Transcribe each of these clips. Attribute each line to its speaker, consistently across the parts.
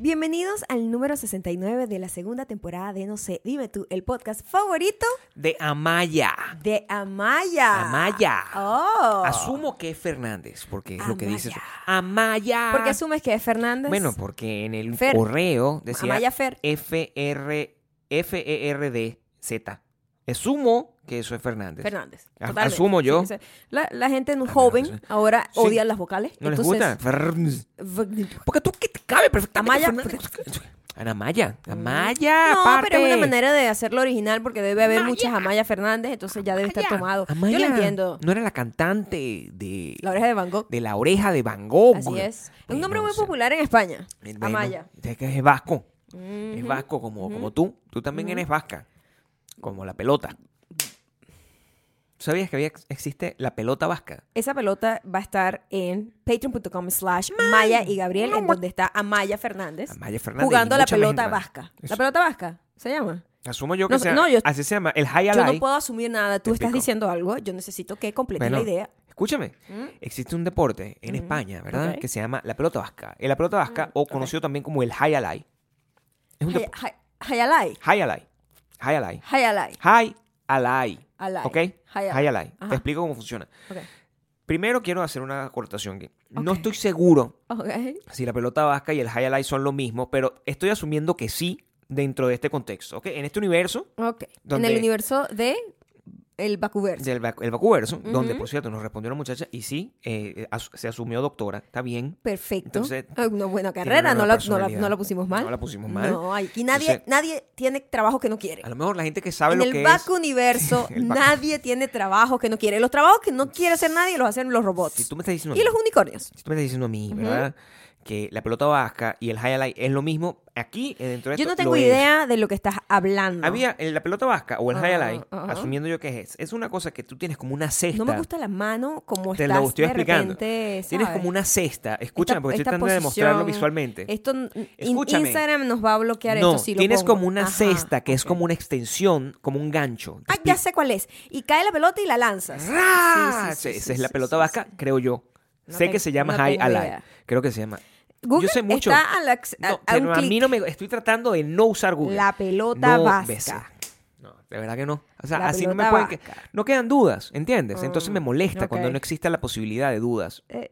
Speaker 1: Bienvenidos al número 69 de la segunda temporada de No sé, dime tú, el podcast favorito
Speaker 2: De Amaya.
Speaker 1: de Amaya.
Speaker 2: Amaya.
Speaker 1: Ah. Oh.
Speaker 2: Asumo que es Fernández, porque es lo que dice.
Speaker 1: Amaya.
Speaker 2: su- Amaya.
Speaker 1: ¿Por qué asumes que es Fernández?
Speaker 2: Bueno, porque en el
Speaker 1: Fer.
Speaker 2: correo decía
Speaker 1: Amaya Fer.
Speaker 2: F R F E R D Z. Asumo que eso es Fernández.
Speaker 1: Fernández.
Speaker 2: A-
Speaker 1: totalmente.
Speaker 2: asumo yo.
Speaker 1: Sí, o sea, la, la gente
Speaker 2: menos
Speaker 1: joven
Speaker 2: que sí.
Speaker 1: ahora
Speaker 2: Sí.
Speaker 1: odia las vocales.
Speaker 2: ¿No les gusta?
Speaker 1: entonces, Mm.
Speaker 2: Fernández.
Speaker 1: v-
Speaker 2: Porque tú que te cabe perfectamente.
Speaker 1: Amaya. Mm.
Speaker 2: Fernández. Ana Amaya. Amaya.
Speaker 1: No,
Speaker 2: aparte.
Speaker 1: pero es una manera de hacerlo original porque debe haber
Speaker 2: Amaya.
Speaker 1: muchas Amaya Fernández, entonces ya debe estar
Speaker 2: Amaya.
Speaker 1: tomado. Yo
Speaker 2: Amaya
Speaker 1: lo entiendo.
Speaker 2: No era la cantante de
Speaker 1: La oreja de Van Gogh.
Speaker 2: de la oreja de Van Gogh.
Speaker 1: Así es.
Speaker 2: Bueno,
Speaker 1: un nombre muy
Speaker 2: o sea,
Speaker 1: popular en España.
Speaker 2: eh, bueno,
Speaker 1: Amaya.
Speaker 2: Es que es vasco. Es
Speaker 1: Ujú.
Speaker 2: vasco como, como tú. Tú también eres vasca. Como la pelota. ¿Tú ¿Sabías que había, existe la pelota vasca?
Speaker 1: Esa pelota va a estar en patreon.com slash Maya y Gabriel, en donde está Amaya Fernández,
Speaker 2: Amaya Fernández.
Speaker 1: jugando
Speaker 2: y
Speaker 1: la
Speaker 2: mucha más
Speaker 1: pelota
Speaker 2: gente más.
Speaker 1: vasca.
Speaker 2: Eso.
Speaker 1: ¿La pelota vasca? ¿Se llama?
Speaker 2: Asumo yo que
Speaker 1: No,
Speaker 2: sea,
Speaker 1: no, yo-
Speaker 2: así se llama, el high
Speaker 1: Yo no
Speaker 2: alive.
Speaker 1: puedo asumir nada. Tú
Speaker 2: Te
Speaker 1: estás
Speaker 2: explico.
Speaker 1: diciendo algo. Yo necesito que completes
Speaker 2: Bueno,
Speaker 1: la idea. Mm.
Speaker 2: Escúchame, existe un deporte en España, ¿verdad?
Speaker 1: Ok. Mm,
Speaker 2: Que se llama la pelota vasca. Eh, La pelota vasca, o conocido también como el high alive. Es un
Speaker 1: Hay-
Speaker 2: deporte.
Speaker 1: hay- Hayalai.
Speaker 2: High alive. High alive.
Speaker 1: Hayalai.
Speaker 2: High alive.
Speaker 1: Alai.
Speaker 2: ¿Ok?
Speaker 1: High
Speaker 2: High alive.
Speaker 1: Ajá.
Speaker 2: Te explico cómo funciona.
Speaker 1: Ok.
Speaker 2: Primero quiero hacer una acortación. aquí. No
Speaker 1: Ok.
Speaker 2: estoy seguro
Speaker 1: Ok.
Speaker 2: si la pelota vasca y el high alive son lo mismo, pero estoy asumiendo que sí dentro de este contexto. ¿ok? En este universo,
Speaker 1: Ok. En
Speaker 2: Donde-
Speaker 1: el universo de el Bakuverso.
Speaker 2: del vacu- el vacuverso,
Speaker 1: Ujú.
Speaker 2: donde por cierto nos respondió una muchacha y sí, eh, as- se asumió doctora, está bien.
Speaker 1: Perfecto.
Speaker 2: Entonces,
Speaker 1: Ah, una buena
Speaker 2: tiene
Speaker 1: carrera.
Speaker 2: una
Speaker 1: No la, no, la,
Speaker 2: personalidad.
Speaker 1: no la pusimos mal.
Speaker 2: No la pusimos mal.
Speaker 1: No, aquí nadie,
Speaker 2: Entonces-
Speaker 1: nadie tiene trabajo que no quiere.
Speaker 2: A lo mejor la gente que sabe
Speaker 1: en
Speaker 2: lo
Speaker 1: el
Speaker 2: que
Speaker 1: vacu
Speaker 2: es.
Speaker 1: universo
Speaker 2: El vacu-
Speaker 1: nadie tiene trabajos que no quiere. Los trabajos que no quiere hacer nadie los hacen los robots
Speaker 2: Si tú me estás diciendo,
Speaker 1: y los unicornios.
Speaker 2: si tú me estás diciendo a mí, ¿verdad? Que la pelota vasca y el high alive es lo mismo aquí eh, dentro de
Speaker 1: Yo
Speaker 2: esto,
Speaker 1: no
Speaker 2: lo
Speaker 1: tengo
Speaker 2: es.
Speaker 1: idea de lo que estás hablando.
Speaker 2: Había eh, la pelota vasca o el high
Speaker 1: Ah,
Speaker 2: alive,
Speaker 1: ajá.
Speaker 2: asumiendo yo que es, es una cosa que tú tienes como una cesta.
Speaker 1: no me gusta la mano como
Speaker 2: Te
Speaker 1: estás
Speaker 2: lo estoy
Speaker 1: de
Speaker 2: explicando.
Speaker 1: repente,
Speaker 2: Tienes
Speaker 1: ¿sabes?
Speaker 2: como una cesta. Escúchame,
Speaker 1: Esta-
Speaker 2: porque
Speaker 1: esta
Speaker 2: estoy tratando de demostrarlo
Speaker 1: posición-
Speaker 2: visualmente.
Speaker 1: Esto n- in-
Speaker 2: Escúchame.
Speaker 1: Instagram nos va a bloquear
Speaker 2: no,
Speaker 1: esto si lo
Speaker 2: tienes
Speaker 1: pongo.
Speaker 2: como una
Speaker 1: Ajá.
Speaker 2: cesta que es como una extensión, como un gancho.
Speaker 1: Ah, ya sé cuál es. Y cae la pelota y la lanzas.
Speaker 2: ¡Ra!
Speaker 1: Sí, sí, sí,
Speaker 2: Esa
Speaker 1: sí,
Speaker 2: es la
Speaker 1: sí,
Speaker 2: pelota
Speaker 1: sí,
Speaker 2: vasca,
Speaker 1: sí.
Speaker 2: creo yo.
Speaker 1: No
Speaker 2: sé
Speaker 1: tengo-
Speaker 2: que se llama
Speaker 1: no
Speaker 2: High
Speaker 1: tengo
Speaker 2: Alive.
Speaker 1: idea.
Speaker 2: Creo que se llama.
Speaker 1: Google
Speaker 2: yo sé mucho.
Speaker 1: está a la acc- a-
Speaker 2: No,
Speaker 1: a
Speaker 2: pero
Speaker 1: un
Speaker 2: a mí
Speaker 1: clic.
Speaker 2: no me. Estoy tratando de no usar Google.
Speaker 1: La pelota
Speaker 2: No,
Speaker 1: vasca.
Speaker 2: ves. No, de verdad que no. O sea,
Speaker 1: La
Speaker 2: así no me
Speaker 1: pelota
Speaker 2: pueden. que-
Speaker 1: vasca.
Speaker 2: no quedan dudas, ¿entiendes? Entonces
Speaker 1: Mm,
Speaker 2: me molesta cuando
Speaker 1: ok.
Speaker 2: no exista la posibilidad de dudas.
Speaker 1: Eh,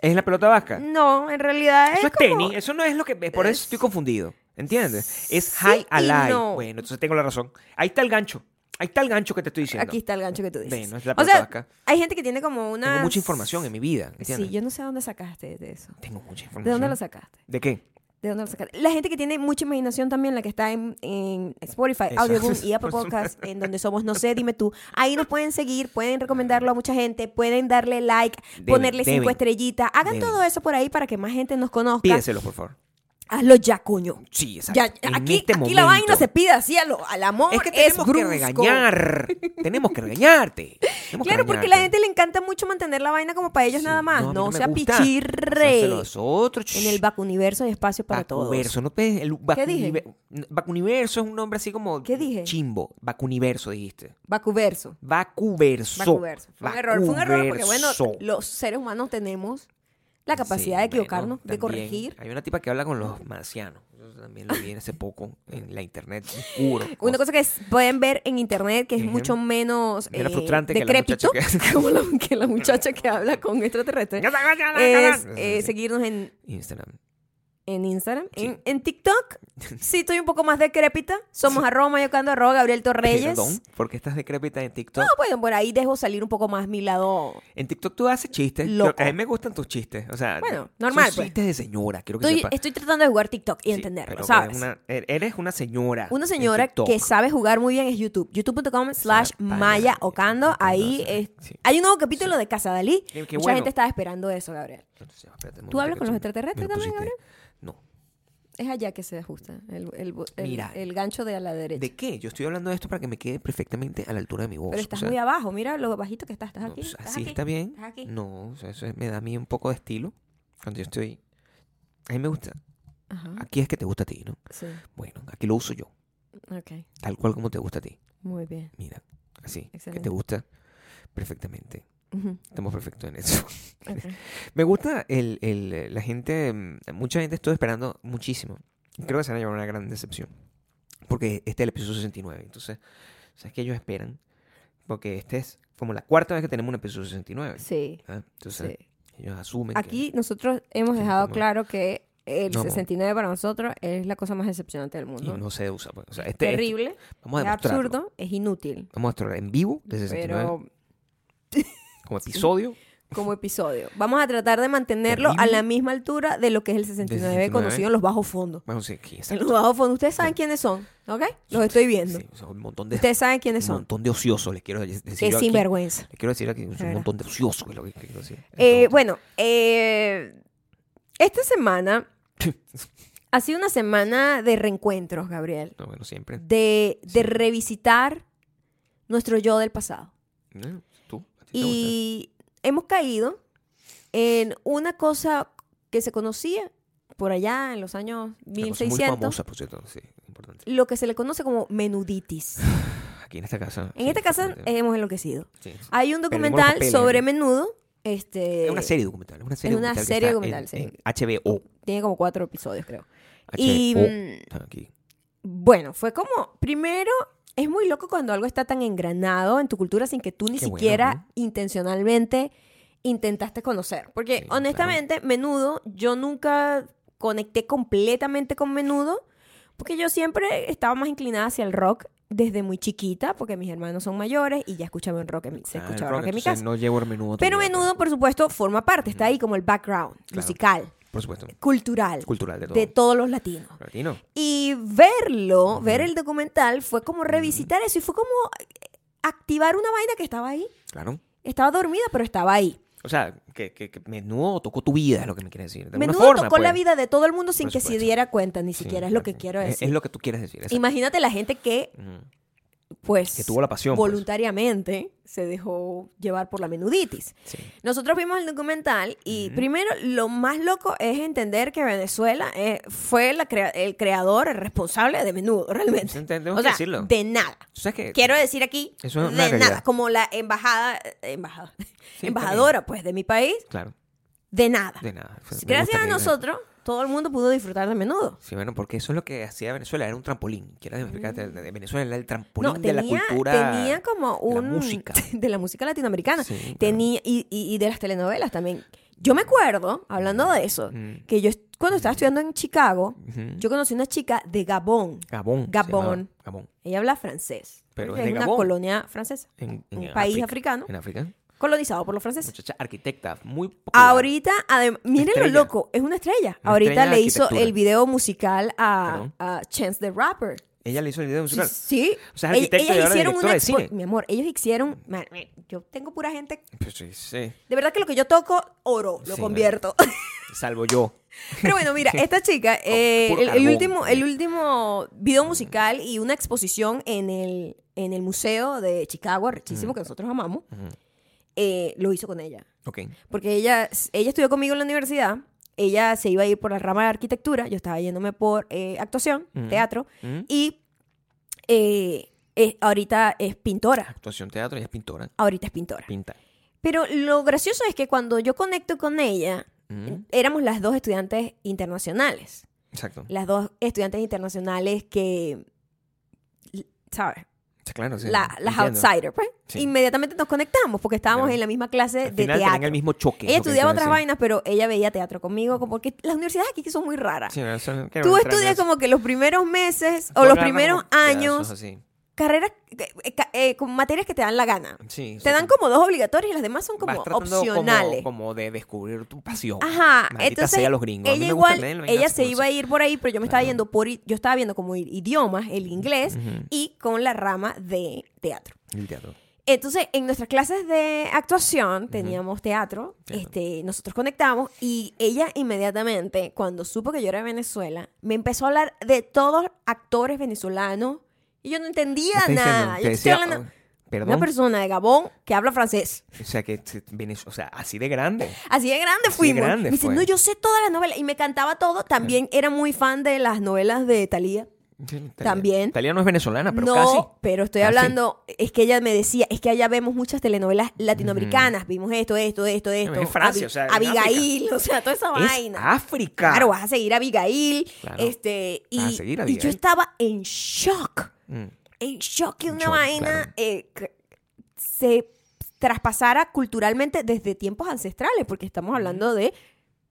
Speaker 2: ¿Es la pelota vasca?
Speaker 1: No, en realidad es
Speaker 2: Eso es
Speaker 1: como-
Speaker 2: tenis, eso no es lo que... eh, Por eso estoy confundido, ¿entiendes? Es
Speaker 1: Sí
Speaker 2: high
Speaker 1: y
Speaker 2: alive.
Speaker 1: no.
Speaker 2: Bueno, entonces tengo la razón. Ahí está el gancho. Ahí está el gancho que te estoy diciendo.
Speaker 1: Aquí está el gancho que tú dices.
Speaker 2: Bueno, es la
Speaker 1: o sea,
Speaker 2: pelota vasca.
Speaker 1: hay gente que tiene como una...
Speaker 2: Tengo mucha información en mi vida, ¿entiendes?
Speaker 1: Sí, yo no sé a dónde sacaste de eso.
Speaker 2: Tengo mucha información.
Speaker 1: ¿De dónde lo sacaste?
Speaker 2: ¿De qué?
Speaker 1: ¿De dónde lo sacaste? La gente que tiene mucha imaginación también, la que está en, en Spotify,
Speaker 2: Exacto.
Speaker 1: Audioboom y Apple
Speaker 2: Por supuesto.
Speaker 1: Podcasts, en donde somos No sé, dime tú. Ahí nos pueden seguir, pueden recomendarlo a mucha gente, pueden darle like,
Speaker 2: Deben,
Speaker 1: ponerle cinco
Speaker 2: deben,
Speaker 1: estrellitas. Hagan
Speaker 2: deben.
Speaker 1: todo eso por ahí para que más gente nos conozca.
Speaker 2: Pídeselos, por favor.
Speaker 1: Hazlo ya, coño.
Speaker 2: Sí, exacto.
Speaker 1: Ya,
Speaker 2: En
Speaker 1: aquí,
Speaker 2: este
Speaker 1: aquí la
Speaker 2: momento.
Speaker 1: vaina se pide así a lo- al amor.
Speaker 2: Es que tenemos que
Speaker 1: brusco.
Speaker 2: regañar. tenemos que regañarte. Tenemos que
Speaker 1: Claro, porque a la
Speaker 2: regañarte.
Speaker 1: gente le encanta mucho mantener la vaina como para ellos
Speaker 2: Sí,
Speaker 1: nada más.
Speaker 2: a mí
Speaker 1: No,
Speaker 2: me
Speaker 1: sea
Speaker 2: gusta.
Speaker 1: pichirre.
Speaker 2: Hácelo a nosotros.
Speaker 1: En el vacuniverso hay espacio para todos.
Speaker 2: Vacuniverso, no te- el
Speaker 1: ¿Qué dije?
Speaker 2: vacuniver- Vacuniverso es un nombre así como
Speaker 1: ¿Qué dije?
Speaker 2: chimbo. Vacuniverso dijiste.
Speaker 1: Vacuverso.
Speaker 2: Vacuverso.
Speaker 1: Vacuverso. Fue un error. Fue un error porque, bueno,
Speaker 2: Vacuverso.
Speaker 1: los seres humanos tenemos la
Speaker 2: Sí,
Speaker 1: capacidad de
Speaker 2: bueno,
Speaker 1: equivocarnos, de
Speaker 2: también
Speaker 1: corregir.
Speaker 2: Hay una tipa que habla con los marcianos. Eso también lo vi hace poco en la internet. Oscuro.
Speaker 1: Una cosa que es- pueden ver en internet que es
Speaker 2: Ujú.
Speaker 1: mucho menos
Speaker 2: Menos
Speaker 1: eh,
Speaker 2: frustrante que la
Speaker 1: decrépito,
Speaker 2: muchacha que-
Speaker 1: como la, que la muchacha que habla con extraterrestres, es eh, seguirnos en,
Speaker 2: Instagram.
Speaker 1: en Instagram,
Speaker 2: Sí.
Speaker 1: en, en TikTok. Sí, estoy un poco más decrépita. Somos arroba mayocando arroba Gabriel Torreyes.
Speaker 2: Perdón, porque estás decrépita en TikTok.
Speaker 1: No, bueno, por ahí dejo salir un poco más mi lado.
Speaker 2: En TikTok tú haces chistes.
Speaker 1: Loco.
Speaker 2: A mí me gustan tus chistes. O sea,
Speaker 1: Bueno,
Speaker 2: son
Speaker 1: normal, pues.
Speaker 2: chistes de señora, quiero que
Speaker 1: Estoy,
Speaker 2: sepa.
Speaker 1: estoy tratando de jugar TikTok y
Speaker 2: Sí,
Speaker 1: entenderlo,
Speaker 2: pero
Speaker 1: ¿sabes?
Speaker 2: eres
Speaker 1: Una,
Speaker 2: una, er- eres una señora. en
Speaker 1: señora
Speaker 2: TikTok.
Speaker 1: que sabe jugar muy bien es YouTube. YouTube.com slash
Speaker 2: página,
Speaker 1: Maya
Speaker 2: eh,
Speaker 1: Ocando. Ahí
Speaker 2: entonces,
Speaker 1: es-
Speaker 2: sí.
Speaker 1: hay un nuevo capítulo de Casa Dalí.
Speaker 2: Qué- qué
Speaker 1: Mucha
Speaker 2: bueno.
Speaker 1: gente estaba esperando eso, Gabriel.
Speaker 2: Entonces, espérate un
Speaker 1: ¿Tú
Speaker 2: momento
Speaker 1: hablas
Speaker 2: que
Speaker 1: con los
Speaker 2: tú me-
Speaker 1: extraterrestres
Speaker 2: me lo
Speaker 1: también,
Speaker 2: pusiste. No.
Speaker 1: Es allá que se ajusta el, el, el-
Speaker 2: Mira.
Speaker 1: el gancho de a la derecha.
Speaker 2: ¿De qué? Yo estoy hablando de esto para que me quede perfectamente a la altura de mi voz.
Speaker 1: Pero
Speaker 2: o
Speaker 1: estás
Speaker 2: sea,
Speaker 1: muy abajo. Mira lo bajito que estás. Estás
Speaker 2: no,
Speaker 1: aquí.
Speaker 2: pues,
Speaker 1: estás
Speaker 2: así
Speaker 1: aquí,
Speaker 2: está Mm, bien.
Speaker 1: Estás aquí.
Speaker 2: No, o sea, eso me da a mí un poco de estilo. Cuando yo estoy. A mí me gusta.
Speaker 1: Ajá.
Speaker 2: Aquí es que te gusta a ti, ¿no?
Speaker 1: Sí.
Speaker 2: Bueno, aquí lo uso yo.
Speaker 1: Ok.
Speaker 2: Tal cual como te gusta a ti.
Speaker 1: Muy bien.
Speaker 2: Mira, así. Que
Speaker 1: Excelente.
Speaker 2: te gusta perfectamente.
Speaker 1: Ujú.
Speaker 2: Estamos perfectos en eso.
Speaker 1: Ok.
Speaker 2: Me gusta el, el- la gente, mm, mucha gente estuvo esperando muchísimo. Creo que se van a llevar una gran decepción. Porque este es el episodio 69. Entonces, ¿sabes qué ellos esperan? Porque este es como la cuarta vez que tenemos un episodio 69.
Speaker 1: Sí.
Speaker 2: ¿ah? Entonces,
Speaker 1: sí.
Speaker 2: ellos asumen que-
Speaker 1: Aquí nosotros hemos
Speaker 2: Sí,
Speaker 1: dejado
Speaker 2: como-
Speaker 1: claro que el
Speaker 2: No, mo-
Speaker 1: 69 para nosotros es la cosa más decepcionante del
Speaker 2: y
Speaker 1: mundo.
Speaker 2: no se usa. pues. O sea,
Speaker 1: Es
Speaker 2: este- este-
Speaker 1: Terrible,
Speaker 2: vamos a
Speaker 1: es
Speaker 2: demostrarlo.
Speaker 1: absurdo, es inútil.
Speaker 2: Vamos a mostrar en vivo de 69
Speaker 1: Pero
Speaker 2: como episodio
Speaker 1: como episodio. Vamos a tratar de mantenerlo a
Speaker 2: Terrible.
Speaker 1: la misma altura de lo que es el 69,
Speaker 2: 69.
Speaker 1: conocido en los bajos fondos.
Speaker 2: Bueno, sí, aquí está.
Speaker 1: En los bajos fondos. Ustedes saben quiénes son, ¿ok? Los estoy viendo.
Speaker 2: Sí, o sea, un montón de,
Speaker 1: Ustedes saben quiénes
Speaker 2: un
Speaker 1: son.
Speaker 2: montón de ociosos, les quiero decir.
Speaker 1: Qué
Speaker 2: yo aquí.
Speaker 1: sinvergüenza.
Speaker 2: Les quiero decir aquí, es
Speaker 1: De
Speaker 2: un
Speaker 1: verdad.
Speaker 2: montón de ociosos, es lo que quiero decir.
Speaker 1: Eh,
Speaker 2: Entonces,
Speaker 1: bueno, eh, esta semana ha sido una semana de reencuentros, Gabriel.
Speaker 2: no, bueno, siempre.
Speaker 1: De, de
Speaker 2: Sí.
Speaker 1: revisitar nuestro yo del pasado.
Speaker 2: ¿no? Tú, a ti te gusta.
Speaker 1: Y hemos caído en una cosa que se conocía por allá en los años
Speaker 2: Una cosa Muy
Speaker 1: 1600,
Speaker 2: famosa, por cierto, sí, importante.
Speaker 1: lo que se le conoce como menuditis.
Speaker 2: Aquí en esta casa.
Speaker 1: En
Speaker 2: sí,
Speaker 1: esta casa eh, ah,
Speaker 2: exactamente.
Speaker 1: hemos enloquecido.
Speaker 2: Sí, sí.
Speaker 1: Hay un
Speaker 2: Perdimos los
Speaker 1: documental
Speaker 2: papeles,
Speaker 1: sobre
Speaker 2: ¿no?
Speaker 1: menudo. Este,
Speaker 2: Es una serie documental. Es una serie
Speaker 1: una
Speaker 2: documental. que
Speaker 1: serie
Speaker 2: está
Speaker 1: documental,
Speaker 2: en- en HBO.
Speaker 1: Tiene como cuatro episodios, creo. Y
Speaker 2: HBO.
Speaker 1: mm,
Speaker 2: está aquí.
Speaker 1: bueno, fue como, primero, es muy loco cuando algo está tan engranado en tu cultura sin que tú ni
Speaker 2: Qué bueno,
Speaker 1: siquiera
Speaker 2: ¿no?
Speaker 1: intencionalmente intentaste conocer. Porque
Speaker 2: Sí, claro.
Speaker 1: honestamente, menudo, yo nunca conecté completamente con menudo, porque yo siempre estaba más inclinada hacia el rock desde muy chiquita, porque mis hermanos son mayores y ya escuchaban rock en mi, se
Speaker 2: Ah, el
Speaker 1: escuchaba
Speaker 2: rock,
Speaker 1: rock en mi
Speaker 2: entonces
Speaker 1: casa.
Speaker 2: No llevo el menudo.
Speaker 1: Pero
Speaker 2: todavía,
Speaker 1: menudo, por supuesto, forma parte, está ahí como el background
Speaker 2: Claro.
Speaker 1: musical,
Speaker 2: Por supuesto.
Speaker 1: cultural,
Speaker 2: Cultural de todo.
Speaker 1: de todos los latinos.
Speaker 2: Latino.
Speaker 1: Y verlo, ver el documental, fue como revisitar eso y fue como eh, activar una vaina que estaba ahí.
Speaker 2: Claro.
Speaker 1: Estaba dormida, pero estaba ahí.
Speaker 2: O sea, que, que, que menudo tocó tu vida, es lo que me quieres decir. De alguna
Speaker 1: Menudo
Speaker 2: forma,
Speaker 1: tocó la
Speaker 2: pues.
Speaker 1: vida de todo el mundo sin
Speaker 2: Por
Speaker 1: que se
Speaker 2: supuesto.
Speaker 1: diera cuenta, ni
Speaker 2: Sí,
Speaker 1: siquiera es lo
Speaker 2: claro,
Speaker 1: que
Speaker 2: sí.
Speaker 1: quiero
Speaker 2: Es-
Speaker 1: decir.
Speaker 2: Es, lo que tú quieres decir. exacto.
Speaker 1: Imagínate la gente que,
Speaker 2: Ujú.
Speaker 1: pues,
Speaker 2: Que tuvo la pasión. pues.
Speaker 1: voluntariamente se dejó llevar por la menuditis.
Speaker 2: Sí.
Speaker 1: Nosotros vimos el documental y
Speaker 2: Ujú.
Speaker 1: primero lo más loco es entender que Venezuela eh, fue la crea- el creador, el responsable de menudo, realmente.
Speaker 2: Sí, tenemos
Speaker 1: O
Speaker 2: que
Speaker 1: sea,
Speaker 2: decirlo.
Speaker 1: de nada.
Speaker 2: ¿Tú ¿Sabes qué?
Speaker 1: quiero decir aquí
Speaker 2: Eso Eh, es
Speaker 1: de
Speaker 2: una realidad.
Speaker 1: nada como la embajada eh, embajada
Speaker 2: está
Speaker 1: embajadora pues de mi país
Speaker 2: Claro,
Speaker 1: de nada
Speaker 2: de nada. Me
Speaker 1: gracias
Speaker 2: gusta
Speaker 1: a
Speaker 2: que-
Speaker 1: nosotros todo el mundo pudo disfrutar de menudo
Speaker 2: Sí, bueno, porque eso es lo que hacía Venezuela, era un trampolín. Quiero explicarte, de- de Venezuela era el trampolín
Speaker 1: Mm. no
Speaker 2: de la
Speaker 1: tenía
Speaker 2: cultura.
Speaker 1: tenía como
Speaker 2: de la
Speaker 1: un
Speaker 2: música.
Speaker 1: de la música latinoamericana
Speaker 2: Sí, claro.
Speaker 1: tenía y, y- y de las telenovelas también yo me acuerdo hablando de eso
Speaker 2: Mm.
Speaker 1: que yo est- cuando estaba estudiando en Chicago
Speaker 2: Ujú.
Speaker 1: yo conocí una chica de Gabón
Speaker 2: Gabón. se
Speaker 1: Gabón.
Speaker 2: llamaba, Gabón.
Speaker 1: ella habla francés
Speaker 2: Pero
Speaker 1: porque
Speaker 2: es de
Speaker 1: una
Speaker 2: Gabón.
Speaker 1: colonia francesa
Speaker 2: En, en
Speaker 1: un país
Speaker 2: África.
Speaker 1: africano
Speaker 2: En África.
Speaker 1: colonizado por los franceses
Speaker 2: Muchacha arquitecta, muy popular.
Speaker 1: Ahorita, además, miren lo
Speaker 2: estrella.
Speaker 1: loco, es una estrella.
Speaker 2: Una
Speaker 1: Ahorita
Speaker 2: estrella de
Speaker 1: le hizo
Speaker 2: arquitectura.
Speaker 1: el video musical a,
Speaker 2: Perdón.
Speaker 1: a Chance the Rapper.
Speaker 2: Ella le hizo el video musical.
Speaker 1: Sí.
Speaker 2: O sea,
Speaker 1: Ell-
Speaker 2: arquitecta y ahora directora de
Speaker 1: expo-
Speaker 2: cine.
Speaker 1: Mi amor, ellos hicieron. man, man, yo tengo pura gente.
Speaker 2: Pues sí, sí.
Speaker 1: De verdad que lo que yo toco, oro, lo
Speaker 2: Sí,
Speaker 1: convierto.
Speaker 2: Salvo yo.
Speaker 1: Pero bueno, mira, esta chica, eh,
Speaker 2: Oh, puro
Speaker 1: el, el
Speaker 2: carbón.
Speaker 1: último, el último video musical y una exposición en el, en el museo de Chicago, richísimo, que nosotros amamos,
Speaker 2: Ujú.
Speaker 1: eh, lo hizo con ella.
Speaker 2: Ok.
Speaker 1: Porque ella, ella estudió conmigo en la universidad. Ella se iba a ir por la rama de arquitectura. Yo estaba yéndome por eh, actuación,
Speaker 2: Ujú.
Speaker 1: teatro.
Speaker 2: Ujú.
Speaker 1: Y eh, es- ahorita es pintora.
Speaker 2: Actuación, teatro, ella es pintora.
Speaker 1: Ahorita es pintora.
Speaker 2: Pinta.
Speaker 1: Pero lo gracioso es que cuando yo conecto con ella,
Speaker 2: Ujú.
Speaker 1: éramos las dos estudiantes internacionales.
Speaker 2: Exacto.
Speaker 1: Las dos estudiantes internacionales que, ¿sabes?
Speaker 2: Sí, Claro, sí.
Speaker 1: La- las
Speaker 2: entiendo.
Speaker 1: outsiders, pues.
Speaker 2: Sí.
Speaker 1: Inmediatamente nos conectamos porque estábamos
Speaker 2: Claro.
Speaker 1: en la misma clase
Speaker 2: Al
Speaker 1: de
Speaker 2: final
Speaker 1: teatro.
Speaker 2: tenían el mismo choque.
Speaker 1: Ella
Speaker 2: lo que
Speaker 1: estudiaba
Speaker 2: quiero
Speaker 1: otras
Speaker 2: decir.
Speaker 1: vainas, pero ella veía teatro conmigo, como que las universidades aquí que son muy raras.
Speaker 2: Sí, eso no quiero
Speaker 1: Tú
Speaker 2: entrar en
Speaker 1: estudias
Speaker 2: eso.
Speaker 1: como que los primeros meses o
Speaker 2: Tú
Speaker 1: los
Speaker 2: agarras
Speaker 1: primeros
Speaker 2: como pedazos
Speaker 1: años,
Speaker 2: así.
Speaker 1: carreras, eh, eh, ca- eh, con materias que te dan la gana.
Speaker 2: Sí, o
Speaker 1: Te
Speaker 2: sea,
Speaker 1: dan como dos obligatorias y las demás son como
Speaker 2: vas tratando como-
Speaker 1: opcionales.
Speaker 2: Como, de descubrir tu pasión.
Speaker 1: Ajá,
Speaker 2: Maldita
Speaker 1: entonces
Speaker 2: sea los gringos. A mí
Speaker 1: ella
Speaker 2: me gusta
Speaker 1: igual,
Speaker 2: leer las
Speaker 1: ella
Speaker 2: vainas
Speaker 1: se
Speaker 2: como
Speaker 1: iba a
Speaker 2: así.
Speaker 1: ir por ahí, pero yo me estaba
Speaker 2: Claro.
Speaker 1: yendo por, i- yo estaba viendo como i- idiomas, el inglés,
Speaker 2: Ujú.
Speaker 1: y con la rama de teatro.
Speaker 2: El teatro.
Speaker 1: Entonces, en nuestras clases de actuación teníamos teatro,
Speaker 2: Entiendo.
Speaker 1: este, nosotros conectamos y ella inmediatamente, cuando supo que yo era de Venezuela, me empezó a hablar de todos actores venezolanos y yo no entendía
Speaker 2: Me está diciendo,
Speaker 1: nada.
Speaker 2: te
Speaker 1: Yo te estoy
Speaker 2: decía,
Speaker 1: hablando de
Speaker 2: oh, perdón.
Speaker 1: una persona de Gabón que habla francés.
Speaker 2: O sea, que se- Venez- o sea, así de grande.
Speaker 1: Así de grande
Speaker 2: Así de
Speaker 1: fuimos.
Speaker 2: grande
Speaker 1: me dice,
Speaker 2: fue.
Speaker 1: no, yo sé todas las novelas y me cantaba todo. También era muy fan de las novelas de Thalía. También.
Speaker 2: Talía no es venezolana, pero
Speaker 1: no,
Speaker 2: casi.
Speaker 1: pero estoy
Speaker 2: Casi.
Speaker 1: hablando, es que ella me decía, es que allá vemos muchas telenovelas latinoamericanas, vimos esto, esto, esto, esto.
Speaker 2: Mm. Es Francia, o sea, en
Speaker 1: Abigail, o sea, toda esa
Speaker 2: Es
Speaker 1: vaina.
Speaker 2: África.
Speaker 1: Claro, vas a seguir a Abigail,
Speaker 2: Claro.
Speaker 1: este, y,
Speaker 2: Vas a seguir
Speaker 1: y
Speaker 2: a Abigail.
Speaker 1: yo estaba en shock,
Speaker 2: Mm.
Speaker 1: en shock que
Speaker 2: En
Speaker 1: una
Speaker 2: shock,
Speaker 1: vaina
Speaker 2: claro.
Speaker 1: eh, que se traspasara culturalmente desde tiempos ancestrales, porque estamos hablando de,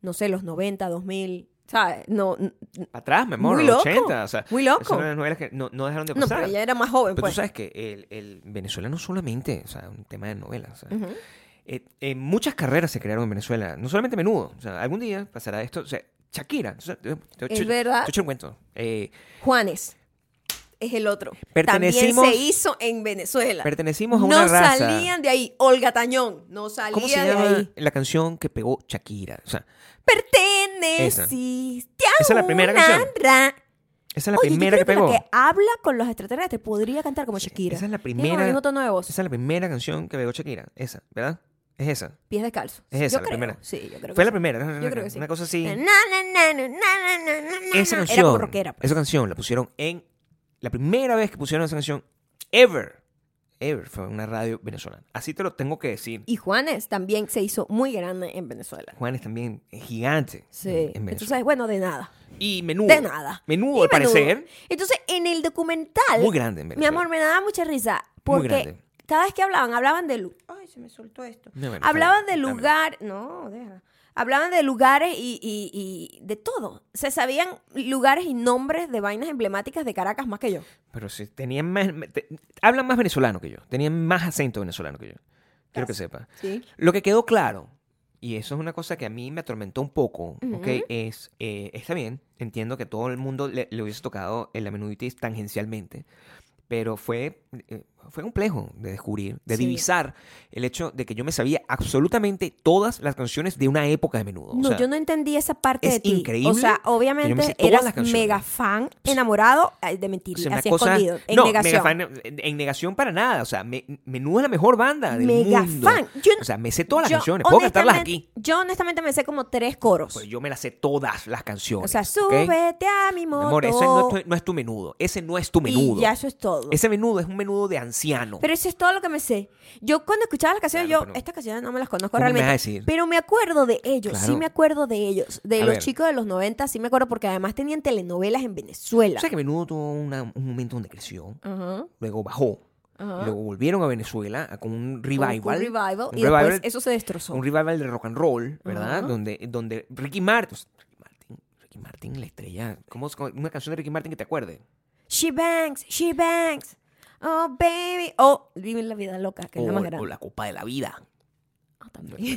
Speaker 1: no sé, los 90, 2000, ¿sabes? No, n- n-
Speaker 2: Atrás, mi amor,
Speaker 1: Muy
Speaker 2: los
Speaker 1: loco,
Speaker 2: 80. O sea,
Speaker 1: muy
Speaker 2: Esas
Speaker 1: loco.
Speaker 2: eran las novelas que no, no dejaron de
Speaker 1: No,
Speaker 2: pasar.
Speaker 1: pero ella era más joven,
Speaker 2: Pero tú
Speaker 1: pues.
Speaker 2: sabes que el, el Venezuela no solamente, o sea, un tema de novelas. o sea,
Speaker 1: Ujú.
Speaker 2: eh, eh, muchas carreras se crearon en Venezuela, no solamente menudo. O sea, algún día pasará esto. O sea, Shakira. o sea, te- te-
Speaker 1: Es
Speaker 2: te-
Speaker 1: verdad.
Speaker 2: Te echo el cuento. Eh,
Speaker 1: Juanes es el otro.
Speaker 2: Pertenecimos-
Speaker 1: También se hizo en Venezuela.
Speaker 2: pertenecimos a
Speaker 1: No
Speaker 2: una raza.
Speaker 1: salían de ahí. Olga Tañón no salía
Speaker 2: ¿Cómo se
Speaker 1: de
Speaker 2: llama
Speaker 1: ahí.
Speaker 2: la canción que pegó Shakira? O sea,
Speaker 1: Perteneciste a
Speaker 2: Esa es la primera
Speaker 1: una
Speaker 2: canción.
Speaker 1: ra-
Speaker 2: esa es la
Speaker 1: Oye, yo
Speaker 2: primera que
Speaker 1: creo
Speaker 2: pegó.
Speaker 1: La que habla con los extraterrestres podría cantar como Shakira.
Speaker 2: Esa es la
Speaker 1: Tiene como
Speaker 2: primera.
Speaker 1: el mismo tono de voz.
Speaker 2: Esa es la primera canción que pegó Shakira. Esa, ¿verdad? Es esa.
Speaker 1: Pies descalzos.
Speaker 2: Es esa,
Speaker 1: Yo
Speaker 2: la
Speaker 1: creo.
Speaker 2: primera.
Speaker 1: Sí, yo creo
Speaker 2: Fue
Speaker 1: que
Speaker 2: la
Speaker 1: sí.
Speaker 2: primera.
Speaker 1: Yo creo que sí.
Speaker 2: Una cosa así.
Speaker 1: Na, na, na, na, na, na, na, na,
Speaker 2: Esa
Speaker 1: na.
Speaker 2: canción.
Speaker 1: Era como rockera. pues.
Speaker 2: Esa canción la pusieron en. La primera vez que pusieron esa canción, ever. Ever fue en una radio venezolana. Así te lo tengo que decir.
Speaker 1: Y Juanes también se hizo muy grande en Venezuela.
Speaker 2: Juanes también es gigante.
Speaker 1: Sí.
Speaker 2: en- en Venezuela. Uh.
Speaker 1: Entonces, bueno, de nada.
Speaker 2: y menudo.
Speaker 1: de nada.
Speaker 2: Menudo,
Speaker 1: Y
Speaker 2: al
Speaker 1: menudo.
Speaker 2: parecer.
Speaker 1: Entonces, en el documental,
Speaker 2: Muy grande en
Speaker 1: mi
Speaker 2: Venezuela.
Speaker 1: amor, me daba mucha risa. Porque
Speaker 2: grande.
Speaker 1: cada vez que hablaban, hablaban de. lu- Ay, se me soltó esto.
Speaker 2: No, bueno,
Speaker 1: hablaban
Speaker 2: está
Speaker 1: de
Speaker 2: bien, está bien.
Speaker 1: lugar. No, deja. Hablaban de lugares y, y- y de todo. Se sabían lugares y nombres de vainas emblemáticas de Caracas más que yo.
Speaker 2: Pero si tenían más. te- hablan más venezolano que yo. Tenían más acento venezolano que yo. Quiero que
Speaker 1: Casi.
Speaker 2: sepa.
Speaker 1: Sí.
Speaker 2: Lo que quedó claro, y eso es una cosa que a mí me atormentó un poco,
Speaker 1: Ujú.
Speaker 2: ¿ok? Es, eh, está bien, entiendo que todo el mundo le, le hubiese tocado el amenoiditis tangencialmente, pero fue, eh, fue complejo de descubrir, de
Speaker 1: Sí.
Speaker 2: divisar el hecho de que yo me sabía absolutamente todas las canciones de una época de menudo.
Speaker 1: No, yo no entendí esa parte
Speaker 2: es
Speaker 1: de ti. O
Speaker 2: increíble
Speaker 1: sea,
Speaker 2: que yo me sé
Speaker 1: obviamente
Speaker 2: todas las
Speaker 1: eras
Speaker 2: canciones.
Speaker 1: mega fan, enamorado ay, de mentir,
Speaker 2: O sea, una
Speaker 1: así
Speaker 2: cosa-
Speaker 1: escondido, en
Speaker 2: no,
Speaker 1: negación.
Speaker 2: mega fan, en, en negación para nada. O sea, me- menudo es la mejor banda del
Speaker 1: Mega
Speaker 2: mundo.
Speaker 1: fan. Yo-
Speaker 2: o sea, me sé todas las
Speaker 1: Yo,
Speaker 2: canciones. Puedo cantarlas aquí.
Speaker 1: honestamente- Yo honestamente me sé como tres coros.
Speaker 2: Pues yo me las sé todas las canciones.
Speaker 1: O sea,
Speaker 2: ¿ok?
Speaker 1: súbete a mi
Speaker 2: Mi
Speaker 1: moto.
Speaker 2: Amor, eso no es, tu, no es tu menudo. Ese no es tu menudo.
Speaker 1: Y ya eso es todo.
Speaker 2: Ese menudo es un menudo de anciano.
Speaker 1: Pero eso es todo lo que me sé. Yo cuando escuchaba las canciones,
Speaker 2: Claro,
Speaker 1: yo,
Speaker 2: pero-
Speaker 1: estas canciones no me las conozco
Speaker 2: ¿Cómo me
Speaker 1: realmente.
Speaker 2: vas a decir?
Speaker 1: Pero me acuerdo de ellos, sí
Speaker 2: Claro.
Speaker 1: me acuerdo de ellos. De
Speaker 2: A
Speaker 1: los
Speaker 2: ver.
Speaker 1: chicos de los 90, sí me acuerdo, porque además tenían telenovelas en Venezuela.
Speaker 2: O sea que menudo tuvo una- un momento donde creció,
Speaker 1: Ajá,
Speaker 2: luego bajó,
Speaker 1: ajá.
Speaker 2: luego volvieron a Venezuela a- con un
Speaker 1: Como que
Speaker 2: revival.
Speaker 1: Un revival.
Speaker 2: un
Speaker 1: Y
Speaker 2: revival-
Speaker 1: después eso se destrozó.
Speaker 2: un revival de rock and roll, ¿verdad?
Speaker 1: Ajá.
Speaker 2: Donde, donde Ricky Martin, pues, Ricky Martin, Ricky Martin, la estrella. ¿Cómo es una canción de Ricky Martin que te acuerde?
Speaker 1: She bangs, she bangs. Oh, baby. Oh, vive la vida loca, que es la
Speaker 2: o,
Speaker 1: más
Speaker 2: o
Speaker 1: grande.
Speaker 2: la Copa de la Vida.
Speaker 1: Ah, también.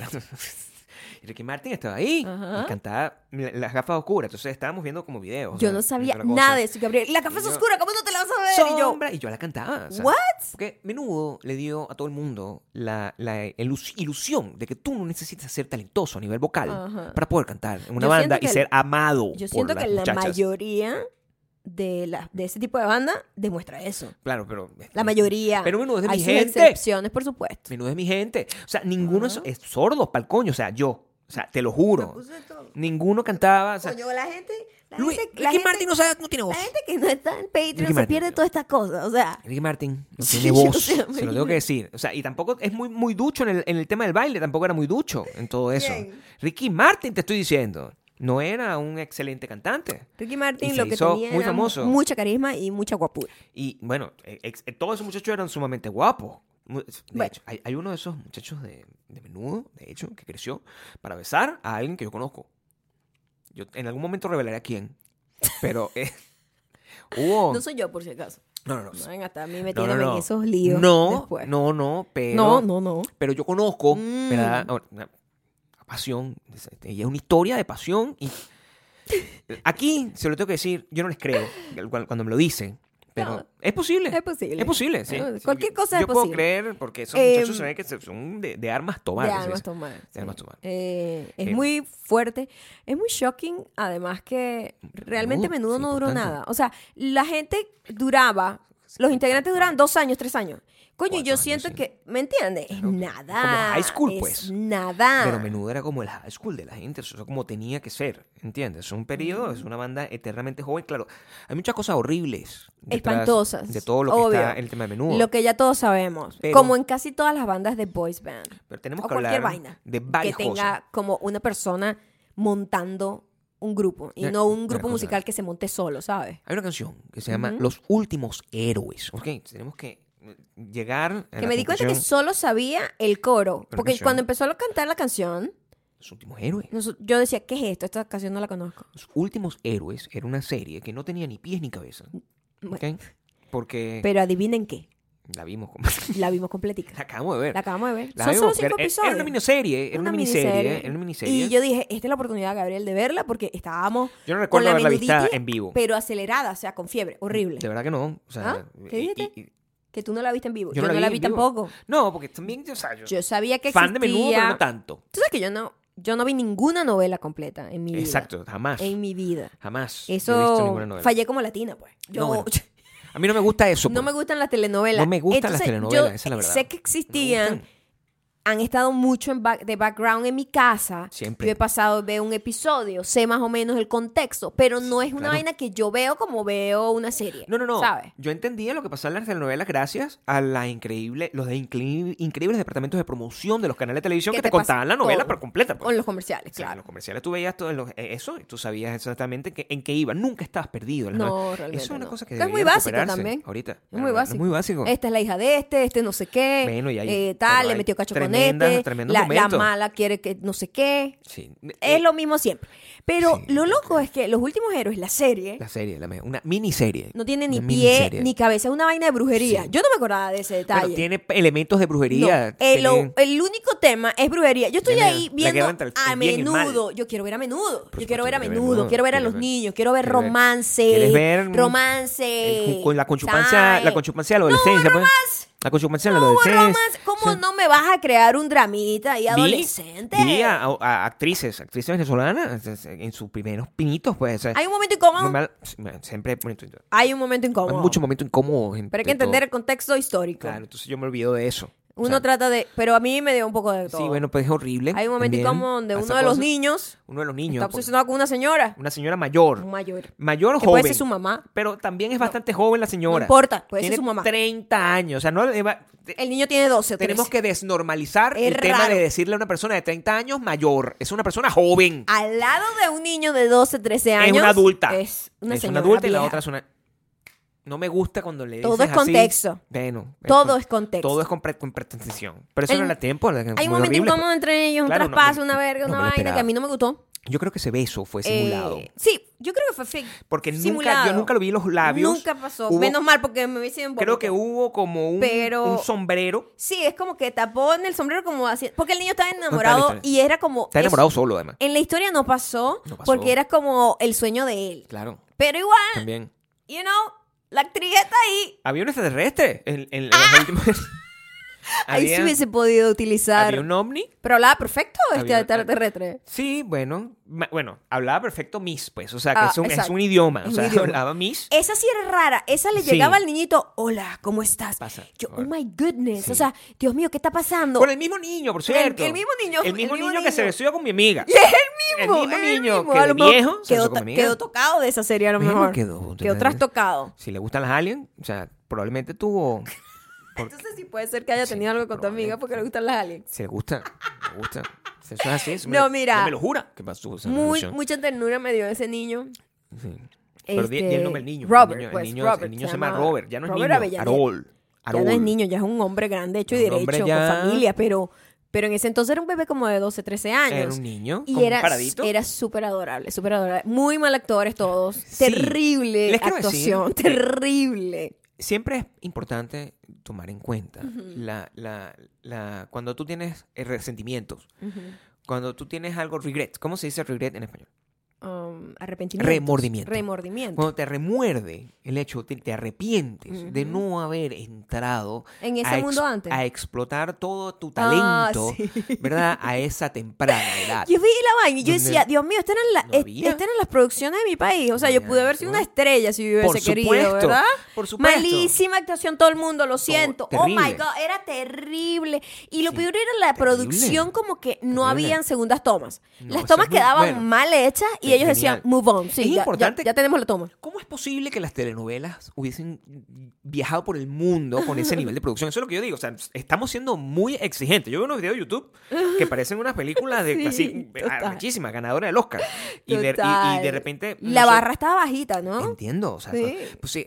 Speaker 2: Y Ricky Martin estaba ahí
Speaker 1: Ajá.
Speaker 2: y cantaba la- las gafas oscuras. Entonces estábamos viendo como videos.
Speaker 1: Yo
Speaker 2: ¿no?
Speaker 1: no sabía
Speaker 2: Otra cosa.
Speaker 1: nada de eso, Gabriel. La café es
Speaker 2: Yo-
Speaker 1: oscura, ¿cómo no te la vas a ver? Y yo,
Speaker 2: sombra. Y yo la cantaba. o sea,
Speaker 1: ¿What?
Speaker 2: Porque menudo le dio a todo el mundo la, la ilus- ilusión de que tú no necesitas ser talentoso a nivel vocal
Speaker 1: Ajá.
Speaker 2: para poder cantar en una
Speaker 1: Yo
Speaker 2: banda
Speaker 1: siento
Speaker 2: y
Speaker 1: que-
Speaker 2: ser amado.
Speaker 1: Yo
Speaker 2: por
Speaker 1: siento
Speaker 2: las
Speaker 1: que la
Speaker 2: muchachas.
Speaker 1: mayoría de, la, de ese tipo de banda demuestra eso.
Speaker 2: Claro, pero.
Speaker 1: La mayoría.
Speaker 2: Pero menudo es de
Speaker 1: Hay
Speaker 2: mi
Speaker 1: sus
Speaker 2: gente.
Speaker 1: excepciones, por supuesto.
Speaker 2: Menudo es mi gente. O sea, ninguno es, es sordo pa'l coño. O sea, yo. O sea, te lo juro. Ninguno cantaba. o sea,
Speaker 1: Coño, la gente. La
Speaker 2: Luis,
Speaker 1: gente, la
Speaker 2: Ricky
Speaker 1: gente-
Speaker 2: Martin no, sabe, no tiene
Speaker 1: la
Speaker 2: voz.
Speaker 1: gente que no está en Patreon se
Speaker 2: Martin.
Speaker 1: pierde toda esta cosa. O sea,
Speaker 2: Ricky Martin no
Speaker 1: Sí,
Speaker 2: tiene
Speaker 1: o
Speaker 2: voz.
Speaker 1: sea,
Speaker 2: se lo tengo que decir. O sea, y tampoco es muy, muy ducho en el, en el tema del baile, tampoco era muy ducho en todo eso.
Speaker 1: ¿Quién?
Speaker 2: Ricky Martin, te estoy diciendo. No era un excelente cantante.
Speaker 1: Ricky Martin
Speaker 2: Y se
Speaker 1: lo que
Speaker 2: hizo
Speaker 1: tenía
Speaker 2: muy
Speaker 1: era
Speaker 2: famoso.
Speaker 1: mucha carisma y mucha guapura.
Speaker 2: Y bueno, eh, ex- eh, todos esos muchachos eran sumamente guapos. Mu- De
Speaker 1: Bueno.
Speaker 2: hecho, hay, hay uno de esos muchachos de, de menudo, de hecho, que creció para besar a alguien que yo conozco. Yo en algún momento revelaré a quién. Pero eh, hubo.
Speaker 1: No soy yo, por si acaso.
Speaker 2: No, no, no.
Speaker 1: No, venga, hasta a mí me
Speaker 2: Oh. No,
Speaker 1: tienen
Speaker 2: no, no.
Speaker 1: en esos líos.
Speaker 2: No,
Speaker 1: después.
Speaker 2: no, no, pero.
Speaker 1: no, no, no.
Speaker 2: pero yo conozco,
Speaker 1: Mm.
Speaker 2: ¿verdad? Ahora, una pasión, y es una historia de pasión. Y aquí se lo tengo que decir, yo no les creo cu- cuando me lo dicen, pero
Speaker 1: No.
Speaker 2: es posible.
Speaker 1: Es posible.
Speaker 2: Es posible, sí.
Speaker 1: No,
Speaker 2: Sí,
Speaker 1: cualquier
Speaker 2: yo-
Speaker 1: cosa es
Speaker 2: yo puedo
Speaker 1: posible.
Speaker 2: creer porque esos
Speaker 1: Em,
Speaker 2: muchachos se ven que se- son de, de armas tomar. pues,
Speaker 1: de
Speaker 2: que se
Speaker 1: armas
Speaker 2: dice.
Speaker 1: tomar. sí.
Speaker 2: armas tomar.
Speaker 1: Eh, es
Speaker 2: Eh,
Speaker 1: muy fuerte. Es muy shocking, además que realmente
Speaker 2: Menudo,
Speaker 1: menudo
Speaker 2: sí,
Speaker 1: no duró
Speaker 2: importante.
Speaker 1: nada. O sea, la gente duraba Los integrantes duran dos años, tres años. Coño,
Speaker 2: Cuatro
Speaker 1: yo
Speaker 2: años,
Speaker 1: siento
Speaker 2: sí.
Speaker 1: que, ¿me entiendes? Es
Speaker 2: Claro.
Speaker 1: nada.
Speaker 2: Como high school,
Speaker 1: es
Speaker 2: pues.
Speaker 1: Nada.
Speaker 2: Pero menudo era como el high school de la gente, eso es como tenía que ser, ¿entiendes? Es un periodo,
Speaker 1: Mm.
Speaker 2: es una banda eternamente joven, claro. Hay muchas cosas horribles. detrás
Speaker 1: Espantosas,
Speaker 2: De todo lo que está
Speaker 1: obvio.
Speaker 2: el tema de menudo.
Speaker 1: Lo que ya todos sabemos.
Speaker 2: Pero-
Speaker 1: como en casi todas las bandas de boys band.
Speaker 2: Pero tenemos
Speaker 1: o
Speaker 2: que
Speaker 1: cualquier
Speaker 2: hablar
Speaker 1: vaina
Speaker 2: de
Speaker 1: que
Speaker 2: varias cosas.
Speaker 1: tenga como una persona montando un grupo y
Speaker 2: Una-
Speaker 1: no un
Speaker 2: una
Speaker 1: grupo
Speaker 2: cosa.
Speaker 1: musical que se monte solo, ¿sabes?
Speaker 2: Hay una canción que se llama
Speaker 1: Ujú.
Speaker 2: Los Últimos Héroes, ¿ok? Tenemos que eh, llegar a
Speaker 1: Que
Speaker 2: la
Speaker 1: me di cuenta que
Speaker 2: conclusión,
Speaker 1: solo sabía el coro.
Speaker 2: Pero
Speaker 1: Porque
Speaker 2: canción.
Speaker 1: cuando empezó a cantar la canción,
Speaker 2: Los Últimos Héroes.
Speaker 1: nos- yo decía, ¿qué es esto? Esta canción no la conozco.
Speaker 2: Los Últimos Héroes era una serie que no tenía ni pies ni cabeza,
Speaker 1: Mm, Bueno,
Speaker 2: ¿ok? Porque
Speaker 1: Pero adivinen qué.
Speaker 2: la vimos, como-
Speaker 1: La vimos completica.
Speaker 2: la acabamos de ver.
Speaker 1: La acabamos de ver.
Speaker 2: La
Speaker 1: Son
Speaker 2: vimos
Speaker 1: solo
Speaker 2: porque
Speaker 1: cinco
Speaker 2: era-
Speaker 1: episodios.
Speaker 2: Era una miniserie, era una miniserie, era una miniserie.
Speaker 1: Y yo dije, esta es la oportunidad, Gabriel, de verla porque estábamos
Speaker 2: Yo no
Speaker 1: con
Speaker 2: recuerdo
Speaker 1: la
Speaker 2: haberla vista
Speaker 1: menudita,
Speaker 2: en vivo.
Speaker 1: pero acelerada, o sea, con fiebre, horrible.
Speaker 2: Mm, De verdad que no. O sea,
Speaker 1: ¿Ah? ¿Qué
Speaker 2: y-
Speaker 1: dijiste?
Speaker 2: y- y-
Speaker 1: Que tú no la viste en vivo.
Speaker 2: Yo
Speaker 1: Yo,
Speaker 2: no la
Speaker 1: no
Speaker 2: vi
Speaker 1: la
Speaker 2: en
Speaker 1: vi
Speaker 2: vivo.
Speaker 1: tampoco.
Speaker 2: no, porque también, o sea, yo,
Speaker 1: Yo sabía que existía.
Speaker 2: fan de menudo, pero no tanto.
Speaker 1: Tú sabes que yo no, yo no vi ninguna novela completa en mi vida.
Speaker 2: Exacto, jamás.
Speaker 1: En mi vida.
Speaker 2: Jamás. yo he visto ninguna
Speaker 1: Eso
Speaker 2: novela.
Speaker 1: fallé como latina, pues. Yo
Speaker 2: No, bueno, A mí no me gusta eso.
Speaker 1: no me
Speaker 2: pues.
Speaker 1: gustan las telenovelas.
Speaker 2: No me gustan las
Speaker 1: Entonces,
Speaker 2: telenovelas,
Speaker 1: yo
Speaker 2: esa es la verdad.
Speaker 1: Sé que
Speaker 2: No me
Speaker 1: existían,
Speaker 2: gustan.
Speaker 1: han estado mucho en back- de background en mi casa.
Speaker 2: Siempre.
Speaker 1: Yo he pasado, veo un episodio, sé más o menos el contexto, pero no es una
Speaker 2: claro.
Speaker 1: vaina que yo veo como veo una serie.
Speaker 2: No, no, no.
Speaker 1: ¿Sabes?
Speaker 2: Yo entendía lo que pasaba en las telenovelas gracias a la increíble, los de incre- increíbles departamentos de promoción de los canales de televisión
Speaker 1: Que
Speaker 2: que,
Speaker 1: te
Speaker 2: te,
Speaker 1: pasa
Speaker 2: contaban la novela
Speaker 1: todo.
Speaker 2: por completa. pues.
Speaker 1: Con los comerciales,
Speaker 2: O sea, en
Speaker 1: claro.
Speaker 2: los comerciales tú veías todo en los- eh, eso y tú sabías exactamente que- en qué iba. Nunca estabas perdido. en
Speaker 1: No,
Speaker 2: las novelas.
Speaker 1: realmente
Speaker 2: Eso es una
Speaker 1: no.
Speaker 2: cosa que
Speaker 1: Que es muy
Speaker 2: debería
Speaker 1: básico
Speaker 2: recuperarse
Speaker 1: también.
Speaker 2: Ahorita.
Speaker 1: muy
Speaker 2: Bueno,
Speaker 1: básico.
Speaker 2: Es muy básico.
Speaker 1: Esta es la hija de este, este no sé qué.
Speaker 2: Bueno, y hay-
Speaker 1: eh, tal,
Speaker 2: pero
Speaker 1: le
Speaker 2: hay
Speaker 1: metió cacho con
Speaker 2: tremendas-
Speaker 1: este.
Speaker 2: tremendos
Speaker 1: La, la
Speaker 2: momentos.
Speaker 1: mala quiere que no sé qué.
Speaker 2: Sí.
Speaker 1: Es
Speaker 2: Eh,
Speaker 1: lo mismo siempre. Pero
Speaker 2: sí,
Speaker 1: lo loco es que Los Últimos Héroes, la serie,
Speaker 2: La serie, la me- una miniserie.
Speaker 1: no tiene ni
Speaker 2: Una
Speaker 1: pie
Speaker 2: miniserie.
Speaker 1: ni cabeza. Es una vaina de brujería.
Speaker 2: Sí.
Speaker 1: Yo no me acordaba de ese detalle.
Speaker 2: Bueno, tiene p- elementos de brujería.
Speaker 1: No, el, lo-
Speaker 2: tiene-
Speaker 1: el único tema es brujería. Yo estoy
Speaker 2: Tiene
Speaker 1: ahí
Speaker 2: la
Speaker 1: viendo
Speaker 2: guerra entre el
Speaker 1: a
Speaker 2: bien y el mal.
Speaker 1: menudo. Yo quiero ver a menudo.
Speaker 2: Por
Speaker 1: Yo quiero
Speaker 2: supuesto,
Speaker 1: ver a
Speaker 2: quiero ver
Speaker 1: menudo.
Speaker 2: menudo,
Speaker 1: Quiero ver a
Speaker 2: quiero
Speaker 1: los
Speaker 2: ver-
Speaker 1: niños. Quiero ver
Speaker 2: quiero ver-
Speaker 1: romance.
Speaker 2: ¿Quieres ver
Speaker 1: romance.
Speaker 2: el ju- con la conchupancia, la
Speaker 1: ¿sabes?
Speaker 2: conchupancia de la
Speaker 1: este, No hubo
Speaker 2: adolescencia. pues.
Speaker 1: romance.
Speaker 2: La conchupancia de la
Speaker 1: No hubo
Speaker 2: adolescencia.
Speaker 1: romance. ¿Cómo
Speaker 2: Sí.
Speaker 1: no me vas a crear un dramita ahí
Speaker 2: Vi-
Speaker 1: adolescente?
Speaker 2: Vi a, a actrices, actrices venezolanas es- es- en sus primeros pinitos, pues. o sea,
Speaker 1: Hay un momento incómodo.
Speaker 2: normal- siempre hay momento-
Speaker 1: Hay un momento
Speaker 2: hay
Speaker 1: incómodo.
Speaker 2: mucho momento incómodo. en-
Speaker 1: Pero hay que
Speaker 2: en todo.
Speaker 1: entender el contexto histórico.
Speaker 2: Claro, entonces yo me olvido de eso. O
Speaker 1: Uno
Speaker 2: sea,
Speaker 1: trata de. Pero a mí me dio un poco de todo.
Speaker 2: Sí, bueno, pues es horrible.
Speaker 1: Hay un momento
Speaker 2: también.
Speaker 1: incómodo donde
Speaker 2: Hasta
Speaker 1: uno de los
Speaker 2: cosas-
Speaker 1: niños
Speaker 2: Uno de los
Speaker 1: está
Speaker 2: niños. pues,
Speaker 1: obsesionado con una señora.
Speaker 2: una señora mayor.
Speaker 1: Un mayor.
Speaker 2: Mayor o
Speaker 1: Que
Speaker 2: joven.
Speaker 1: puede ser su mamá.
Speaker 2: Pero también es bastante joven la señora.
Speaker 1: No importa, puede ser
Speaker 2: Tiene
Speaker 1: su mamá.
Speaker 2: 30 años. O sea, no le va- te-
Speaker 1: El niño tiene 12 o
Speaker 2: tenemos
Speaker 1: 13.
Speaker 2: que desnormalizar
Speaker 1: Es
Speaker 2: el tema
Speaker 1: raro.
Speaker 2: de decirle a una persona de 30 años mayor. Es una persona joven.
Speaker 1: Al lado de un niño de 12, 13 años.
Speaker 2: es una adulta.
Speaker 1: Es una
Speaker 2: Es
Speaker 1: señora
Speaker 2: adulta y la
Speaker 1: vieja.
Speaker 2: otra es una. No me gusta cuando le
Speaker 1: Todo
Speaker 2: dices
Speaker 1: es
Speaker 2: así.
Speaker 1: contexto.
Speaker 2: Bueno,
Speaker 1: Todo
Speaker 2: esto-
Speaker 1: es contexto.
Speaker 2: Todo es con, pre- con pretensión. Pero eso
Speaker 1: El-
Speaker 2: no era tiempo. era
Speaker 1: Hay
Speaker 2: muy
Speaker 1: un momento
Speaker 2: horrible,
Speaker 1: incómodo entre ellos,
Speaker 2: Claro,
Speaker 1: un
Speaker 2: no-
Speaker 1: traspaso,
Speaker 2: no-
Speaker 1: una verga,
Speaker 2: no
Speaker 1: una
Speaker 2: me lo
Speaker 1: vaina
Speaker 2: esperaba.
Speaker 1: que a mí no me gustó.
Speaker 2: Yo creo que ese beso fue simulado.
Speaker 1: Eh, sí, yo creo que fue fake.
Speaker 2: porque nunca,
Speaker 1: simulado.
Speaker 2: yo nunca lo vi los labios.
Speaker 1: Nunca pasó.
Speaker 2: Hubo-
Speaker 1: Menos mal, porque me hubiese un
Speaker 2: Creo que hubo como un,
Speaker 1: Pero-
Speaker 2: un sombrero.
Speaker 1: Sí, es como que tapó en el sombrero como así. Porque el niño estaba enamorado
Speaker 2: listo.
Speaker 1: y era como.
Speaker 2: Está
Speaker 1: es- Eh,
Speaker 2: enamorado solo, además.
Speaker 1: En la historia no pasó,
Speaker 2: No pasó.
Speaker 1: porque era como el sueño de él.
Speaker 2: Claro,
Speaker 1: Pero igual,
Speaker 2: también.
Speaker 1: you know, la actriz está ahí.
Speaker 2: Había un extraterrestre en, en- en las últimas-
Speaker 1: ¡Ah! Ahí se
Speaker 2: había,
Speaker 1: hubiese podido utilizar.
Speaker 2: había un ovni.
Speaker 1: Pero hablaba perfecto este
Speaker 2: Había-
Speaker 1: extraterrestre.
Speaker 2: Sí, bueno, ma- bueno, hablaba perfecto mis, pues, o sea, que
Speaker 1: Ah,
Speaker 2: es, un, es
Speaker 1: exacto.
Speaker 2: un idioma,
Speaker 1: Es
Speaker 2: o
Speaker 1: un
Speaker 2: sea,
Speaker 1: idioma. Eh,
Speaker 2: hablaba mis.
Speaker 1: Esa sí era rara. Esa le
Speaker 2: Sí.
Speaker 1: llegaba al niñito, hola, ¿cómo estás?
Speaker 2: Pasa.
Speaker 1: Yo, oh
Speaker 2: Hola.
Speaker 1: my goodness.
Speaker 2: Sí.
Speaker 1: O sea, Dios mío, ¿qué está pasando?
Speaker 2: Con el mismo niño, por
Speaker 1: Con el-
Speaker 2: cierto.
Speaker 1: el mismo niño,
Speaker 2: El mismo
Speaker 1: el mismo
Speaker 2: niño que se
Speaker 1: niño.
Speaker 2: besó con mi amiga.
Speaker 1: Y es el mismo.
Speaker 2: El mismo
Speaker 1: es el
Speaker 2: niño
Speaker 1: mismo.
Speaker 2: que
Speaker 1: A lo
Speaker 2: de
Speaker 1: mejor
Speaker 2: viejo se
Speaker 1: quedó,
Speaker 2: besó con
Speaker 1: ta-
Speaker 2: mi amiga.
Speaker 1: quedó tocado de esa serie a lo
Speaker 2: Mejor
Speaker 1: mejor.
Speaker 2: quedó,
Speaker 1: Quedó
Speaker 2: ¿entendés?
Speaker 1: trastocado.
Speaker 2: Si le gustan las aliens, o sea, probablemente tuvo. por-
Speaker 1: Entonces sí puede ser que haya
Speaker 2: Sí,
Speaker 1: tenido algo con tu amiga
Speaker 2: probablemente.
Speaker 1: porque le gustan las aliens.
Speaker 2: se le gusta, le gusta. Si Eso es así. eso me-
Speaker 1: No, mira.
Speaker 2: No me lo jura. ¿Qué pasó? O sea,
Speaker 1: Muy-
Speaker 2: relación.
Speaker 1: mucha ternura me dio ese niño.
Speaker 2: Sí. Pero di- di
Speaker 1: Este,
Speaker 2: el nombre del niño. el
Speaker 1: Robert,
Speaker 2: niño- el
Speaker 1: pues,
Speaker 2: niño,
Speaker 1: Robert
Speaker 2: el niño
Speaker 1: se
Speaker 2: se, llama
Speaker 1: llama
Speaker 2: Robert. Ya no es
Speaker 1: Robert
Speaker 2: niño.
Speaker 1: Avellaneda.
Speaker 2: Arol.
Speaker 1: Ya no es
Speaker 2: Arol.
Speaker 1: niño, ya es un hombre grande, hecho y
Speaker 2: Es un hombre
Speaker 1: derecho, con
Speaker 2: ya-
Speaker 1: familia, pero, pero en ese entonces era un bebé como de 12, 13 años.
Speaker 2: Era un niño.
Speaker 1: Y
Speaker 2: como
Speaker 1: era,
Speaker 2: un paradito.
Speaker 1: era súper adorable, súper adorable. Muy mal actores todos.
Speaker 2: Sí.
Speaker 1: Terrible
Speaker 2: Les quiero
Speaker 1: actuación,
Speaker 2: decir que-
Speaker 1: terrible.
Speaker 2: Siempre es importante tomar en cuenta la, la, la, cuando tú tienes eh, resentimientos,
Speaker 1: Ujú.
Speaker 2: cuando tú tienes algo regret. ¿Cómo se dice regret en español?
Speaker 1: Um, mm, arrepentimientos.
Speaker 2: Remordimiento.
Speaker 1: Remordimiento.
Speaker 2: Cuando te remuerde el hecho, te, te arrepientes de
Speaker 1: Ujú.
Speaker 2: no haber entrado
Speaker 1: en
Speaker 2: a
Speaker 1: ese
Speaker 2: ex-
Speaker 1: mundo antes.
Speaker 2: A explotar todo tu
Speaker 1: Ah,
Speaker 2: talento,
Speaker 1: sí.
Speaker 2: ¿verdad? A esa temprana edad.
Speaker 1: Yo vi la vaina y yo
Speaker 2: Donde
Speaker 1: decía, Dios mío, estas eran, la-
Speaker 2: Ah. no
Speaker 1: est-
Speaker 2: había.
Speaker 1: estas eran las producciones de mi país. O sea, yo
Speaker 2: Claro.
Speaker 1: pude haber sido una estrella si yo hubiese
Speaker 2: por
Speaker 1: querido,
Speaker 2: supuesto.
Speaker 1: ¿verdad?
Speaker 2: Por supuesto.
Speaker 1: Malísima actuación todo el mundo, lo siento. Oh
Speaker 2: terrible.
Speaker 1: my god, era terrible. Y lo
Speaker 2: Sí,
Speaker 1: peor era la
Speaker 2: terrible.
Speaker 1: producción como que no
Speaker 2: Terrible.
Speaker 1: habían segundas tomas.
Speaker 2: No,
Speaker 1: las
Speaker 2: eso
Speaker 1: tomas
Speaker 2: es muy
Speaker 1: quedaban
Speaker 2: bueno.
Speaker 1: mal hechas y
Speaker 2: Sí,
Speaker 1: ellos decían,
Speaker 2: genial.
Speaker 1: move on. Sí,
Speaker 2: Es
Speaker 1: ya- ya,
Speaker 2: importante-
Speaker 1: ya tenemos la toma.
Speaker 2: ¿Cómo es posible que las telenovelas hubiesen viajado por el mundo con ese nivel de producción? Eso es lo que yo digo. O sea, estamos siendo muy exigentes. Yo veo unos videos de YouTube que parecen unas películas de
Speaker 1: Sí,
Speaker 2: así,
Speaker 1: total.
Speaker 2: muchísimas, ganadora del Oscar. Y de, y- y,
Speaker 1: Total.
Speaker 2: de repente. no
Speaker 1: La
Speaker 2: sé,
Speaker 1: barra estaba bajita, ¿no?
Speaker 2: Entiendo. O sea,
Speaker 1: Sí.
Speaker 2: pues sí,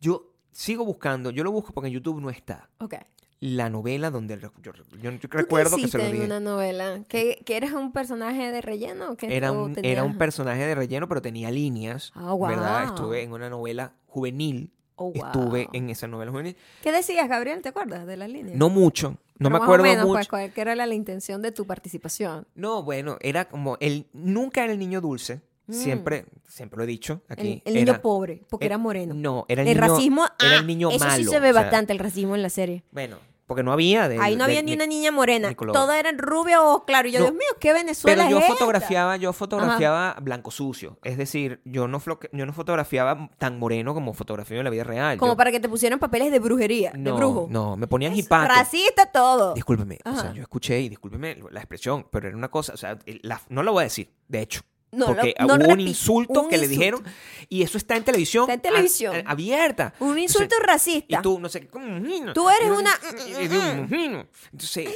Speaker 2: yo sigo buscando, yo lo busco porque en YouTube no está.
Speaker 1: Ok.
Speaker 2: La novela donde yo, yo- yo
Speaker 1: ¿Tú qué
Speaker 2: recuerdo que se
Speaker 1: hiciste
Speaker 2: lo
Speaker 1: en
Speaker 2: dije.
Speaker 1: una novela? ¿Que, que eres un personaje de relleno o que
Speaker 2: Era un, era un personaje de relleno, pero tenía líneas.
Speaker 1: Ah, guau.
Speaker 2: ¿Verdad? Estuve en una novela juvenil.
Speaker 1: Oh,
Speaker 2: Estuve en esa novela juvenil.
Speaker 1: ¿Qué decías, Gabriel? ¿Te acuerdas de las líneas?
Speaker 2: No mucho. No
Speaker 1: Pero
Speaker 2: me
Speaker 1: más
Speaker 2: acuerdo
Speaker 1: o menos,
Speaker 2: mucho.
Speaker 1: Pues, ¿Cuál que era la, la intención de tu participación?
Speaker 2: No, bueno, era como el nunca era el niño dulce.
Speaker 1: Mm.
Speaker 2: Siempre, siempre lo he dicho aquí.
Speaker 1: El, el
Speaker 2: era-
Speaker 1: niño pobre, porque
Speaker 2: eh,
Speaker 1: era moreno.
Speaker 2: No, era el,
Speaker 1: el
Speaker 2: niño.
Speaker 1: racismo,
Speaker 2: era
Speaker 1: ah,
Speaker 2: el niño
Speaker 1: eso sí
Speaker 2: malo,
Speaker 1: se ve
Speaker 2: o sea,
Speaker 1: bastante el racismo en la serie.
Speaker 2: Bueno, porque no había de.
Speaker 1: Ahí no
Speaker 2: de-
Speaker 1: había ni
Speaker 2: de-
Speaker 1: una niña morena,
Speaker 2: ni color.
Speaker 1: todas eran rubias o ojos claros. oh, Y yo,
Speaker 2: No,
Speaker 1: Dios mío, qué Venezuela
Speaker 2: Pero yo
Speaker 1: es esta?
Speaker 2: fotografiaba, yo fotografiaba blanco sucio. Es decir, yo no, flo- yo no fotografiaba tan moreno como fotografía en la vida real.
Speaker 1: Como
Speaker 2: Yo-
Speaker 1: para que te pusieran papeles de brujería, de
Speaker 2: no,
Speaker 1: brujo.
Speaker 2: No, me ponían
Speaker 1: Es
Speaker 2: hipato.
Speaker 1: Racista todo.
Speaker 2: Discúlpeme, o sea,
Speaker 1: Oh. Ajá.
Speaker 2: yo escuché y discúlpeme la expresión, pero era una cosa, o sea, el- la- no lo voy a decir, de hecho.
Speaker 1: No,
Speaker 2: porque
Speaker 1: lo- no
Speaker 2: hubo un
Speaker 1: repito,
Speaker 2: insulto
Speaker 1: un
Speaker 2: que le
Speaker 1: insulto.
Speaker 2: dijeron y eso está en televisión.
Speaker 1: Está en televisión.
Speaker 2: a- a- abierta.
Speaker 1: Un
Speaker 2: Entonces,
Speaker 1: insulto racista.
Speaker 2: Y tú, no sé qué. como, "Mino".
Speaker 1: Tú eres
Speaker 2: Y yo,
Speaker 1: una- mm,
Speaker 2: y yo, "Mino". Entonces.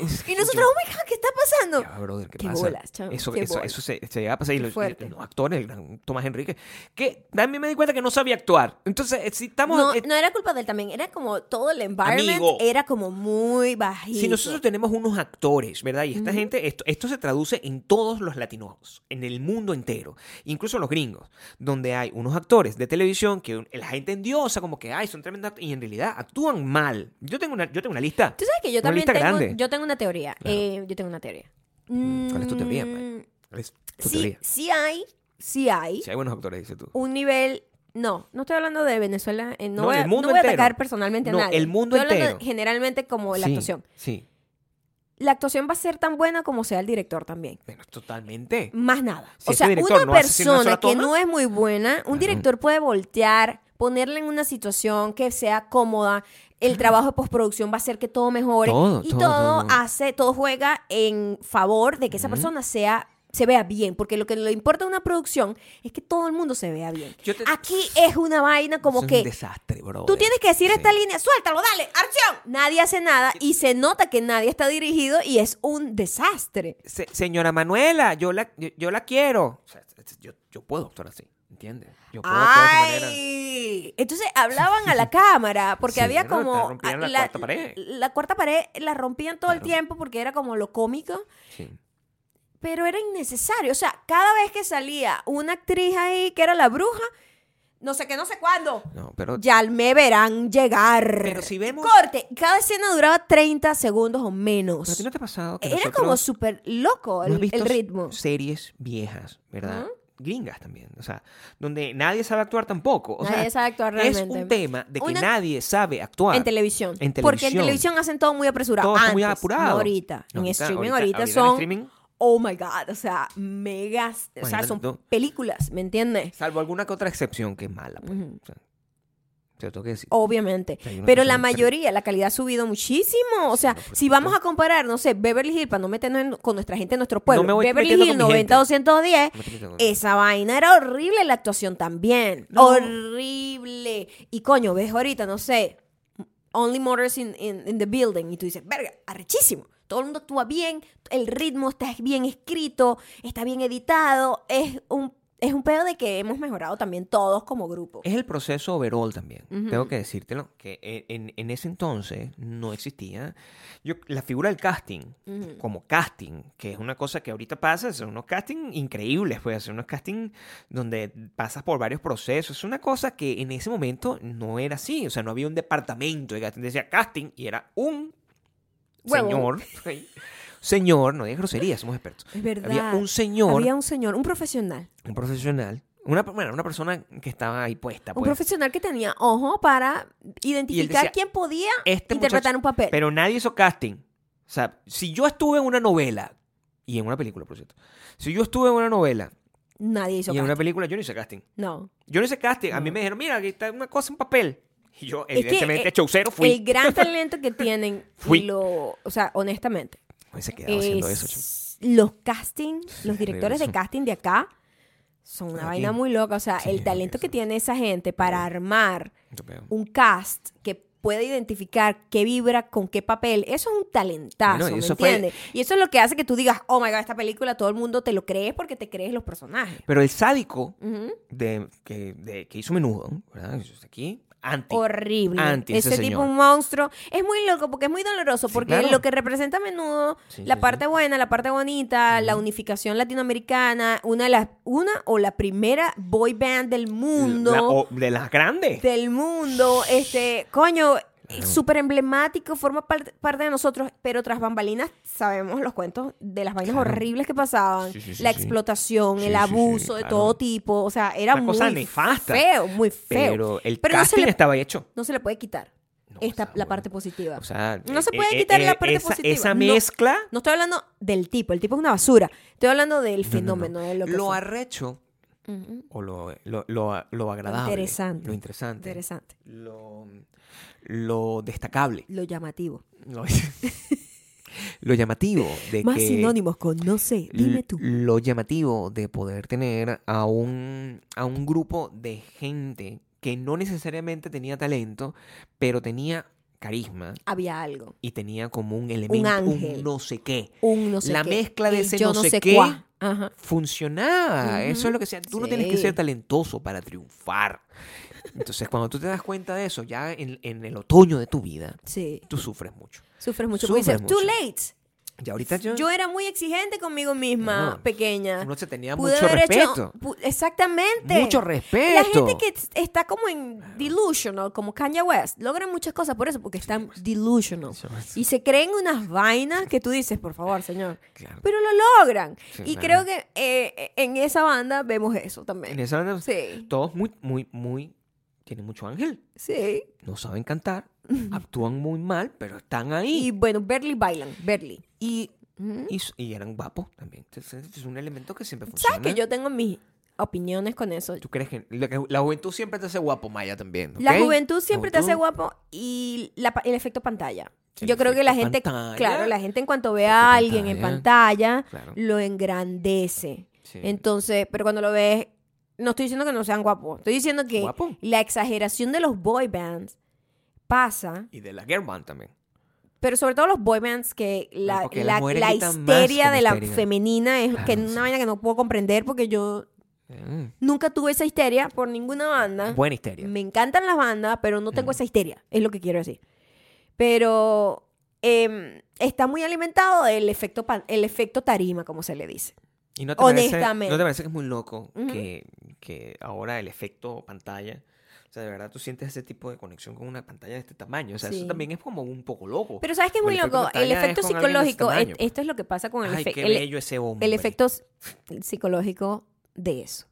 Speaker 2: es-
Speaker 1: Y nosotros, oh my God, ¿qué está pasando?
Speaker 2: ya, brother, ¿qué
Speaker 1: Qué
Speaker 2: pasa?
Speaker 1: bolas, chamo,
Speaker 2: eso,
Speaker 1: qué
Speaker 2: eso,
Speaker 1: bolas.
Speaker 2: eso se, se llega a pasar. Y
Speaker 1: Qué
Speaker 2: los,
Speaker 1: fuerte.
Speaker 2: los actores, el gran Tomás Enrique, que también me di cuenta que no sabía actuar. Entonces, eh, si estamos.
Speaker 1: no,
Speaker 2: eh,
Speaker 1: no era culpa de él también, era como todo el environment
Speaker 2: Amigo.
Speaker 1: era como muy bajito.
Speaker 2: Si nosotros tenemos unos actores, ¿verdad? Y esta
Speaker 1: Ujú.
Speaker 2: gente, esto, esto se traduce en todos los latinos, en el mundo entero, incluso los gringos, donde hay unos actores de televisión que un- la gente endiosa, como que, ay, son tremendos actores", y en realidad actúan mal. Yo tengo una, yo tengo una lista.
Speaker 1: Tú sabes que yo
Speaker 2: Una
Speaker 1: también
Speaker 2: lista
Speaker 1: tengo,
Speaker 2: grande.
Speaker 1: yo tengo una teoría.
Speaker 2: Claro.
Speaker 1: eh, yo tengo una teoría.
Speaker 2: Mm, ¿cuál es tu teoría, Mike?
Speaker 1: Mm,
Speaker 2: Es tu
Speaker 1: Sí,
Speaker 2: teoría.
Speaker 1: sí hay, sí hay
Speaker 2: Si hay buenos actores, dices tú.
Speaker 1: un nivel. No, no estoy hablando de Venezuela. eh, no,
Speaker 2: No,
Speaker 1: voy, a-
Speaker 2: el
Speaker 1: no
Speaker 2: mundo
Speaker 1: voy a
Speaker 2: entero.
Speaker 1: atacar personalmente a
Speaker 2: No,
Speaker 1: nadie.
Speaker 2: el mundo
Speaker 1: estoy hablando
Speaker 2: entero.
Speaker 1: generalmente como Uh, la
Speaker 2: Sí,
Speaker 1: actuación.
Speaker 2: Sí.
Speaker 1: La actuación va a ser tan buena como sea el director también.
Speaker 2: Bueno, totalmente.
Speaker 1: Más nada.
Speaker 2: Si
Speaker 1: o
Speaker 2: este
Speaker 1: sea,
Speaker 2: director
Speaker 1: una
Speaker 2: no hace si no hace
Speaker 1: persona
Speaker 2: la
Speaker 1: que
Speaker 2: toma,
Speaker 1: no es muy buena, un director puede voltear, ponerla en una situación que sea cómoda. El trabajo de postproducción va a hacer que todo mejore.
Speaker 2: Todo,
Speaker 1: y
Speaker 2: todo,
Speaker 1: todo,
Speaker 2: todo.
Speaker 1: hace, todo juega en favor de que esa persona sea se vea bien, porque lo que le importa a una producción es que todo el mundo se vea bien.
Speaker 2: Yo te-
Speaker 1: Aquí es una vaina como
Speaker 2: Eso
Speaker 1: que
Speaker 2: Es un desastre, bro.
Speaker 1: Tú tienes que decir
Speaker 2: Sí.
Speaker 1: esta línea, suéltalo, dale, acción. Nadie hace nada y se nota que nadie está dirigido y es un desastre.
Speaker 2: Se- señora Manuela, yo la, yo, yo la quiero. O sea, yo, yo puedo actuar así, ¿entiendes? Yo puedo actuar de esa manera.
Speaker 1: ¡Ay! Entonces hablaban a la cámara porque
Speaker 2: Sí,
Speaker 1: había
Speaker 2: no, te
Speaker 1: como
Speaker 2: rompían la cuarta pared.
Speaker 1: la cuarta pared la rompían todo el
Speaker 2: Claro.
Speaker 1: tiempo porque era como lo cómico,
Speaker 2: Sí.
Speaker 1: pero era innecesario. O sea, cada vez que salía una actriz ahí que era la bruja, no sé qué, no sé cuándo.
Speaker 2: No, pero
Speaker 1: Ya me verán llegar.
Speaker 2: Pero si vemos-
Speaker 1: Corte. Cada escena duraba 30 segundos o
Speaker 2: ¿a
Speaker 1: menos.
Speaker 2: ti no te ha pasado que
Speaker 1: Era
Speaker 2: nosotros
Speaker 1: como súper loco
Speaker 2: no
Speaker 1: el,
Speaker 2: has visto
Speaker 1: el ritmo.
Speaker 2: series viejas, ¿verdad?
Speaker 1: Ajá.
Speaker 2: Gringas también, o sea, donde nadie sabe actuar tampoco. O sea,
Speaker 1: Nadie sabe actuar
Speaker 2: Es
Speaker 1: realmente.
Speaker 2: un tema de que
Speaker 1: Una-
Speaker 2: nadie sabe actuar.
Speaker 1: En televisión. Porque
Speaker 2: En
Speaker 1: en
Speaker 2: televisión.
Speaker 1: televisión hacen todo muy apresurado.
Speaker 2: Todo está muy
Speaker 1: Antes,
Speaker 2: apurado.
Speaker 1: no ahorita.
Speaker 2: No,
Speaker 1: en
Speaker 2: ahorita-
Speaker 1: streaming
Speaker 2: ahorita-
Speaker 1: ahorita,
Speaker 2: ahorita en
Speaker 1: son.
Speaker 2: streaming.
Speaker 1: Oh my God. O sea, megas. O sea,
Speaker 2: Imagínate
Speaker 1: son
Speaker 2: tú.
Speaker 1: películas, ¿me entiendes?
Speaker 2: Salvo alguna que otra excepción que es mala. pues.
Speaker 1: Ujú.
Speaker 2: O sea, te lo tengo que decir.
Speaker 1: Obviamente.
Speaker 2: Hay una
Speaker 1: Pero la
Speaker 2: cosa muy
Speaker 1: mayoría, la calidad ha subido muchísimo. O sea,
Speaker 2: no, por
Speaker 1: si vamos a comparar, no sé, Beverly Hills, para no meternos en- con nuestra gente, en nuestro pueblo,
Speaker 2: No me voy
Speaker 1: Beverly
Speaker 2: metiendo
Speaker 1: Hills
Speaker 2: con mi gente.
Speaker 1: 90-210,
Speaker 2: No te metas con-
Speaker 1: Esa vaina era horrible la actuación también.
Speaker 2: No.
Speaker 1: Horrible. Y coño, ves ahorita, no sé, Only Murders in, in- in the Building. Y tú dices, verga, arrechísimo. Todo el mundo actúa bien, el ritmo está bien escrito, está bien editado. Es un, es un pedo de que hemos mejorado también todos como grupo.
Speaker 2: Es el proceso overall también.
Speaker 1: Ujú.
Speaker 2: Tengo que decírtelo. Que en- en, en ese entonces no existía. Yo, la figura del casting,
Speaker 1: Ujú.
Speaker 2: como casting, que es una cosa que ahorita pasa, son unos castings increíbles, pues, son unos castings donde pasas por varios procesos. Es una cosa que en ese momento no era así. O sea, no había un departamento de casting. Decía casting y era un
Speaker 1: Huevón.
Speaker 2: señor. señor, no digas grosería, somos expertos.
Speaker 1: Es verdad.
Speaker 2: Había un señor,
Speaker 1: Había un señor, un profesional.
Speaker 2: un profesional, una, bueno, una persona que estaba ahí puesta.
Speaker 1: Un
Speaker 2: pues.
Speaker 1: profesional que tenía ojo para identificar
Speaker 2: decía,
Speaker 1: quién podía
Speaker 2: Este
Speaker 1: interpretar
Speaker 2: muchacho-
Speaker 1: un papel.
Speaker 2: Pero nadie hizo casting. O sea, si yo estuve en una novela, y en una película, por cierto. Si yo estuve en una novela
Speaker 1: Nadie hizo
Speaker 2: y
Speaker 1: caso.
Speaker 2: en una película, yo no hice casting.
Speaker 1: No.
Speaker 2: Yo no hice casting. A mí
Speaker 1: No.
Speaker 2: me dijeron, mira, aquí está una cosa en papel. Y yo,
Speaker 1: Es que,
Speaker 2: evidentemente,
Speaker 1: eh,
Speaker 2: chaucero fui.
Speaker 1: El gran talento que tienen,
Speaker 2: Fui.
Speaker 1: y lo, o sea, honestamente,
Speaker 2: Ay, se quedaba haciendo eso, chamo.
Speaker 1: es- los casting, los
Speaker 2: horrible
Speaker 1: directores de
Speaker 2: eso.
Speaker 1: casting de acá son una
Speaker 2: Aquí.
Speaker 1: vaina muy loca. O sea,
Speaker 2: Sí,
Speaker 1: el talento que
Speaker 2: eso.
Speaker 1: tiene esa gente para armar
Speaker 2: Mucho peor.
Speaker 1: un cast que pueda identificar qué vibra con qué papel, eso es un talentazo,
Speaker 2: Bueno, y
Speaker 1: ¿me
Speaker 2: eso fue-
Speaker 1: entiendes? Y eso es lo que hace que tú digas, oh my god, esta película todo el mundo te lo crees porque te crees los personajes.
Speaker 2: Pero el sádico
Speaker 1: Ujú.
Speaker 2: de, que, de- que hizo menudo, ¿verdad? Eso está Aquí, anti.
Speaker 1: Horrible.
Speaker 2: Anti ese
Speaker 1: ese tipo
Speaker 2: señor.
Speaker 1: un monstruo. Es muy loco porque es muy doloroso
Speaker 2: Sí,
Speaker 1: porque
Speaker 2: claro.
Speaker 1: lo que representa a menudo
Speaker 2: Sí,
Speaker 1: la
Speaker 2: sí,
Speaker 1: parte buena, la parte bonita, la unificación latinoamericana, una de las una o la primera boy band del mundo,
Speaker 2: La- o E. de las grandes.
Speaker 1: del mundo, este, coño, súper emblemático, forma par- parte de nosotros, pero tras bambalinas sabemos los cuentos de las vainas
Speaker 2: Claro.
Speaker 1: horribles que pasaban,
Speaker 2: Sí, sí, sí,
Speaker 1: la
Speaker 2: sí.
Speaker 1: explotación,
Speaker 2: Sí,
Speaker 1: el
Speaker 2: sí, sí,
Speaker 1: abuso de
Speaker 2: claro.
Speaker 1: todo tipo, o sea, era
Speaker 2: Una
Speaker 1: muy
Speaker 2: cosa nefasta.
Speaker 1: feo, muy feo.
Speaker 2: Pero el
Speaker 1: Pero no se
Speaker 2: casting
Speaker 1: le-
Speaker 2: estaba hecho.
Speaker 1: No se le puede quitar
Speaker 2: No,
Speaker 1: esta,
Speaker 2: o sea,
Speaker 1: la
Speaker 2: bueno,
Speaker 1: parte positiva.
Speaker 2: o sea,
Speaker 1: No se
Speaker 2: eh,
Speaker 1: puede
Speaker 2: eh,
Speaker 1: quitar la
Speaker 2: eh,
Speaker 1: parte
Speaker 2: esa,
Speaker 1: positiva,
Speaker 2: Esa
Speaker 1: no.
Speaker 2: mezcla.
Speaker 1: no estoy hablando del tipo, el tipo es una basura. Estoy hablando del
Speaker 2: No, no, no.
Speaker 1: fenómeno, de lo que fue.
Speaker 2: arrecho
Speaker 1: Ujú.
Speaker 2: o lo, lo, lo, lo agradable.
Speaker 1: interesante.
Speaker 2: Lo interesante.
Speaker 1: Interesante.
Speaker 2: Lo, lo destacable.
Speaker 1: Lo llamativo.
Speaker 2: Lo, lo llamativo de
Speaker 1: Más
Speaker 2: que.
Speaker 1: sinónimos con no sé, dime
Speaker 2: l-
Speaker 1: tú.
Speaker 2: Lo llamativo de poder tener a un, a un grupo de gente que no necesariamente tenía talento, pero tenía carisma
Speaker 1: Había algo.
Speaker 2: y tenía como un elemento, un,
Speaker 1: ángel.
Speaker 2: no sé qué.
Speaker 1: Un no sé
Speaker 2: La
Speaker 1: qué.
Speaker 2: mezcla de
Speaker 1: El
Speaker 2: ese
Speaker 1: yo
Speaker 2: no
Speaker 1: no
Speaker 2: sé
Speaker 1: sé
Speaker 2: qué.
Speaker 1: cuá. Ajá.
Speaker 2: Funcionaba. Eso
Speaker 1: Ujú.
Speaker 2: es lo que sea. Tú no tienes que
Speaker 1: Sí.
Speaker 2: ser talentoso para triunfar. Entonces, cuando tú te das cuenta de eso, ya en, en el otoño de tu vida,
Speaker 1: Sí.
Speaker 2: tú sufres mucho.
Speaker 1: Sufres mucho. porque
Speaker 2: Sufres
Speaker 1: dices, too
Speaker 2: mucho.
Speaker 1: late.
Speaker 2: Ya ahorita yo,
Speaker 1: Yo era muy exigente conmigo misma,
Speaker 2: No.
Speaker 1: pequeña.
Speaker 2: uno se tenía
Speaker 1: Pude
Speaker 2: mucho
Speaker 1: haber hecho-
Speaker 2: respeto.
Speaker 1: pu- exactamente.
Speaker 2: Mucho
Speaker 1: La
Speaker 2: respeto.
Speaker 1: gente que es- está como en delusional, como Kanye West, logran muchas cosas por eso, porque están delusional.
Speaker 2: Sí,
Speaker 1: Y se creen unas vainas que tú dices, por favor, señor.
Speaker 2: Claro.
Speaker 1: Pero lo logran.
Speaker 2: Sí,
Speaker 1: y creo
Speaker 2: claro.
Speaker 1: que eh, en esa banda vemos eso
Speaker 2: En
Speaker 1: también.
Speaker 2: esa banda,
Speaker 1: Sí,
Speaker 2: todos muy, muy, muy. Tienen mucho ángel.
Speaker 1: sí.
Speaker 2: No saben cantar. actúan muy mal, pero están
Speaker 1: Y
Speaker 2: ahí.
Speaker 1: bueno, Berly bailan, Berly. mm,
Speaker 2: Y,
Speaker 1: Ujú.
Speaker 2: y, y eran guapos también. Entonces, es un elemento que siempre funciona.
Speaker 1: ¿Sabes que yo tengo mis opiniones con eso?
Speaker 2: ¿Tú crees que la, la juventud siempre te hace guapo, Maya, también?
Speaker 1: La
Speaker 2: ¿ok?
Speaker 1: juventud siempre te hace
Speaker 2: Juventud.
Speaker 1: guapo y la pa- el efecto pantalla.
Speaker 2: El
Speaker 1: Yo creo que la
Speaker 2: efecto
Speaker 1: gente,
Speaker 2: pantalla.
Speaker 1: claro, la gente en cuanto ve
Speaker 2: Efecto
Speaker 1: a alguien en pantalla,
Speaker 2: Claro.
Speaker 1: lo engrandece.
Speaker 2: Sí.
Speaker 1: Entonces, pero cuando lo ves, no estoy diciendo que no sean guapos, estoy diciendo que
Speaker 2: Guapo.
Speaker 1: la exageración de los boy bands pasa,
Speaker 2: Y de la girl band también.
Speaker 1: pero sobre todo los boy bands que la,
Speaker 2: porque
Speaker 1: la,
Speaker 2: las mujeres
Speaker 1: la
Speaker 2: gritan más
Speaker 1: histeria
Speaker 2: con
Speaker 1: de la
Speaker 2: histeria.
Speaker 1: femenina es que
Speaker 2: Claro, sí.
Speaker 1: una vaina que no puedo comprender porque yo
Speaker 2: Mm.
Speaker 1: nunca tuve esa histeria por ninguna banda.
Speaker 2: Buena histeria.
Speaker 1: Me encantan las bandas, pero no tengo esa histeria, es lo que quiero decir. Pero em, está muy alimentado del efecto, pan- el efecto tarima, como se le dice.
Speaker 2: Y no te, parece-
Speaker 1: Honestamente.
Speaker 2: ¿no te parece que es muy loco
Speaker 1: Ujú.
Speaker 2: que, que ahora el efecto pantalla, o sea, de verdad tú sientes ese tipo de conexión con una pantalla de este tamaño? O sea,
Speaker 1: Sí.
Speaker 2: eso también es como un poco loco.
Speaker 1: Pero sabes que es
Speaker 2: Pero
Speaker 1: muy
Speaker 2: Oh, el efecto
Speaker 1: loco, el
Speaker 2: pantalla es
Speaker 1: efecto
Speaker 2: con alguien de ese
Speaker 1: psicolológico, es-
Speaker 2: tamaño, pues.
Speaker 1: esto es lo que pasa con el,
Speaker 2: Ay,
Speaker 1: efe-
Speaker 2: qué
Speaker 1: el-
Speaker 2: bello ese hombre.
Speaker 1: el efecto s- psicológico de eso.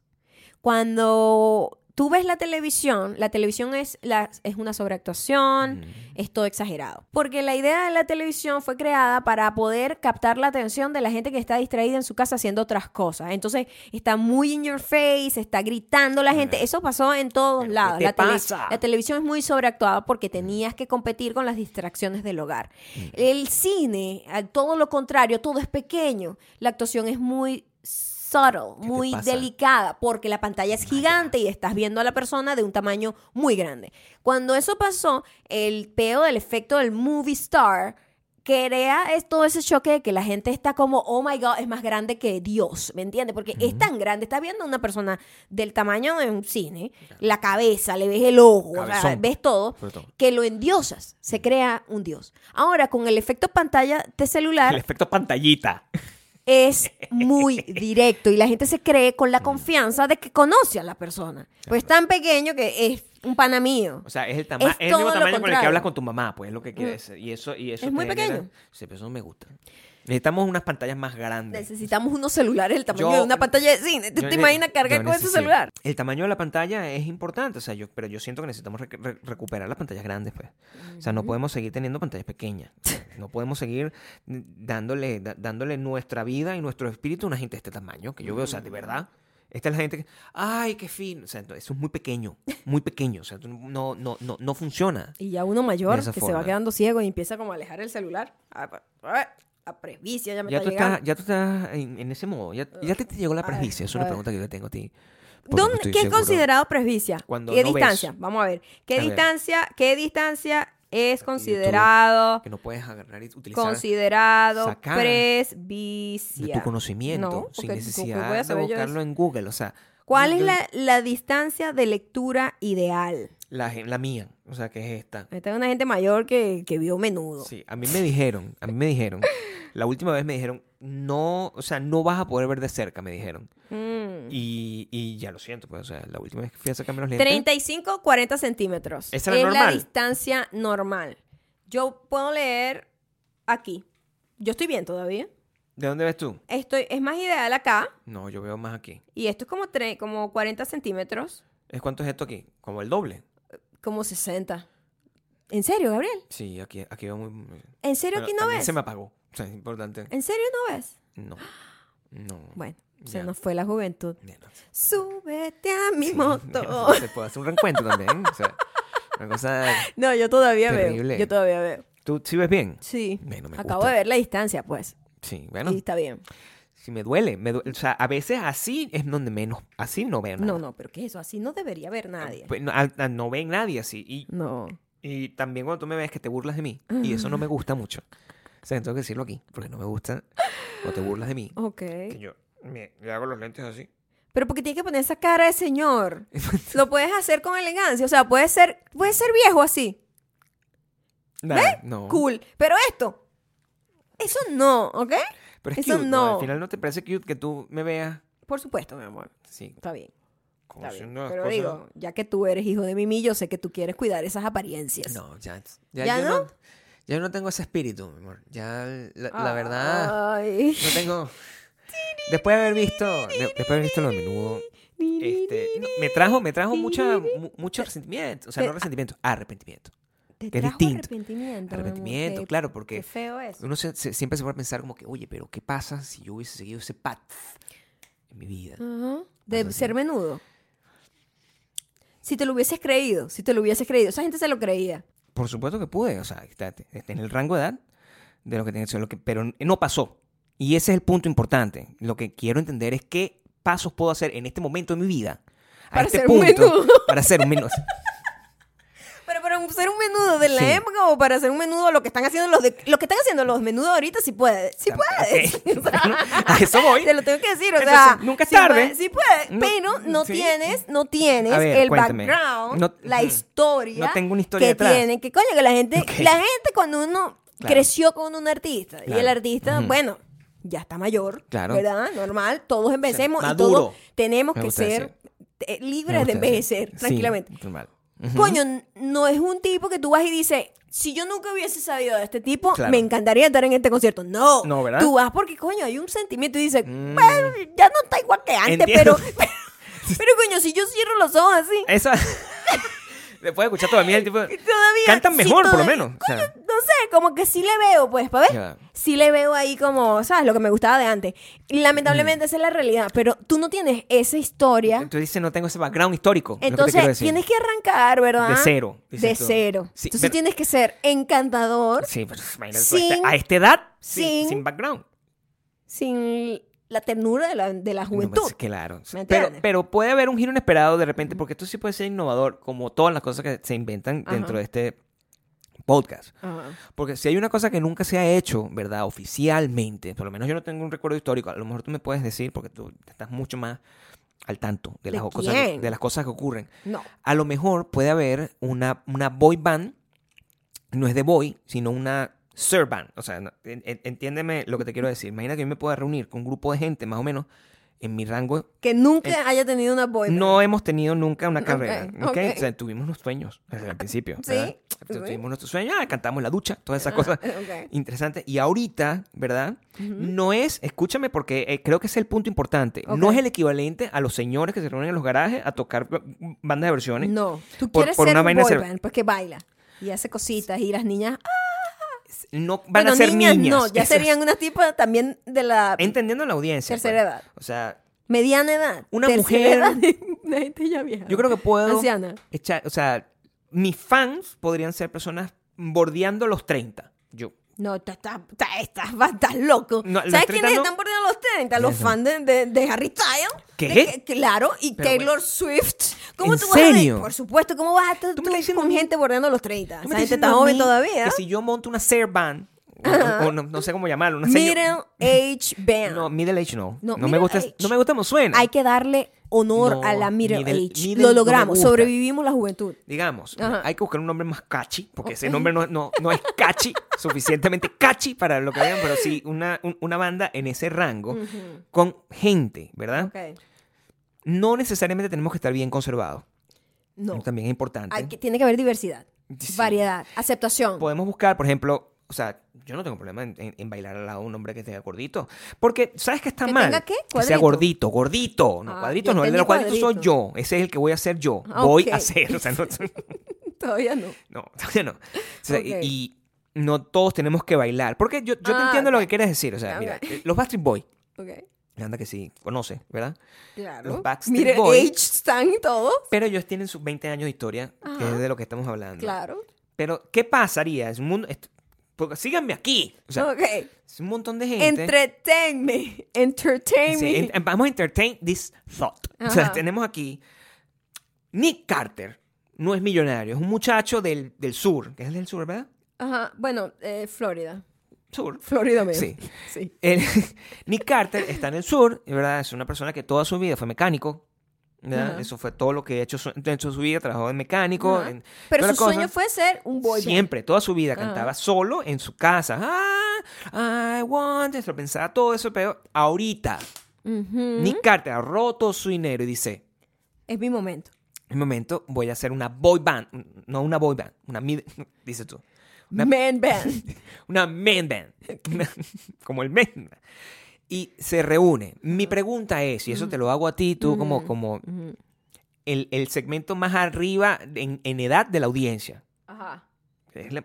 Speaker 1: Cuando tú ves la televisión, la televisión es, la, es una sobreactuación,
Speaker 2: Mm.
Speaker 1: es todo exagerado. Porque la idea de la televisión fue creada para poder captar la atención de la gente que está distraída en su casa haciendo otras cosas. Entonces, está muy in your face, está gritando la gente.
Speaker 2: Claro.
Speaker 1: Eso pasó en todos
Speaker 2: ¿Pero
Speaker 1: lados.
Speaker 2: qué te
Speaker 1: la, tele-
Speaker 2: pasa?
Speaker 1: la televisión es muy sobreactuada porque tenías que competir con las distracciones del hogar. El cine, a todo lo contrario, todo es pequeño. La actuación es muy subtle,
Speaker 2: te
Speaker 1: muy
Speaker 2: pasa? Ah,
Speaker 1: delicada, porque la pantalla es gigante y estás viendo a la persona de un tamaño muy grande. Cuando eso pasó, el peo del efecto del movie star crea es todo ese choque de que la gente está como, oh my god, es más grande que Dios, ¿me entiendes? Porque es tan grande, estás viendo a una persona del tamaño de un cine, la cabeza, le ves el ojo, o sea,
Speaker 2: Cabezón.
Speaker 1: ves todo,
Speaker 2: Sobre todo.
Speaker 1: que lo endiosas, se crea un dios. Ahora, con el efecto pantalla de
Speaker 2: El
Speaker 1: celular,
Speaker 2: efecto pantallita.
Speaker 1: es muy directo y la gente se cree con la confianza de que conoce a la persona. Pues es tan pequeño que es un pana mío.
Speaker 2: O sea, es el, tama-
Speaker 1: Es
Speaker 2: es el
Speaker 1: todo lo
Speaker 2: mismo tamaño con el que
Speaker 1: contrario. Mm.
Speaker 2: hablas con tu mamá, pues es lo que quieres. Y eso, y eso
Speaker 1: Es muy
Speaker 2: te genera-
Speaker 1: pequeño.
Speaker 2: Sí, pero eso no me gusta. Necesitamos unas pantallas más grandes.
Speaker 1: Necesitamos unos celulares del tamaño
Speaker 2: Yo-
Speaker 1: de una pantalla de cine. ¿Te,
Speaker 2: Yo
Speaker 1: te
Speaker 2: ne-
Speaker 1: imaginas
Speaker 2: yo
Speaker 1: cargar con ese
Speaker 2: necesito-
Speaker 1: celular?
Speaker 2: El tamaño de la pantalla es importante, o sea, yo, pero yo siento que necesitamos rec- re- recuperar las pantallas grandes, pues. O sea, no podemos seguir teniendo pantallas pequeñas. No podemos seguir dándole, da- dándole nuestra vida y nuestro espíritu a una gente de este tamaño, que yo veo, o sea, de verdad. Esta es la gente que, ay, qué fin. O sea, no, eso es muy pequeño, muy pequeño. O sea, tú no, no, no, no funciona.
Speaker 1: Y ya uno mayor
Speaker 2: De esa
Speaker 1: que se
Speaker 2: forma.
Speaker 1: va quedando ciego y empieza como a alejar el celular. A, a- a presbicia, ya me
Speaker 2: Ya
Speaker 1: está
Speaker 2: tú, estás,
Speaker 1: llegando.
Speaker 2: ya tú estás en, en ese modo. Ya, ya te, te llegó la
Speaker 1: Ay,
Speaker 2: presbicia. Es una
Speaker 1: ay.
Speaker 2: pregunta que yo tengo a ti. porque
Speaker 1: ¿Dónde-
Speaker 2: estoy
Speaker 1: ¿Qué es
Speaker 2: seguro-
Speaker 1: considerado presbicia?
Speaker 2: Cuando
Speaker 1: ¿Qué
Speaker 2: no ves.
Speaker 1: distancia? Vamos a ver. ¿Qué
Speaker 2: A ver.
Speaker 1: distancia? ¿Qué distancia es considerado?
Speaker 2: Que no puedes agarrar y utilizar
Speaker 1: Considerado
Speaker 2: sacar de
Speaker 1: presbicia.
Speaker 2: tu conocimiento
Speaker 1: No,
Speaker 2: sin
Speaker 1: porque ¿cómo voy a
Speaker 2: necesidad de
Speaker 1: saber yo
Speaker 2: buscarlo
Speaker 1: eso?
Speaker 2: en Google. O sea,
Speaker 1: ¿Cuál es
Speaker 2: Google-
Speaker 1: la, la distancia de lectura ideal?
Speaker 2: la, gen- la mía, o sea, que es esta.
Speaker 1: Esta es una gente mayor que, que vio menudo.
Speaker 2: Sí, a mí me dijeron, a mí me dijeron, la última vez me dijeron, no, o sea, no vas a poder ver de cerca, me dijeron.
Speaker 1: Mm.
Speaker 2: Y, y ya lo siento, pues, o sea, la última vez que fui a sacarme los lentes.
Speaker 1: 35, 40 centímetros.
Speaker 2: ¿Esa es la
Speaker 1: es la
Speaker 2: normal?
Speaker 1: distancia normal. Yo puedo leer aquí. Yo estoy bien todavía.
Speaker 2: ¿De dónde ves tú?
Speaker 1: Estoy, es más ideal acá.
Speaker 2: No, yo veo más aquí.
Speaker 1: Y esto es como, tre- como 40 centímetros,
Speaker 2: ¿Es cuánto es esto aquí? Como el doble.
Speaker 1: como 60. ¿En serio, Gabriel?
Speaker 2: Sí, aquí, aquí veo muy...
Speaker 1: ¿En serio
Speaker 2: Pero
Speaker 1: aquí no
Speaker 2: también
Speaker 1: ves?
Speaker 2: se me apagó. O sea, es importante.
Speaker 1: ¿En serio no ves?
Speaker 2: No. No.
Speaker 1: Bueno, se
Speaker 2: Ya.
Speaker 1: nos fue la juventud.
Speaker 2: Ya no.
Speaker 1: Súbete a mi
Speaker 2: Sí,
Speaker 1: moto.
Speaker 2: Se puede hacer un reencuentro también. O sea, una cosa...
Speaker 1: No, yo todavía
Speaker 2: Terrible.
Speaker 1: veo. Yo todavía veo.
Speaker 2: ¿Tú sí ves bien?
Speaker 1: Sí.
Speaker 2: Bueno, me
Speaker 1: Acabo
Speaker 2: gusta.
Speaker 1: de ver la distancia, pues.
Speaker 2: Sí, bueno.
Speaker 1: Y está bien.
Speaker 2: Si me duele, me due- O sea, a veces así es donde menos. Así no veo nada.
Speaker 1: No, no, pero ¿qué es eso? Así no debería ver nadie.
Speaker 2: Pues, no, a- a- no ven nadie así. Y,
Speaker 1: No.
Speaker 2: y también cuando tú me ves que te burlas de mí. Y eso no me gusta mucho. O sea, tengo que decirlo aquí. Porque no me gusta cuando te burlas de mí.
Speaker 1: Ok.
Speaker 2: Que yo me, le hago los lentes así.
Speaker 1: Pero porque tiene que poner esa cara de señor. Lo puedes hacer con elegancia. O sea, puedes ser, puedes ser viejo así.
Speaker 2: Nada, No.
Speaker 1: Cool. Pero esto. Eso no, ¿ok?
Speaker 2: Pero es
Speaker 1: Eso
Speaker 2: cute,
Speaker 1: no.
Speaker 2: Al final no te parece cute que tú me veas.
Speaker 1: Por supuesto, mi amor.
Speaker 2: Sí,
Speaker 1: Está bien.
Speaker 2: como
Speaker 1: Está bien.
Speaker 2: haciendo las
Speaker 1: Pero
Speaker 2: cosas-
Speaker 1: digo, ya que tú eres hijo de Mimi, yo sé que tú quieres cuidar esas apariencias.
Speaker 2: No, ya.
Speaker 1: ¿Ya
Speaker 2: yo
Speaker 1: no?
Speaker 2: Ya yo no tengo ese espíritu, mi amor. Ya, la,
Speaker 1: Ah,
Speaker 2: la verdad,
Speaker 1: Ay.
Speaker 2: no tengo. Después de haber visto, de- después de haber visto lo de menudo, este, no, me trajo, me trajo mucha, mu- mucho resentimiento, o sea,
Speaker 1: Te-
Speaker 2: no resentimiento, arrepentimiento,
Speaker 1: Te
Speaker 2: que es
Speaker 1: trajo
Speaker 2: distinto.
Speaker 1: arrepentimiento. mi amor,
Speaker 2: arrepentimiento,
Speaker 1: qué-
Speaker 2: claro,
Speaker 1: Qué
Speaker 2: porque
Speaker 1: feo eso.
Speaker 2: uno se- se- siempre se va a pensar como que, oye, pero qué pasa si yo hubiese seguido ese path en mi vida.
Speaker 1: Ajá. De
Speaker 2: Algo así.
Speaker 1: ser menudo. Si te lo hubieses creído, si te lo hubieses creído. Esa gente se lo creía.
Speaker 2: Por supuesto que pude, o sea, está, está en el rango de edad de lo que tenía que ser, lo que, pero no pasó. Y ese es el punto importante. Lo que quiero entender es qué pasos puedo hacer en este momento de mi vida. A
Speaker 1: Para
Speaker 2: este
Speaker 1: ser un
Speaker 2: punto,
Speaker 1: menudo.
Speaker 2: para ser un menudo.
Speaker 1: Pero para un- ser un menudo de la
Speaker 2: Sí.
Speaker 1: época o para ser un menudo lo que están haciendo los de, lo que están haciendo los menudos ahorita sí puede, sí puedes.
Speaker 2: Ok, bueno, a eso voy.
Speaker 1: Te lo tengo que decir, o
Speaker 2: Entonces,
Speaker 1: sea,
Speaker 2: nunca es
Speaker 1: sí
Speaker 2: tarde.
Speaker 1: puede- sí puedes,
Speaker 2: No-
Speaker 1: pero no
Speaker 2: sí.
Speaker 1: tienes, no tienes
Speaker 2: A ver,
Speaker 1: el
Speaker 2: cuéntame.
Speaker 1: background,
Speaker 2: No-
Speaker 1: la
Speaker 2: ujú.
Speaker 1: historia.
Speaker 2: No tengo una historia
Speaker 1: que
Speaker 2: detrás.
Speaker 1: tienen, que coño que la gente,
Speaker 2: Ok.
Speaker 1: la gente cuando uno
Speaker 2: Claro.
Speaker 1: creció con un artista y el
Speaker 2: Claro.
Speaker 1: artista,
Speaker 2: Ujú.
Speaker 1: bueno, ya está mayor,
Speaker 2: Claro.
Speaker 1: ¿verdad? Normal, todos envejecemos y
Speaker 2: maduro.
Speaker 1: todos tenemos
Speaker 2: Me
Speaker 1: que
Speaker 2: gusta
Speaker 1: ser eh,
Speaker 2: Me
Speaker 1: libres de
Speaker 2: gusta decir.
Speaker 1: envejecer
Speaker 2: Sí,
Speaker 1: tranquilamente.
Speaker 2: normal. Ujú.
Speaker 1: Coño, n- no es un tipo que tú vas y dices, si yo nunca hubiese sabido de este tipo,
Speaker 2: Claro.
Speaker 1: me encantaría estar en este concierto. No,
Speaker 2: No, ¿verdad?
Speaker 1: tú vas porque, coño, hay un sentimiento y dices,
Speaker 2: Mm.
Speaker 1: "Bueno, ya no está igual que antes, pero,
Speaker 2: Entiendo.
Speaker 1: pero, pero, coño, si yo cierro los ojos así,
Speaker 2: Eso. Después de escuchar todavía el tipo.
Speaker 1: todavía...
Speaker 2: Eh, Cantan
Speaker 1: si
Speaker 2: mejor, por lo
Speaker 1: todavía-
Speaker 2: menos. O sea,
Speaker 1: No sé, como que sí le veo, pues, para ver.
Speaker 2: Ya.
Speaker 1: Sí le veo ahí como, ¿sabes? Lo que me gustaba de antes. Y
Speaker 2: Mm.
Speaker 1: lamentablemente esa es la realidad, pero tú no tienes esa historia.
Speaker 2: tú dices, no tengo ese background histórico. es lo que te quiero
Speaker 1: Entonces
Speaker 2: decir.
Speaker 1: tienes que arrancar, ¿verdad?
Speaker 2: De cero, dices
Speaker 1: De
Speaker 2: tú.
Speaker 1: cero.
Speaker 2: Sí,
Speaker 1: Entonces
Speaker 2: pero-
Speaker 1: tienes que ser encantador
Speaker 2: Sí, pero imagínate tú,
Speaker 1: Sin-
Speaker 2: a esta edad, sí,
Speaker 1: sin-
Speaker 2: sin, background.
Speaker 1: sin la ternura de la, de la
Speaker 2: No,
Speaker 1: juventud.
Speaker 2: pues, claro.
Speaker 1: ¿Me
Speaker 2: Pero,
Speaker 1: entiendes?
Speaker 2: pero puede haber un giro inesperado de repente, porque esto sí puede ser innovador, como todas las cosas que se inventan
Speaker 1: Ajá.
Speaker 2: dentro de este podcast.
Speaker 1: Ajá.
Speaker 2: Porque si hay una cosa que nunca se ha hecho, ¿verdad? Oficialmente, por lo menos yo no tengo un recuerdo histórico, a lo mejor tú me puedes decir, porque tú estás mucho más al tanto
Speaker 1: ¿De
Speaker 2: de las, cosas, que-
Speaker 1: quién?
Speaker 2: de las cosas que ocurren.
Speaker 1: No.
Speaker 2: A lo mejor puede haber una, una boy band, no es de boy, sino una sir band. O sea, no- en- en- entiéndeme lo que te quiero decir. Imagina que yo me pueda reunir con un grupo de gente, más o menos, en mi rango
Speaker 1: Que nunca haya tenido una boy band.
Speaker 2: no hemos tenido nunca una carrera.
Speaker 1: Ok,
Speaker 2: ¿ok?
Speaker 1: ok.
Speaker 2: O sea, tuvimos nuestros sueños desde el principio.
Speaker 1: Sí,
Speaker 2: ¿verdad?
Speaker 1: sí.
Speaker 2: Tuvimos nuestros sueños, ah, cantamos la ducha, todas esas cosas
Speaker 1: Ok.
Speaker 2: interesantes. Y ahorita, ¿verdad? No es, escúchame porque eh, creo que ese es el punto importante. No
Speaker 1: Ok.
Speaker 2: es el equivalente a los señores que se reúnen en los garajes a tocar mm, bandas de versiones.
Speaker 1: No. Tú
Speaker 2: Por-
Speaker 1: quieres
Speaker 2: por
Speaker 1: ser
Speaker 2: una
Speaker 1: un
Speaker 2: vaina
Speaker 1: boy
Speaker 2: ser-
Speaker 1: band, pues que baila. Y hace cositas y las niñas... ah,
Speaker 2: No van
Speaker 1: bueno,
Speaker 2: a ser niñas.
Speaker 1: No, ya
Speaker 2: Eso es-
Speaker 1: serían unas tipas también de la
Speaker 2: Entendiendo la audiencia.
Speaker 1: tercera
Speaker 2: pues.
Speaker 1: edad.
Speaker 2: O sea,
Speaker 1: Mediana edad.
Speaker 2: Una
Speaker 1: tercera
Speaker 2: mujer-
Speaker 1: edad. Una gente ya vieja.
Speaker 2: yo creo que puedo...
Speaker 1: Anciana.
Speaker 2: echar- o sea, mis fans podrían ser personas bordeando los 30. Yo.
Speaker 1: No, tú estás, estás, estás- estás loco.
Speaker 2: No, los
Speaker 1: ¿Sabes
Speaker 2: 30
Speaker 1: quiénes
Speaker 2: no.
Speaker 1: están poniendo los 30? Los
Speaker 2: Eso.
Speaker 1: fans de, de- de Harry Styles.
Speaker 2: ¿Qué?
Speaker 1: De que- claro, y
Speaker 2: Pero
Speaker 1: Taylor Swift. ¿Cómo
Speaker 2: ¿En
Speaker 1: tú vas a ver?
Speaker 2: serio?
Speaker 1: Por supuesto, ¿cómo vas a estar tú
Speaker 2: ¿Tú me estás diciendo a
Speaker 1: con
Speaker 2: mí-
Speaker 1: gente bordeando los 30? Esa
Speaker 2: ¿Tú me estás
Speaker 1: gente
Speaker 2: diciendo
Speaker 1: está
Speaker 2: a
Speaker 1: joven
Speaker 2: mí
Speaker 1: todavía.
Speaker 2: Que si yo monto una Ser Band, o- o, no, no sé cómo llamarlo, una señor-
Speaker 1: Middle Age Band.
Speaker 2: No, Middle Age no.
Speaker 1: No,
Speaker 2: No, me,
Speaker 1: middle
Speaker 2: gusta,
Speaker 1: age.
Speaker 2: no me gusta como suena.
Speaker 1: Hay que darle honor
Speaker 2: No,
Speaker 1: a la Middle,
Speaker 2: middle-
Speaker 1: Age.
Speaker 2: middle
Speaker 1: Lo
Speaker 2: no me
Speaker 1: logramos,
Speaker 2: gusta.
Speaker 1: sobrevivimos la juventud.
Speaker 2: Digamos,
Speaker 1: Ajá.
Speaker 2: hay que buscar un nombre más catchy, porque ese nombre no, no, no es catchy, suficientemente catchy para lo que vean, pero sí una, un- una banda en ese rango con gente, ¿verdad?
Speaker 1: Ok.
Speaker 2: No necesariamente tenemos que estar bien conservados.
Speaker 1: No.
Speaker 2: También es importante.
Speaker 1: Hay que- tiene que haber diversidad,
Speaker 2: Sí. Pues
Speaker 1: variedad, aceptación.
Speaker 2: podemos buscar, por ejemplo, o sea, yo no tengo problema en, en- en bailar al lado de un hombre que tenga gordito. Porque, ¿sabes qué está
Speaker 1: ¿Que
Speaker 2: mal?
Speaker 1: tenga qué?
Speaker 2: Que sea
Speaker 1: ¿Cuadrito?
Speaker 2: gordito, gordito. No,
Speaker 1: Ah,
Speaker 2: cuadrito
Speaker 1: yo
Speaker 2: no. El
Speaker 1: entendí
Speaker 2: de los cuadritos soy yo.
Speaker 1: cuadrito.
Speaker 2: Ese es el que voy a hacer yo.
Speaker 1: Ah,
Speaker 2: voy
Speaker 1: ok.
Speaker 2: a hacer. O sea, no,
Speaker 1: Todavía no.
Speaker 2: no, todavía no. O sea, y-
Speaker 1: Ok.
Speaker 2: y, no todos tenemos que bailar. Porque yo, yo te
Speaker 1: Ah,
Speaker 2: entiendo lo
Speaker 1: ok.
Speaker 2: que quieres decir. O sea,
Speaker 1: Ok.
Speaker 2: mira, eh, los Backstreet Boys,
Speaker 1: Ok.
Speaker 2: anda que sí, conoce, ¿verdad?
Speaker 1: Claro.
Speaker 2: Los Backstreet
Speaker 1: Mire,
Speaker 2: Boys.
Speaker 1: Age están y todo.
Speaker 2: Pero ellos tienen sus 20 años de historia, que
Speaker 1: Ajá.
Speaker 2: es de lo que estamos hablando.
Speaker 1: Claro.
Speaker 2: Pero, ¿qué pasaría? Es un mundo... est- porque síganme aquí. O sea,
Speaker 1: ok.
Speaker 2: es un montón de gente...
Speaker 1: Entertain me. Entertain
Speaker 2: Sí,
Speaker 1: me.
Speaker 2: en- en- vamos a entertain this thought. O sea,
Speaker 1: Ajá.
Speaker 2: tenemos aquí Nick Carter. No es millonario, es un muchacho del, del sur. que es del sur, verdad?
Speaker 1: Ajá. Bueno, eh, Florida.
Speaker 2: Sur.
Speaker 1: Florida me.
Speaker 2: Sí.
Speaker 1: Sí.
Speaker 2: El- Nick Carter está en el sur, ¿verdad? Es una persona que toda su vida fue mecánico. ¿verdad?
Speaker 1: Ajá.
Speaker 2: Eso fue todo lo que ha hecho su, ha hecho su vida. Trabajó de mecánico.
Speaker 1: Ajá.
Speaker 2: en
Speaker 1: Pero
Speaker 2: toda la
Speaker 1: su
Speaker 2: cosa.
Speaker 1: sueño fue ser un Ah. boy band.
Speaker 2: Siempre, toda su vida
Speaker 1: Ajá.
Speaker 2: cantaba solo en su casa. Ah, I want this. Lo pensaba todo eso, pero ahorita
Speaker 1: Ujú.
Speaker 2: Nick Carter ahorró todo su dinero y dice:
Speaker 1: Es mi momento.
Speaker 2: En un momento voy a hacer una boy band. No una boy band. Una mid... Dices tú. Una-
Speaker 1: Man band.
Speaker 2: Una men band. Una- como el men. Y se reúne. Mi pregunta es, y eso
Speaker 1: Mm.
Speaker 2: te lo hago a ti, tú como, como
Speaker 1: Ujú.
Speaker 2: el, el segmento más arriba en, en edad de la audiencia.
Speaker 1: Ajá.
Speaker 2: Es la-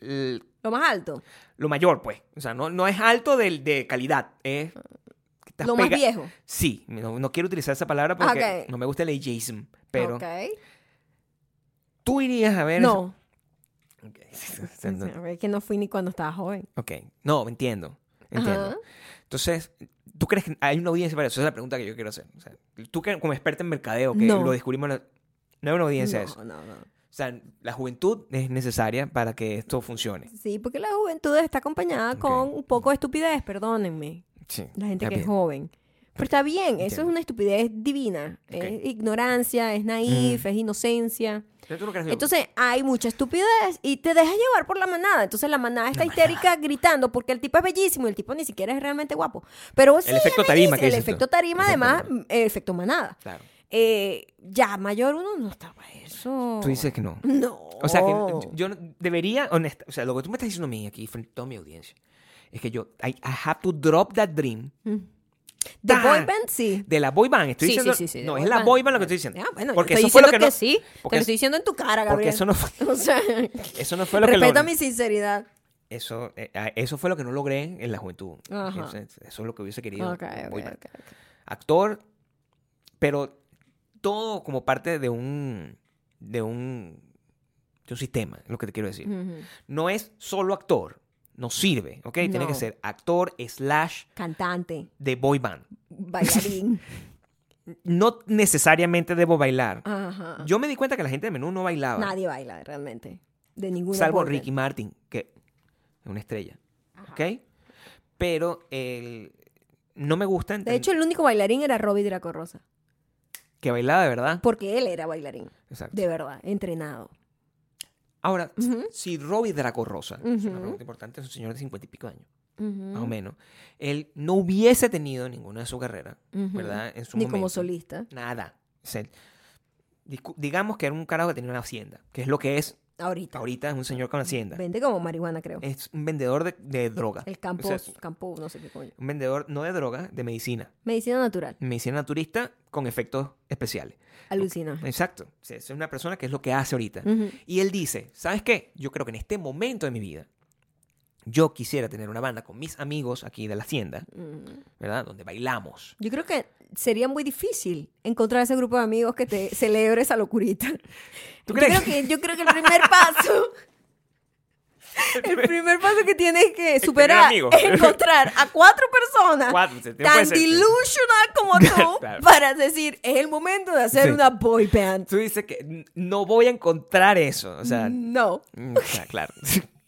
Speaker 2: el-
Speaker 1: Lo más alto.
Speaker 2: lo mayor, pues. O sea, no, no es alto del- de, calidad. Es... que estás
Speaker 1: Ah. Lo más
Speaker 2: pega-
Speaker 1: viejo.
Speaker 2: Sí, no, no quiero utilizar esa palabra porque
Speaker 1: Ok.
Speaker 2: no me gusta el ageism, pero
Speaker 1: Ok.
Speaker 2: tú irías a ver...
Speaker 1: No.
Speaker 2: Ok, o sea, no-
Speaker 1: Es que no fui ni cuando estaba joven.
Speaker 2: Ok, no, entiendo. Entiendo.
Speaker 1: Ajá.
Speaker 2: Entonces, ¿tú crees que hay una audiencia para eso? Esa es la pregunta que yo quiero hacer. O sea, tú que como experta en mercadeo, que
Speaker 1: No.
Speaker 2: lo descubrimos, en la- no hay una audiencia de eso.
Speaker 1: No, no, no.
Speaker 2: O sea, la juventud es necesaria para que esto funcione.
Speaker 1: Sí, porque la juventud está acompañada
Speaker 2: Ok.
Speaker 1: con un poco de estupidez, perdónenme.
Speaker 2: Sí.
Speaker 1: La gente
Speaker 2: está
Speaker 1: que es
Speaker 2: bien.
Speaker 1: joven. Pero está bien, eso es
Speaker 2: Entiendo.
Speaker 1: una estupidez divina.
Speaker 2: Ok. Mm.
Speaker 1: Es ignorancia, es naif, es inocencia.
Speaker 2: Pero tú no crees-
Speaker 1: Entonces hay mucha estupidez y te dejas llevar por la manada. Entonces la manada está histérica gritando porque el tipo es bellísimo y el tipo ni siquiera es realmente guapo. Pero sí, es
Speaker 2: efecto tarima
Speaker 1: bellísimo.
Speaker 2: que
Speaker 1: El
Speaker 2: dices tú.
Speaker 1: efecto tarima,
Speaker 2: Efecto
Speaker 1: además,
Speaker 2: tarima.
Speaker 1: eh, efecto manada.
Speaker 2: Claro.
Speaker 1: Eh, ya mayor uno no está para eso.
Speaker 2: Tú dices que no.
Speaker 1: No.
Speaker 2: O sea, que yo- yo no- debería, honesta, o sea, lo que tú me estás diciendo a mí aquí frente a toda mi audiencia es que yo, I, I have to drop that dream
Speaker 1: De
Speaker 2: ¡Tan!
Speaker 1: boy band, sí.
Speaker 2: de la boy band. Estoy
Speaker 1: Mm. Sí,
Speaker 2: diciendo,
Speaker 1: sí, sí, sí, de
Speaker 2: no,
Speaker 1: boy
Speaker 2: es la
Speaker 1: band.
Speaker 2: boy band lo que estoy diciendo.
Speaker 1: Ah, bueno,
Speaker 2: porque
Speaker 1: yo
Speaker 2: eso
Speaker 1: estoy
Speaker 2: fue lo
Speaker 1: diciendo
Speaker 2: que,
Speaker 1: que,
Speaker 2: no,
Speaker 1: sí.
Speaker 2: porque
Speaker 1: te lo
Speaker 2: eso-
Speaker 1: estoy diciendo en tu cara,
Speaker 2: Porque
Speaker 1: Gabriel.
Speaker 2: eso no fue,
Speaker 1: O sea,
Speaker 2: eso no fue lo que
Speaker 1: respeta
Speaker 2: logré.
Speaker 1: mi sinceridad.
Speaker 2: Eso, eh, ah, eso fue lo que no logré en la juventud.
Speaker 1: Ajá.
Speaker 2: Eso, eso es lo que hubiese querido.
Speaker 1: Ok, ok,
Speaker 2: Voy-
Speaker 1: ok, ok.
Speaker 2: Actor, pero todo como parte de un, de un, de un sistema, es lo que te quiero decir.
Speaker 1: Ujú.
Speaker 2: No es solo actor, no sirve, ¿ok? Tiene
Speaker 1: No.
Speaker 2: que ser actor slash
Speaker 1: Cantante,
Speaker 2: de boy band.
Speaker 1: bailarín.
Speaker 2: No necesariamente debo bailar.
Speaker 1: Ajá.
Speaker 2: Yo me di cuenta que la gente de menú no bailaba.
Speaker 1: Nadie baila realmente. De ninguna
Speaker 2: Salvo
Speaker 1: boy band.
Speaker 2: Ricky Martin, que es una estrella. ¿Ok? Pero el- no me gusta
Speaker 1: De
Speaker 2: entender
Speaker 1: hecho, el único bailarín era Robbie Draco Rosa.
Speaker 2: que bailaba de verdad.
Speaker 1: Porque él era bailarín.
Speaker 2: Exacto.
Speaker 1: De verdad, entrenado.
Speaker 2: Ahora,
Speaker 1: Ujú.
Speaker 2: si Robbie Draco Rosa, es una
Speaker 1: Ujú.
Speaker 2: pregunta importante, es un señor de cincuenta y pico años. más o menos, él no hubiese tenido ninguna de su carrera,
Speaker 1: Ujú.
Speaker 2: ¿verdad? En su
Speaker 1: Ni
Speaker 2: momento.
Speaker 1: como solista.
Speaker 2: Nada. O sea, discu- digamos que era un carajo que tenía una hacienda, que es lo que es
Speaker 1: Ahorita.
Speaker 2: ahorita, es un señor con hacienda.
Speaker 1: Vende como marihuana, creo.
Speaker 2: Es un vendedor de, de droga.
Speaker 1: El campo,
Speaker 2: O sea,
Speaker 1: campo, no sé qué coño.
Speaker 2: un vendedor no de droga, de medicina.
Speaker 1: Medicina natural,
Speaker 2: Medicina naturista con efectos especiales.
Speaker 1: alucina.
Speaker 2: Exacto. O sea, es una persona que es lo que hace ahorita.
Speaker 1: Ujú.
Speaker 2: Y él dice, ¿sabes qué? Yo creo que en este momento de mi vida, yo quisiera tener una banda con mis amigos aquí de la hacienda,
Speaker 1: Mm.
Speaker 2: ¿verdad? Donde bailamos.
Speaker 1: Yo creo que sería muy difícil encontrar ese grupo de amigos que te celebre esa locurita.
Speaker 2: ¿Tú
Speaker 1: yo,
Speaker 2: crees?
Speaker 1: creo que, yo creo que el primer paso, el primer paso que tienes que superar
Speaker 2: amigo.
Speaker 1: es encontrar a cuatro personas
Speaker 2: Cuatro, sí, no puede
Speaker 1: Ah, tan
Speaker 2: ser, sí.
Speaker 1: delusional como tú
Speaker 2: Claro.
Speaker 1: para decir, es el momento de hacer
Speaker 2: Sí.
Speaker 1: una boy band.
Speaker 2: Tú dices que "N- no voy a encontrar eso. O sea,
Speaker 1: no.
Speaker 2: mm, o sea, claro.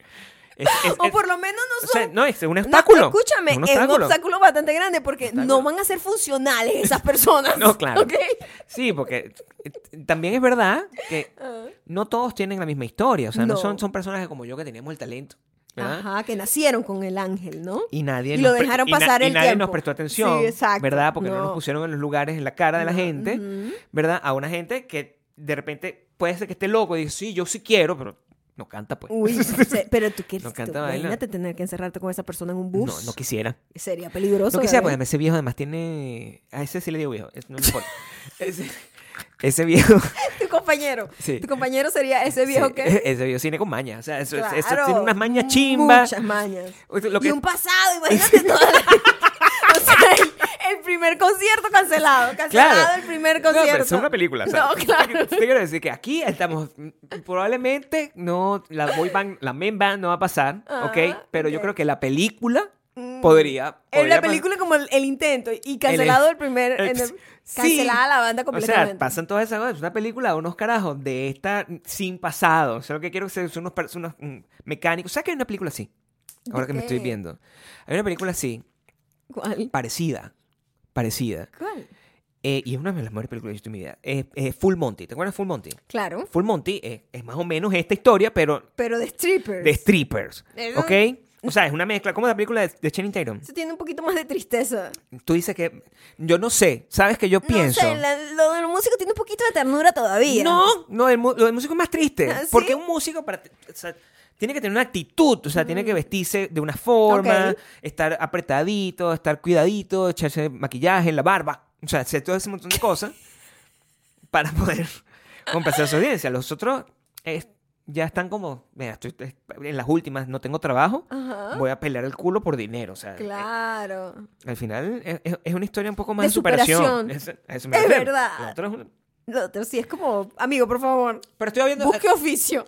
Speaker 2: Es- es-
Speaker 1: O
Speaker 2: es-
Speaker 1: por lo menos no
Speaker 2: o
Speaker 1: son
Speaker 2: sea, no, es un
Speaker 1: No,
Speaker 2: obstáculo.
Speaker 1: escúchame,
Speaker 2: un
Speaker 1: es un
Speaker 2: obstáculo.
Speaker 1: obstáculo bastante grande porque no
Speaker 2: Obstáculo.
Speaker 1: van a ser funcionales esas personas.
Speaker 2: No, claro.
Speaker 1: ¿ok?
Speaker 2: Sí, porque eh, también es verdad que no todos tienen la misma historia. O sea, no,
Speaker 1: Ah. No.
Speaker 2: son, son personas que como yo que teníamos el talento. ¿verdad?
Speaker 1: Ajá, que nacieron con el ángel, ¿no?
Speaker 2: Y nadie,
Speaker 1: Y lo
Speaker 2: pre-
Speaker 1: dejaron
Speaker 2: y na-
Speaker 1: pasar
Speaker 2: y
Speaker 1: el
Speaker 2: nadie nos
Speaker 1: tiempo.
Speaker 2: prestó atención.
Speaker 1: Sí, exacto.
Speaker 2: ¿Verdad? Porque no.
Speaker 1: No.
Speaker 2: nos pusieron en los lugares, en la cara de la gente.
Speaker 1: Ujú.
Speaker 2: ¿Verdad? A una gente que de repente puede ser que esté loco y dice, sí, yo sí quiero, pero no canta pues.
Speaker 1: Uy, se- pero tú quieres.
Speaker 2: No canta,
Speaker 1: tú-
Speaker 2: baila.
Speaker 1: imagínate tener que encerrarte con esa persona en un
Speaker 2: No,
Speaker 1: bus.
Speaker 2: no quisiera.
Speaker 1: Sería peligroso.
Speaker 2: No quisiera,
Speaker 1: bebé.
Speaker 2: porque ese viejo además tiene... A ese sí le digo viejo, es- no me importa. ese, ese viejo...
Speaker 1: Tu compañero.
Speaker 2: pues. Sí.
Speaker 1: Tu compañero sería ese viejo
Speaker 2: sí,
Speaker 1: que.
Speaker 2: Ese viejo tiene con mañas. O sea, eso, eso
Speaker 1: Claro,
Speaker 2: tiene unas mañas chimbas.
Speaker 1: Muchas mañas.
Speaker 2: Lo
Speaker 1: Y
Speaker 2: que-
Speaker 1: un pasado, imagínate toda la. O sea, el, el primer concierto cancelado. Cancelado el primer
Speaker 2: No, pero
Speaker 1: concierto.
Speaker 2: es una película. o sea,
Speaker 1: No,
Speaker 2: te-
Speaker 1: claro.
Speaker 2: Te quiero decir que aquí estamos. mm, Probablemente no. La boy band, la main band no va a pasar,
Speaker 1: Ah,
Speaker 2: ¿ok? Pero yo
Speaker 1: ok.
Speaker 2: creo que la película
Speaker 1: Mm.
Speaker 2: podría.
Speaker 1: En
Speaker 2: podría
Speaker 1: la
Speaker 2: pas-
Speaker 1: película como el, el intento y cancelado el, primer...
Speaker 2: el-
Speaker 1: en el-
Speaker 2: sí.
Speaker 1: cancelada la banda
Speaker 2: O sea,
Speaker 1: completamente.
Speaker 2: pasan todas esas cosas. Es una película de unos carajos de esta sin pasado. O sea, lo que quiero que son unos, per- unos mm, mecánicos. ¿Sabes que hay una película así? Ahora que me
Speaker 1: qué?
Speaker 2: estoy viendo. Hay una película así,
Speaker 1: ¿Cuál?
Speaker 2: parecida. Parecida.
Speaker 1: ¿Cuál?
Speaker 2: eh, y es una de las mejores películas que he visto en mi vida. Es, es Full Monty. ¿Te acuerdas de Full Monty?
Speaker 1: Claro.
Speaker 2: Full Monty es, es más o menos esta historia, pero
Speaker 1: Pero de strippers.
Speaker 2: de strippers.
Speaker 1: Es un-
Speaker 2: ¿Ok? O sea, es una mezcla como la película de, de Channing Tatum.
Speaker 1: Eso tiene un poquito más de tristeza.
Speaker 2: Tú dices que. Yo no sé. ¿Sabes que yo pienso?
Speaker 1: No sé, la- lo de los músicos tiene un poquito de ternura todavía.
Speaker 2: No, no, el mu- lo del músico es más triste.
Speaker 1: ¿Ah, sí?
Speaker 2: Porque un músico para ti- o sea, tiene que tener una actitud, o sea, tiene que vestirse de una
Speaker 1: Mm.
Speaker 2: forma,
Speaker 1: Ok.
Speaker 2: estar apretadito, estar cuidadito, echarse maquillaje en la barba, o sea, hacer todo ese montón de cosas para poder compensar su audiencia. Los otros eh, ya están como, mira, estoy, estoy en las últimas, no tengo trabajo,
Speaker 1: Ajá.
Speaker 2: voy a pelear el culo por dinero, o sea, eh,
Speaker 1: Claro.
Speaker 2: al final es, es- es una historia un poco más
Speaker 1: De
Speaker 2: de superación.
Speaker 1: superación.
Speaker 2: Eso- a eso me
Speaker 1: Es
Speaker 2: refiero.
Speaker 1: verdad.
Speaker 2: Lo otro es un-
Speaker 1: Lo otro sí es como, amigo, por favor,
Speaker 2: Pero estoy viendo...
Speaker 1: busque oficio.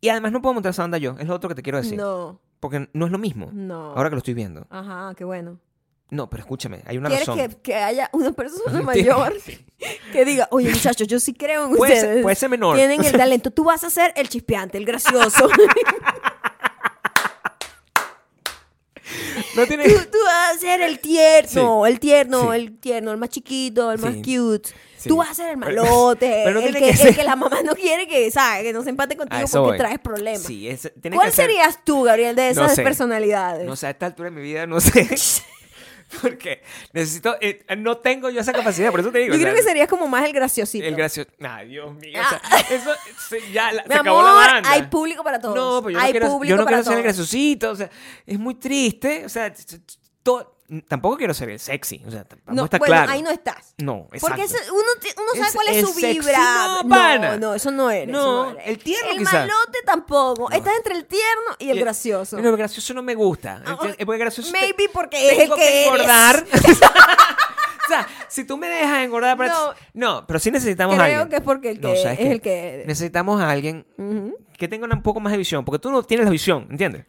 Speaker 2: Y además no puedo montar esa banda yo, es lo otro que te quiero decir.
Speaker 1: No,
Speaker 2: Porque no es lo mismo.
Speaker 1: no.
Speaker 2: Ahora que lo estoy viendo.
Speaker 1: Ajá, qué bueno.
Speaker 2: No, pero escúchame, hay una
Speaker 1: ¿Quieres
Speaker 2: razón.
Speaker 1: que, que haya una persona
Speaker 2: Tiene-
Speaker 1: mayor que diga, oye, muchachos, yo sí creo en
Speaker 2: Puede
Speaker 1: ustedes?
Speaker 2: ser, puede ser menor.
Speaker 1: Tienen el talento. Tú vas a ser el chispeante, el gracioso.
Speaker 2: No tiene...
Speaker 1: tú, tú vas a ser el tierno, el tierno,
Speaker 2: Sí.
Speaker 1: el tierno, el más chiquito, el más
Speaker 2: Sí.
Speaker 1: cute.
Speaker 2: Sí.
Speaker 1: Tú vas a ser el
Speaker 2: Pero-
Speaker 1: malote,
Speaker 2: pero no
Speaker 1: el,
Speaker 2: tiene
Speaker 1: que,
Speaker 2: que
Speaker 1: el
Speaker 2: ser-
Speaker 1: que la mamá no quiere que, ¿sabes? Que no se empate
Speaker 2: A
Speaker 1: contigo
Speaker 2: eso
Speaker 1: porque
Speaker 2: voy.
Speaker 1: traes problemas.
Speaker 2: Sí, es- tiene
Speaker 1: ¿Cuál
Speaker 2: que ser-
Speaker 1: serías tú, Gabriel, de
Speaker 2: No
Speaker 1: esas
Speaker 2: sé.
Speaker 1: personalidades?
Speaker 2: No sé, a esta altura de mi vida no sé. Porque necesito... eh, no tengo yo esa capacidad, por eso te
Speaker 1: Yo
Speaker 2: digo. o
Speaker 1: creo
Speaker 2: sea,
Speaker 1: que serías como más el graciosito.
Speaker 2: El gracioso... Ay, Dios mío. o sea, eso... se- ya, la-
Speaker 1: Mi
Speaker 2: se acabó la
Speaker 1: amor,
Speaker 2: banda.
Speaker 1: hay público para todos.
Speaker 2: No, pero yo
Speaker 1: hay
Speaker 2: no quiero,
Speaker 1: público
Speaker 2: yo no
Speaker 1: para
Speaker 2: quiero ser el
Speaker 1: todos.
Speaker 2: graciosito. O sea, es muy triste. O sea, t- t- t- todo- tampoco quiero ser el sexy. O sea, tampoco
Speaker 1: No,
Speaker 2: está
Speaker 1: bueno,
Speaker 2: claro.
Speaker 1: ahí no estás.
Speaker 2: No, exacto.
Speaker 1: Porque ese- uno, ti- uno sabe
Speaker 2: Es-
Speaker 1: cuál es,
Speaker 2: es
Speaker 1: su
Speaker 2: sexy,
Speaker 1: vibra.
Speaker 2: no, pana.
Speaker 1: no, eso no eres.
Speaker 2: No,
Speaker 1: eso eres.
Speaker 2: el tierno
Speaker 1: El
Speaker 2: quizá.
Speaker 1: malote tampoco. Estás entre el tierno y el
Speaker 2: Eh,
Speaker 1: gracioso.
Speaker 2: No, el gracioso no me gusta.
Speaker 1: Ah,
Speaker 2: Enti-
Speaker 1: o-
Speaker 2: Porque gracioso. te-
Speaker 1: Maybe porque es el
Speaker 2: tengo
Speaker 1: que,
Speaker 2: que
Speaker 1: eres.
Speaker 2: engordar. o sea, si tú me dejas engordar para.
Speaker 1: No.
Speaker 2: No, pero sí necesitamos
Speaker 1: Creo
Speaker 2: a alguien.
Speaker 1: que es porque el que es
Speaker 2: ¿sabes qué?
Speaker 1: el que eres.
Speaker 2: Necesitamos a alguien
Speaker 1: Ujú.
Speaker 2: que tenga un poco más de visión. Porque tú no tienes la visión, ¿entiendes?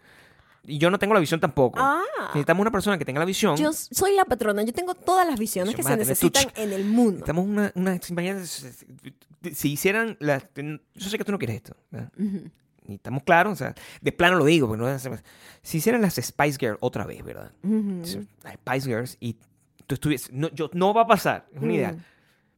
Speaker 2: Y yo no tengo la visión tampoco.
Speaker 1: Ah.
Speaker 2: Necesitamos una persona que tenga la visión.
Speaker 1: Yo soy la patrona. Yo tengo todas las visiones
Speaker 2: Yo
Speaker 1: que
Speaker 2: me
Speaker 1: se
Speaker 2: voy a tener
Speaker 1: necesitan
Speaker 2: tucha.
Speaker 1: en el mundo.
Speaker 2: Necesitamos una. una imagínate, si- si hicieran. La, yo sé que tú no quieres esto. ¿verdad? Y estamos claros, o sea, de plano lo digo, porque no Si hicieran las Spice Girls otra vez, ¿verdad?
Speaker 1: Ujú.
Speaker 2: las Spice Girls y tú estuvieses. No, yo, no va a pasar, es un
Speaker 1: Mm.
Speaker 2: ideal.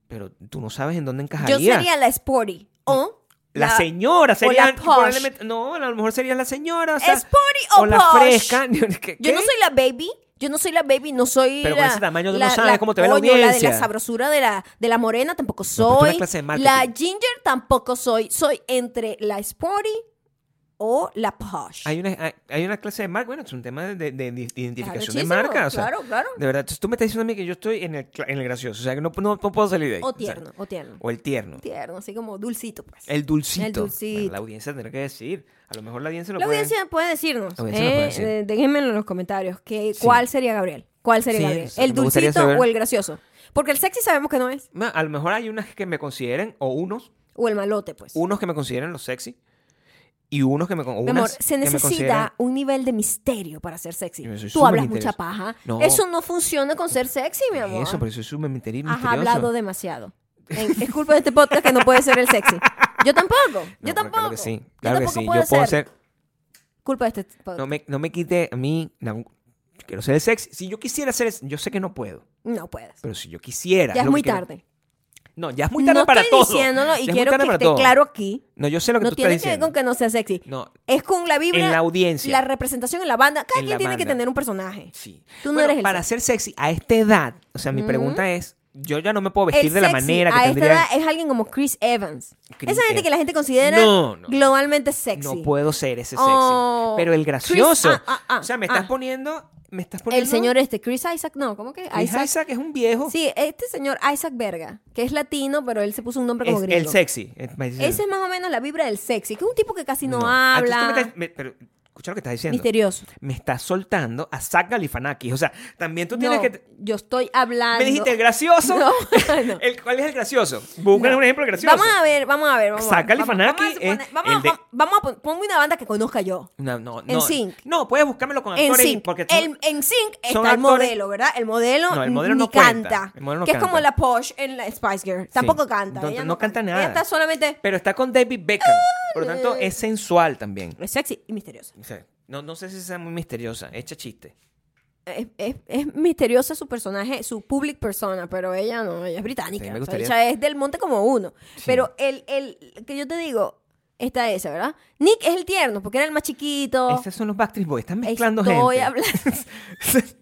Speaker 2: Pero tú no sabes en dónde encajaría.
Speaker 1: Yo sería la sporty. O
Speaker 2: La,
Speaker 1: La-
Speaker 2: señora sería.
Speaker 1: la posh.
Speaker 2: probablemente- no, a lo mejor sería la señora. O, sea,
Speaker 1: ¿Es party o,
Speaker 2: o la
Speaker 1: posh?
Speaker 2: fresca. ¿Qué?
Speaker 1: Yo no soy la baby. Yo no soy la baby, no soy
Speaker 2: Pero
Speaker 1: la,
Speaker 2: con ese tamaño tú
Speaker 1: la-
Speaker 2: no sabes
Speaker 1: la-
Speaker 2: cómo te ve la
Speaker 1: coño, La de la
Speaker 2: audiencia.
Speaker 1: sabrosura de la, de la morena tampoco
Speaker 2: pero tú eres
Speaker 1: soy.
Speaker 2: clase de marketing.
Speaker 1: la ginger tampoco soy. Soy entre la sporty o la posh.
Speaker 2: Hay una, hay, hay una clase de marca. Bueno, es un tema de, de- de
Speaker 1: Está
Speaker 2: identificación de
Speaker 1: arrechísimo,
Speaker 2: marca. O sea,
Speaker 1: claro, claro.
Speaker 2: De verdad, entonces tú me estás diciendo a mí que yo estoy en el, cla- en el gracioso. O sea, que no, no, no puedo salir de ahí.
Speaker 1: O
Speaker 2: sea,
Speaker 1: tierno, o tierno.
Speaker 2: o el tierno.
Speaker 1: Tierno, así como dulcito, pues.
Speaker 2: El dulcito.
Speaker 1: El dulcito.
Speaker 2: Bueno, la audiencia tendrá que decir. A lo mejor la audiencia lo
Speaker 1: la
Speaker 2: puede...
Speaker 1: audiencia puede decirnos.
Speaker 2: La audiencia nos puede
Speaker 1: eh,
Speaker 2: decir.
Speaker 1: eh, déjenmelo en los comentarios. Que,
Speaker 2: Sí.
Speaker 1: ¿Cuál sería Gabriel? ¿Cuál sería
Speaker 2: Sí,
Speaker 1: Gabriel?
Speaker 2: eso,
Speaker 1: ¿El
Speaker 2: me gustaría
Speaker 1: dulcito
Speaker 2: saber.
Speaker 1: o el gracioso? Porque el sexy sabemos que no es.
Speaker 2: Ma, A lo mejor hay unas que me consideren, o unos,
Speaker 1: O el malote, pues.
Speaker 2: unos que me consideren los sexy, y unos que me, con- o
Speaker 1: Mi amor,
Speaker 2: unas
Speaker 1: se
Speaker 2: que me consideran-
Speaker 1: necesita un nivel de misterio para ser sexy.
Speaker 2: Yo soy
Speaker 1: Tú
Speaker 2: súper
Speaker 1: hablas mucha
Speaker 2: misterioso.
Speaker 1: paja.
Speaker 2: No.
Speaker 1: Eso no funciona con ser sexy, mi amor.
Speaker 2: Eso, pero eso es sumamente misterioso.
Speaker 1: Has hablado demasiado. En- es culpa de este podcast que no puede ser el sexy. Yo tampoco. yo
Speaker 2: No, pero
Speaker 1: tampoco.
Speaker 2: Claro que sí, claro
Speaker 1: yo tampoco
Speaker 2: que sí.
Speaker 1: puedo
Speaker 2: Yo puedo
Speaker 1: ser.
Speaker 2: ser...
Speaker 1: Culpa de este podcast.
Speaker 2: No
Speaker 1: No,
Speaker 2: me, no me quite a mí... no, yo quiero ser sexy. Si yo quisiera ser... Yo sé que no puedo,
Speaker 1: puedes.
Speaker 2: pero si yo quisiera...
Speaker 1: Ya es
Speaker 2: lo que
Speaker 1: muy
Speaker 2: quiero-
Speaker 1: tarde.
Speaker 2: No, ya es muy tarde
Speaker 1: no
Speaker 2: para
Speaker 1: estoy
Speaker 2: todo.
Speaker 1: diciéndolo
Speaker 2: Ya
Speaker 1: y
Speaker 2: es muy
Speaker 1: quiero
Speaker 2: tarde
Speaker 1: que
Speaker 2: para
Speaker 1: esté
Speaker 2: todo.
Speaker 1: claro aquí.
Speaker 2: No, yo sé lo que
Speaker 1: No
Speaker 2: tú estás
Speaker 1: tiene que ver
Speaker 2: diciendo.
Speaker 1: con que no sea sexy.
Speaker 2: No,
Speaker 1: Es con la vibra,
Speaker 2: en la
Speaker 1: la,
Speaker 2: audiencia.
Speaker 1: representación en la banda. Cada
Speaker 2: En
Speaker 1: quien
Speaker 2: la
Speaker 1: tiene que
Speaker 2: banda.
Speaker 1: tener un personaje.
Speaker 2: Sí.
Speaker 1: Tú no
Speaker 2: Bueno,
Speaker 1: eres el
Speaker 2: para ser sexy a esta edad, o sea, mi
Speaker 1: Ujú.
Speaker 2: pregunta es, yo ya no me puedo vestir
Speaker 1: El
Speaker 2: de la
Speaker 1: sexy
Speaker 2: manera que
Speaker 1: a
Speaker 2: tendría.
Speaker 1: esta edad es alguien como Chris Evans.
Speaker 2: Chris
Speaker 1: Esa gente
Speaker 2: Evans.
Speaker 1: que la gente considera
Speaker 2: No, no.
Speaker 1: globalmente sexy.
Speaker 2: No puedo ser ese sexy.
Speaker 1: Oh,
Speaker 2: Pero el
Speaker 1: Chris-
Speaker 2: gracioso,
Speaker 1: ah, ah, ah,
Speaker 2: o sea, me
Speaker 1: ah.
Speaker 2: estás poniendo, me estás poniendo.
Speaker 1: El señor este, Chris Isaac, no, ¿cómo que?
Speaker 2: Chris Isaac, es un viejo.
Speaker 1: Sí, este señor Isaac Verga, que es latino, pero él se puso un nombre como
Speaker 2: es
Speaker 1: gringo.
Speaker 2: el sexy. Es- me dicen-
Speaker 1: Ese es más o menos la vibra del sexy, que es un tipo que casi no,
Speaker 2: Ah, entonces tú me
Speaker 1: habla,
Speaker 2: estás- me- pero escucha lo que estás diciendo.
Speaker 1: misterioso.
Speaker 2: Me estás soltando a Zach Galifianakis, o sea, también tú tienes
Speaker 1: No,
Speaker 2: que
Speaker 1: yo estoy hablando.
Speaker 2: me dijiste el gracioso.
Speaker 1: No, no.
Speaker 2: El, ¿Cuál es el gracioso? Busca
Speaker 1: No.
Speaker 2: un ejemplo gracioso.
Speaker 1: Vamos a ver, vamos a ver. Vamos a ver,
Speaker 2: Saca
Speaker 1: vamos-
Speaker 2: Galifianakis,
Speaker 1: Vamos, a suponer-
Speaker 2: eh,
Speaker 1: vamos a-
Speaker 2: el de-
Speaker 1: vamos a pon- ponme una banda que conozca yo.
Speaker 2: No, no,
Speaker 1: En
Speaker 2: no.
Speaker 1: Sync.
Speaker 2: No, puedes buscármelo con
Speaker 1: En
Speaker 2: actores
Speaker 1: sync.
Speaker 2: porque tú-
Speaker 1: El- en sync está
Speaker 2: son
Speaker 1: el
Speaker 2: actores-
Speaker 1: modelo, ¿verdad? El modelo,
Speaker 2: No, el modelo
Speaker 1: ni
Speaker 2: no cuenta.
Speaker 1: canta.
Speaker 2: El modelo no
Speaker 1: que es
Speaker 2: canta.
Speaker 1: como la Posh en la Spice Girl. Tampoco canta.
Speaker 2: No-
Speaker 1: ella
Speaker 2: no canta nada.
Speaker 1: Ella está solamente
Speaker 2: pero está con David Beckham.
Speaker 1: Ah,
Speaker 2: Por lo tanto, es sensual también.
Speaker 1: es sexy y misteriosa.
Speaker 2: O sea, no, no sé si sea muy misteriosa. Echa chiste.
Speaker 1: Es, es- es misteriosa su personaje, su public persona, pero ella no, ella es británica.
Speaker 2: Sí, me
Speaker 1: O sea,
Speaker 2: gustaría-
Speaker 1: ella es del monte como uno. Pero el, el que yo te digo, está esa, ¿verdad? Nick es el tierno, porque era el más chiquito.
Speaker 2: Esos son los Backstreet Boys. Están mezclando
Speaker 1: Oh. Estoy
Speaker 2: gente.
Speaker 1: hablando.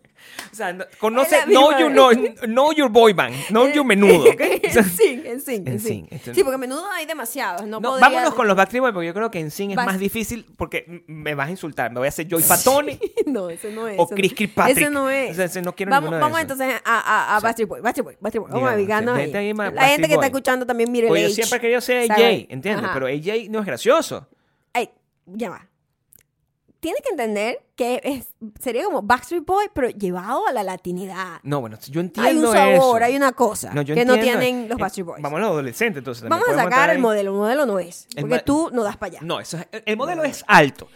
Speaker 2: o sea, no- conoce
Speaker 1: Es la
Speaker 2: know,
Speaker 1: misma
Speaker 2: your, no, know your boy band. Know your menudo, ¿ok? O sea,
Speaker 1: en sync, en sync, en
Speaker 2: en
Speaker 1: sync.
Speaker 2: sync, en sync.
Speaker 1: Sí, porque a menudo hay demasiados. No,
Speaker 2: no,
Speaker 1: podría-
Speaker 2: vámonos con los Backstreet Boys porque yo creo que en sí es
Speaker 1: Vas-
Speaker 2: más difícil porque m- me vas a insultar. Me voy a hacer Joy Fatone
Speaker 1: no, ese no es.
Speaker 2: o
Speaker 1: ese no-
Speaker 2: Chris Kirkpatrick.
Speaker 1: Ese no es.
Speaker 2: O sea, ese no quiero
Speaker 1: vamos
Speaker 2: ninguno de
Speaker 1: vamos
Speaker 2: esos.
Speaker 1: entonces a, a, a Backstreet Boy, Backstreet Boy, Backstreet Boy. Vamos a
Speaker 2: Digamos,
Speaker 1: ubicarnos
Speaker 2: vete ahí
Speaker 1: ahí.
Speaker 2: más
Speaker 1: La gente
Speaker 2: Backstreet
Speaker 1: que está
Speaker 2: Boy.
Speaker 1: escuchando también mire el
Speaker 2: Oye, yo
Speaker 1: age,
Speaker 2: siempre quería ser
Speaker 1: ¿saben?
Speaker 2: AJ, ¿entiendes?
Speaker 1: Ajá.
Speaker 2: Pero AJ no es gracioso.
Speaker 1: Ay, ya va. Tiene que entender que es, sería como Backstreet Boy, pero llevado a la latinidad.
Speaker 2: No, bueno, yo entiendo
Speaker 1: Hay un sabor,
Speaker 2: eso.
Speaker 1: hay una cosa
Speaker 2: No, yo
Speaker 1: que no
Speaker 2: entiendo.
Speaker 1: tienen los
Speaker 2: Eh,
Speaker 1: Backstreet Boys.
Speaker 2: Vamos a los adolescentes, entonces. también
Speaker 1: Vamos a
Speaker 2: podemos
Speaker 1: sacar
Speaker 2: entrar
Speaker 1: el
Speaker 2: ahí.
Speaker 1: modelo. El modelo no es.
Speaker 2: El
Speaker 1: Porque
Speaker 2: ma-
Speaker 1: tú no das para allá.
Speaker 2: No, eso es- el modelo es alto.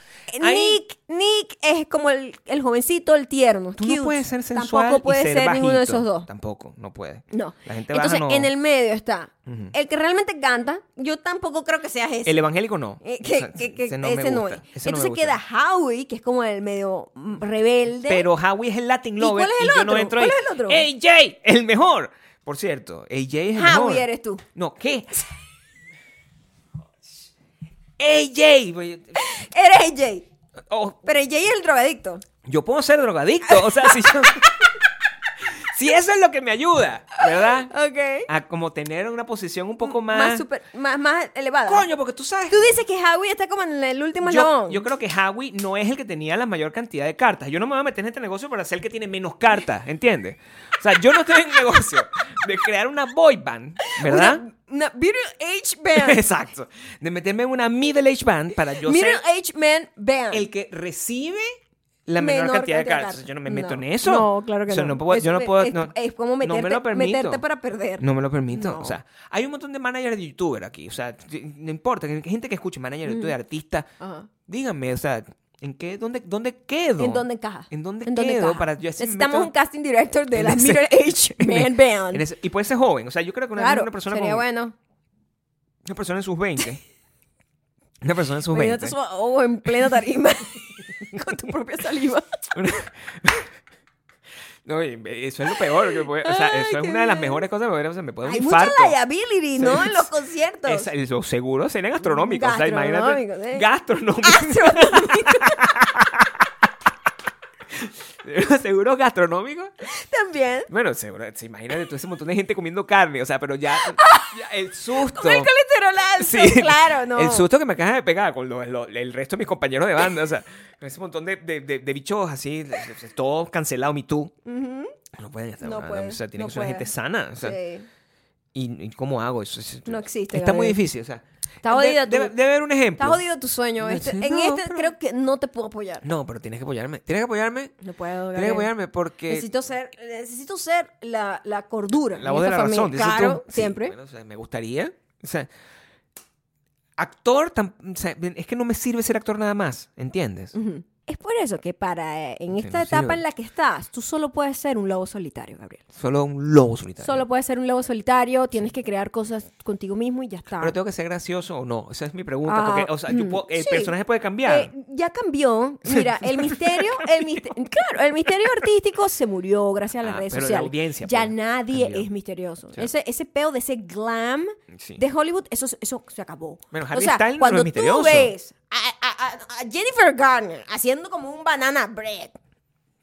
Speaker 2: Ahí-
Speaker 1: Nick, Nick es como el, el jovencito, el tierno.
Speaker 2: Tú
Speaker 1: cute.
Speaker 2: no puedes ser sensual
Speaker 1: Tampoco puede
Speaker 2: y
Speaker 1: ser,
Speaker 2: ser, bajito.
Speaker 1: ninguno de esos dos.
Speaker 2: Tampoco, no puede.
Speaker 1: No.
Speaker 2: La gente
Speaker 1: Entonces,
Speaker 2: baja, no.
Speaker 1: en el medio está
Speaker 2: Ujú.
Speaker 1: el que realmente canta. Yo tampoco creo que seas ese.
Speaker 2: El evangélico no.
Speaker 1: Eh,
Speaker 2: O
Speaker 1: que-
Speaker 2: sea,
Speaker 1: que- que- ese no,
Speaker 2: me
Speaker 1: es.
Speaker 2: gusta. Ese no me
Speaker 1: Entonces
Speaker 2: gusta.
Speaker 1: queda Howie, que es como el medio mm, rebelde.
Speaker 2: Pero Howie es el Latin
Speaker 1: ¿Y
Speaker 2: lover
Speaker 1: cuál es el
Speaker 2: y yo no
Speaker 1: otro?
Speaker 2: entro
Speaker 1: ¿Cuál
Speaker 2: ahí.
Speaker 1: es el otro?
Speaker 2: AJ, el mejor. Por cierto, AJ es el mejor.
Speaker 1: Howie eres tú.
Speaker 2: No, ¿qué? AJ. güey.
Speaker 1: Eres AJ.
Speaker 2: Oh,
Speaker 1: Pero AJ es el drogadicto.
Speaker 2: yo puedo ser drogadicto. O sea, si yo- si eso es lo que me ayuda, ¿verdad?
Speaker 1: Ok.
Speaker 2: A como tener una posición un poco más.
Speaker 1: Más, super, más, más elevada.
Speaker 2: Coño, porque tú sabes.
Speaker 1: Tú dices que Howie está como en el último
Speaker 2: yo,
Speaker 1: eslabón.
Speaker 2: yo creo que Howie no es el que tenía la mayor cantidad de cartas. Yo no me voy a meter en este negocio para ser el que tiene menos cartas, ¿entiendes? O sea, yo no estoy en el negocio de crear una boy band, ¿verdad?
Speaker 1: Una, una Middle Age Band.
Speaker 2: Exacto. De meterme en una middle age band para yo
Speaker 1: middle
Speaker 2: ser
Speaker 1: Age Man Band.
Speaker 2: el que recibe la menor, cantidad de cartas. Yo no me meto en eso.
Speaker 1: No, claro que
Speaker 2: O sea,
Speaker 1: no.
Speaker 2: puedo-
Speaker 1: Es-
Speaker 2: yo no
Speaker 1: es-
Speaker 2: puedo.
Speaker 1: Es,
Speaker 2: no-
Speaker 1: es como
Speaker 2: no me
Speaker 1: meterte,
Speaker 2: lo permito.
Speaker 1: meterte para perder.
Speaker 2: No me lo permito.
Speaker 1: No.
Speaker 2: O sea, hay un montón de managers de youtuber aquí. O sea, no importa. que- que Gente que escuche manager de
Speaker 1: Mm.
Speaker 2: youtuber, artista.
Speaker 1: Ajá.
Speaker 2: Díganme, o sea, ¿en qué? ¿Dónde, dónde quedo?
Speaker 1: ¿En dónde encaja?
Speaker 2: ¿En dónde quedo?
Speaker 1: encaja?
Speaker 2: Para yo así me
Speaker 1: Necesitamos
Speaker 2: meto-
Speaker 1: un casting director de
Speaker 2: en
Speaker 1: la
Speaker 2: ese-
Speaker 1: Middle Age Man
Speaker 2: en
Speaker 1: Band.
Speaker 2: ese- y puede ser joven. O sea, yo creo que una,
Speaker 1: Claro,
Speaker 2: una persona
Speaker 1: sería
Speaker 2: con-
Speaker 1: bueno.
Speaker 2: una persona en sus 20. Una persona en sus 20.
Speaker 1: Imagínate oh, su ojo en plena tarima con tu propia saliva.
Speaker 2: Una- No, y eso es lo peor. que puede- o sea,
Speaker 1: Ay,
Speaker 2: eso es
Speaker 1: qué
Speaker 2: una de las
Speaker 1: bien.
Speaker 2: mejores cosas. porque, o sea, me puede dar
Speaker 1: Hay
Speaker 2: un
Speaker 1: mucha
Speaker 2: infarto.
Speaker 1: liability, ¿no? En los conciertos.
Speaker 2: Esa- los seguros serían gastronómicos. O sea,
Speaker 1: Gastronómicos,
Speaker 2: imagínate.
Speaker 1: ¿eh?
Speaker 2: Gastronómicos.
Speaker 1: Astro-
Speaker 2: Los seguros gastronómicos.
Speaker 1: También.
Speaker 2: Bueno, seguro, se imagínate todo ese montón de gente comiendo carne. O sea, pero ya, ya el susto.
Speaker 1: Con el colesterol alto,
Speaker 2: Sí.
Speaker 1: claro, ¿no?
Speaker 2: El susto que me acabas de pegar con lo- lo- el resto de mis compañeros de banda. O sea, con ese montón de, de, de- de bichos así, de- de- todo cancelado, me tú.
Speaker 1: Ujú,
Speaker 2: No pueden estar.
Speaker 1: No
Speaker 2: ¿verdad?
Speaker 1: puede,
Speaker 2: o sea, tiene
Speaker 1: no
Speaker 2: que ser una
Speaker 1: puede.
Speaker 2: gente sana. O sea,
Speaker 1: sí.
Speaker 2: ¿y, y cómo hago eso? Es-
Speaker 1: No existe,
Speaker 2: Está muy
Speaker 1: Gabriel.
Speaker 2: difícil. O sea,
Speaker 1: Está
Speaker 2: de-
Speaker 1: jodida tu-
Speaker 2: debe, debe haber un ejemplo.
Speaker 1: Está jodido tu sueño.
Speaker 2: No,
Speaker 1: este-
Speaker 2: sí,
Speaker 1: en
Speaker 2: no,
Speaker 1: este
Speaker 2: pero-
Speaker 1: creo que no te puedo apoyar.
Speaker 2: No, pero tienes que apoyarme. Tienes que apoyarme.
Speaker 1: No puedo.
Speaker 2: Tienes que
Speaker 1: Gabriel.
Speaker 2: apoyarme porque.
Speaker 1: Necesito ser, necesito ser la, la cordura.
Speaker 2: La
Speaker 1: en
Speaker 2: voz de
Speaker 1: esta
Speaker 2: la
Speaker 1: familia.
Speaker 2: razón, dices tú.
Speaker 1: Claro,
Speaker 2: Sí,
Speaker 1: siempre.
Speaker 2: bueno, o sea, me gustaría. O sea, actor, tam- o sea, es que no me sirve ser actor nada más, ¿entiendes?
Speaker 1: Ujú. Es por eso que para eh, en
Speaker 2: Sí,
Speaker 1: esta
Speaker 2: no
Speaker 1: etapa
Speaker 2: sirve.
Speaker 1: en la que estás, tú solo puedes ser un lobo solitario, Gabriel.
Speaker 2: Solo un lobo solitario.
Speaker 1: Solo puedes ser un lobo solitario, tienes que crear cosas contigo mismo y ya está.
Speaker 2: Pero tengo que ser gracioso o no. Esa es mi pregunta.
Speaker 1: Ah,
Speaker 2: porque, o sea, yo
Speaker 1: mm,
Speaker 2: puedo- el
Speaker 1: sí.
Speaker 2: personaje puede cambiar.
Speaker 1: Eh, ya cambió. Mira, el misterio, el miste- claro, el misterio artístico se murió gracias a las
Speaker 2: Ah,
Speaker 1: redes
Speaker 2: pero la
Speaker 1: sociales.
Speaker 2: audiencia,
Speaker 1: ya
Speaker 2: pues,
Speaker 1: nadie
Speaker 2: cambió.
Speaker 1: es misterioso.
Speaker 2: Sí.
Speaker 1: Ese, ese peo de ese glam
Speaker 2: Sí.
Speaker 1: de Hollywood, eso, eso se acabó.
Speaker 2: Bueno,
Speaker 1: o
Speaker 2: Harry
Speaker 1: sea,
Speaker 2: Styles no
Speaker 1: cuando
Speaker 2: es misterioso.
Speaker 1: tú ves a, a- a- a Jennifer Garner haciendo como un banana bread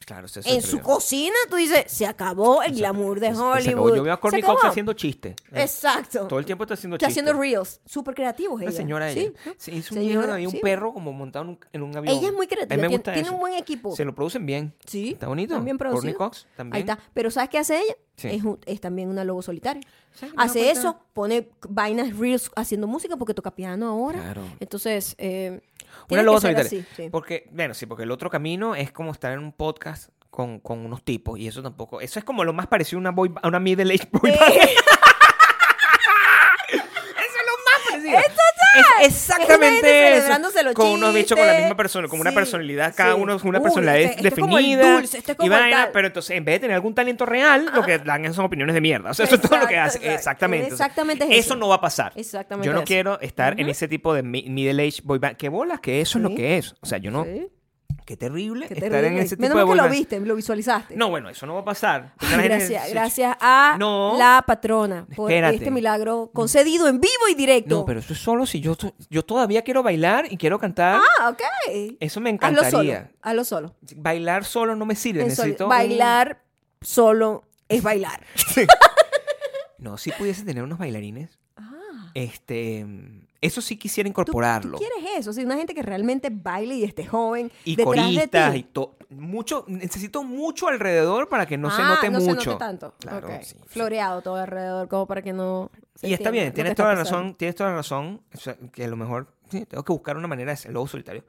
Speaker 2: Claro, eso es
Speaker 1: en su
Speaker 2: otro-
Speaker 1: cocina, tú dices, se acabó el glamour de
Speaker 2: eso- eso se acabó.
Speaker 1: Hollywood.
Speaker 2: Yo veo a Courtney
Speaker 1: Se acabó.
Speaker 2: Cox haciendo chistes.
Speaker 1: Exacto.
Speaker 2: Todo el tiempo está haciendo
Speaker 1: Está
Speaker 2: chistes.
Speaker 1: haciendo reels, súper creativos
Speaker 2: Una
Speaker 1: ella.
Speaker 2: señora
Speaker 1: Sí,
Speaker 2: ella.
Speaker 1: ¿no?
Speaker 2: Se hizo un
Speaker 1: Señora,
Speaker 2: video de un
Speaker 1: sí.
Speaker 2: perro como montado en un, en un avión.
Speaker 1: Ella es muy
Speaker 2: A
Speaker 1: creativa,
Speaker 2: mí me
Speaker 1: tiene,
Speaker 2: gusta
Speaker 1: tiene
Speaker 2: eso.
Speaker 1: un buen equipo.
Speaker 2: Se lo producen bien.
Speaker 1: Sí.
Speaker 2: Está bonito.
Speaker 1: También producido.
Speaker 2: Courtney Cox también.
Speaker 1: Ahí está. Pero ¿sabes qué hace ella?
Speaker 2: Sí.
Speaker 1: Es, un- es también una lobo solitaria.
Speaker 2: ¿Sabes qué me he
Speaker 1: Hace
Speaker 2: dado
Speaker 1: eso, pone vainas reels haciendo música porque toca piano ahora.
Speaker 2: Claro.
Speaker 1: Entonces, eh, tiene
Speaker 2: Una
Speaker 1: que
Speaker 2: loba
Speaker 1: ser
Speaker 2: solitaria.
Speaker 1: así, sí.
Speaker 2: Porque, bueno, sí, porque el otro camino es como estar en un podcast con, con unos tipos y eso tampoco. Eso es como lo más parecido a una, boy, a una middle age boy
Speaker 1: Eh.
Speaker 2: band. eso es lo más parecido. Es
Speaker 1: Es
Speaker 2: exactamente
Speaker 1: una gente
Speaker 2: eso.
Speaker 1: celebrándose los
Speaker 2: con unos bichos con la misma
Speaker 1: chistes.
Speaker 2: persona, con una
Speaker 1: Sí,
Speaker 2: personalidad, cada
Speaker 1: sí.
Speaker 2: uno es una
Speaker 1: Uy,
Speaker 2: personalidad
Speaker 1: este- este es como el
Speaker 2: definida.
Speaker 1: dulce, este es como
Speaker 2: y
Speaker 1: el
Speaker 2: vaina,
Speaker 1: tal.
Speaker 2: pero entonces en vez de tener algún talento real, lo que dan son opiniones de mierda. O sea, eso es todo lo que
Speaker 1: Exacto,
Speaker 2: hace.
Speaker 1: exacto.
Speaker 2: Exactamente. O sea,
Speaker 1: Exactamente es
Speaker 2: eso
Speaker 1: eso.
Speaker 2: no va a pasar.
Speaker 1: Exactamente
Speaker 2: Yo no
Speaker 1: eso.
Speaker 2: quiero estar en ese tipo de mi- middle age boy band. Qué bolas, que eso es
Speaker 1: Sí.
Speaker 2: lo que es. O sea, yo no.
Speaker 1: Sí,
Speaker 2: Qué terrible
Speaker 1: qué
Speaker 2: estar en
Speaker 1: terrible.
Speaker 2: ese tipo
Speaker 1: Menos
Speaker 2: de
Speaker 1: mal que
Speaker 2: boy
Speaker 1: lo
Speaker 2: band.
Speaker 1: viste, lo visualizaste.
Speaker 2: No, bueno, eso no va a pasar. Porque
Speaker 1: Ay,
Speaker 2: la gente-
Speaker 1: gracias,
Speaker 2: sí,
Speaker 1: gracias a
Speaker 2: No.
Speaker 1: la patrona por
Speaker 2: Espérate.
Speaker 1: este milagro concedido en vivo y directo.
Speaker 2: No, pero eso es solo si yo, to- yo todavía quiero bailar y quiero cantar.
Speaker 1: Ah, ok.
Speaker 2: eso me
Speaker 1: Hazlo solo.
Speaker 2: encantaría.
Speaker 1: Hazlo solo.
Speaker 2: Bailar solo no me sirve.
Speaker 1: En sol-
Speaker 2: Necesito un-
Speaker 1: Bailar solo es bailar.
Speaker 2: No, si pudiese tener unos bailarines.
Speaker 1: Ah.
Speaker 2: Este, eso sí quisiera
Speaker 1: ¿Tú,
Speaker 2: incorporarlo.
Speaker 1: tú quieres eso? Sí, una gente que realmente baile y esté joven
Speaker 2: y
Speaker 1: detrás
Speaker 2: coristas
Speaker 1: de
Speaker 2: y
Speaker 1: ti.
Speaker 2: todo. Mucho, necesito mucho alrededor para que no se
Speaker 1: Ah,
Speaker 2: note
Speaker 1: no
Speaker 2: mucho.
Speaker 1: se note tanto.
Speaker 2: Claro,
Speaker 1: Ok.
Speaker 2: sí, sí.
Speaker 1: Floreado todo alrededor, como para que no. se
Speaker 2: Y está
Speaker 1: entienda
Speaker 2: bien,
Speaker 1: lo
Speaker 2: tienes
Speaker 1: que está
Speaker 2: toda la
Speaker 1: pasando.
Speaker 2: razón, tienes toda la razón, o sea, que a lo mejor sí, tengo que buscar una manera de ser lobo solitario.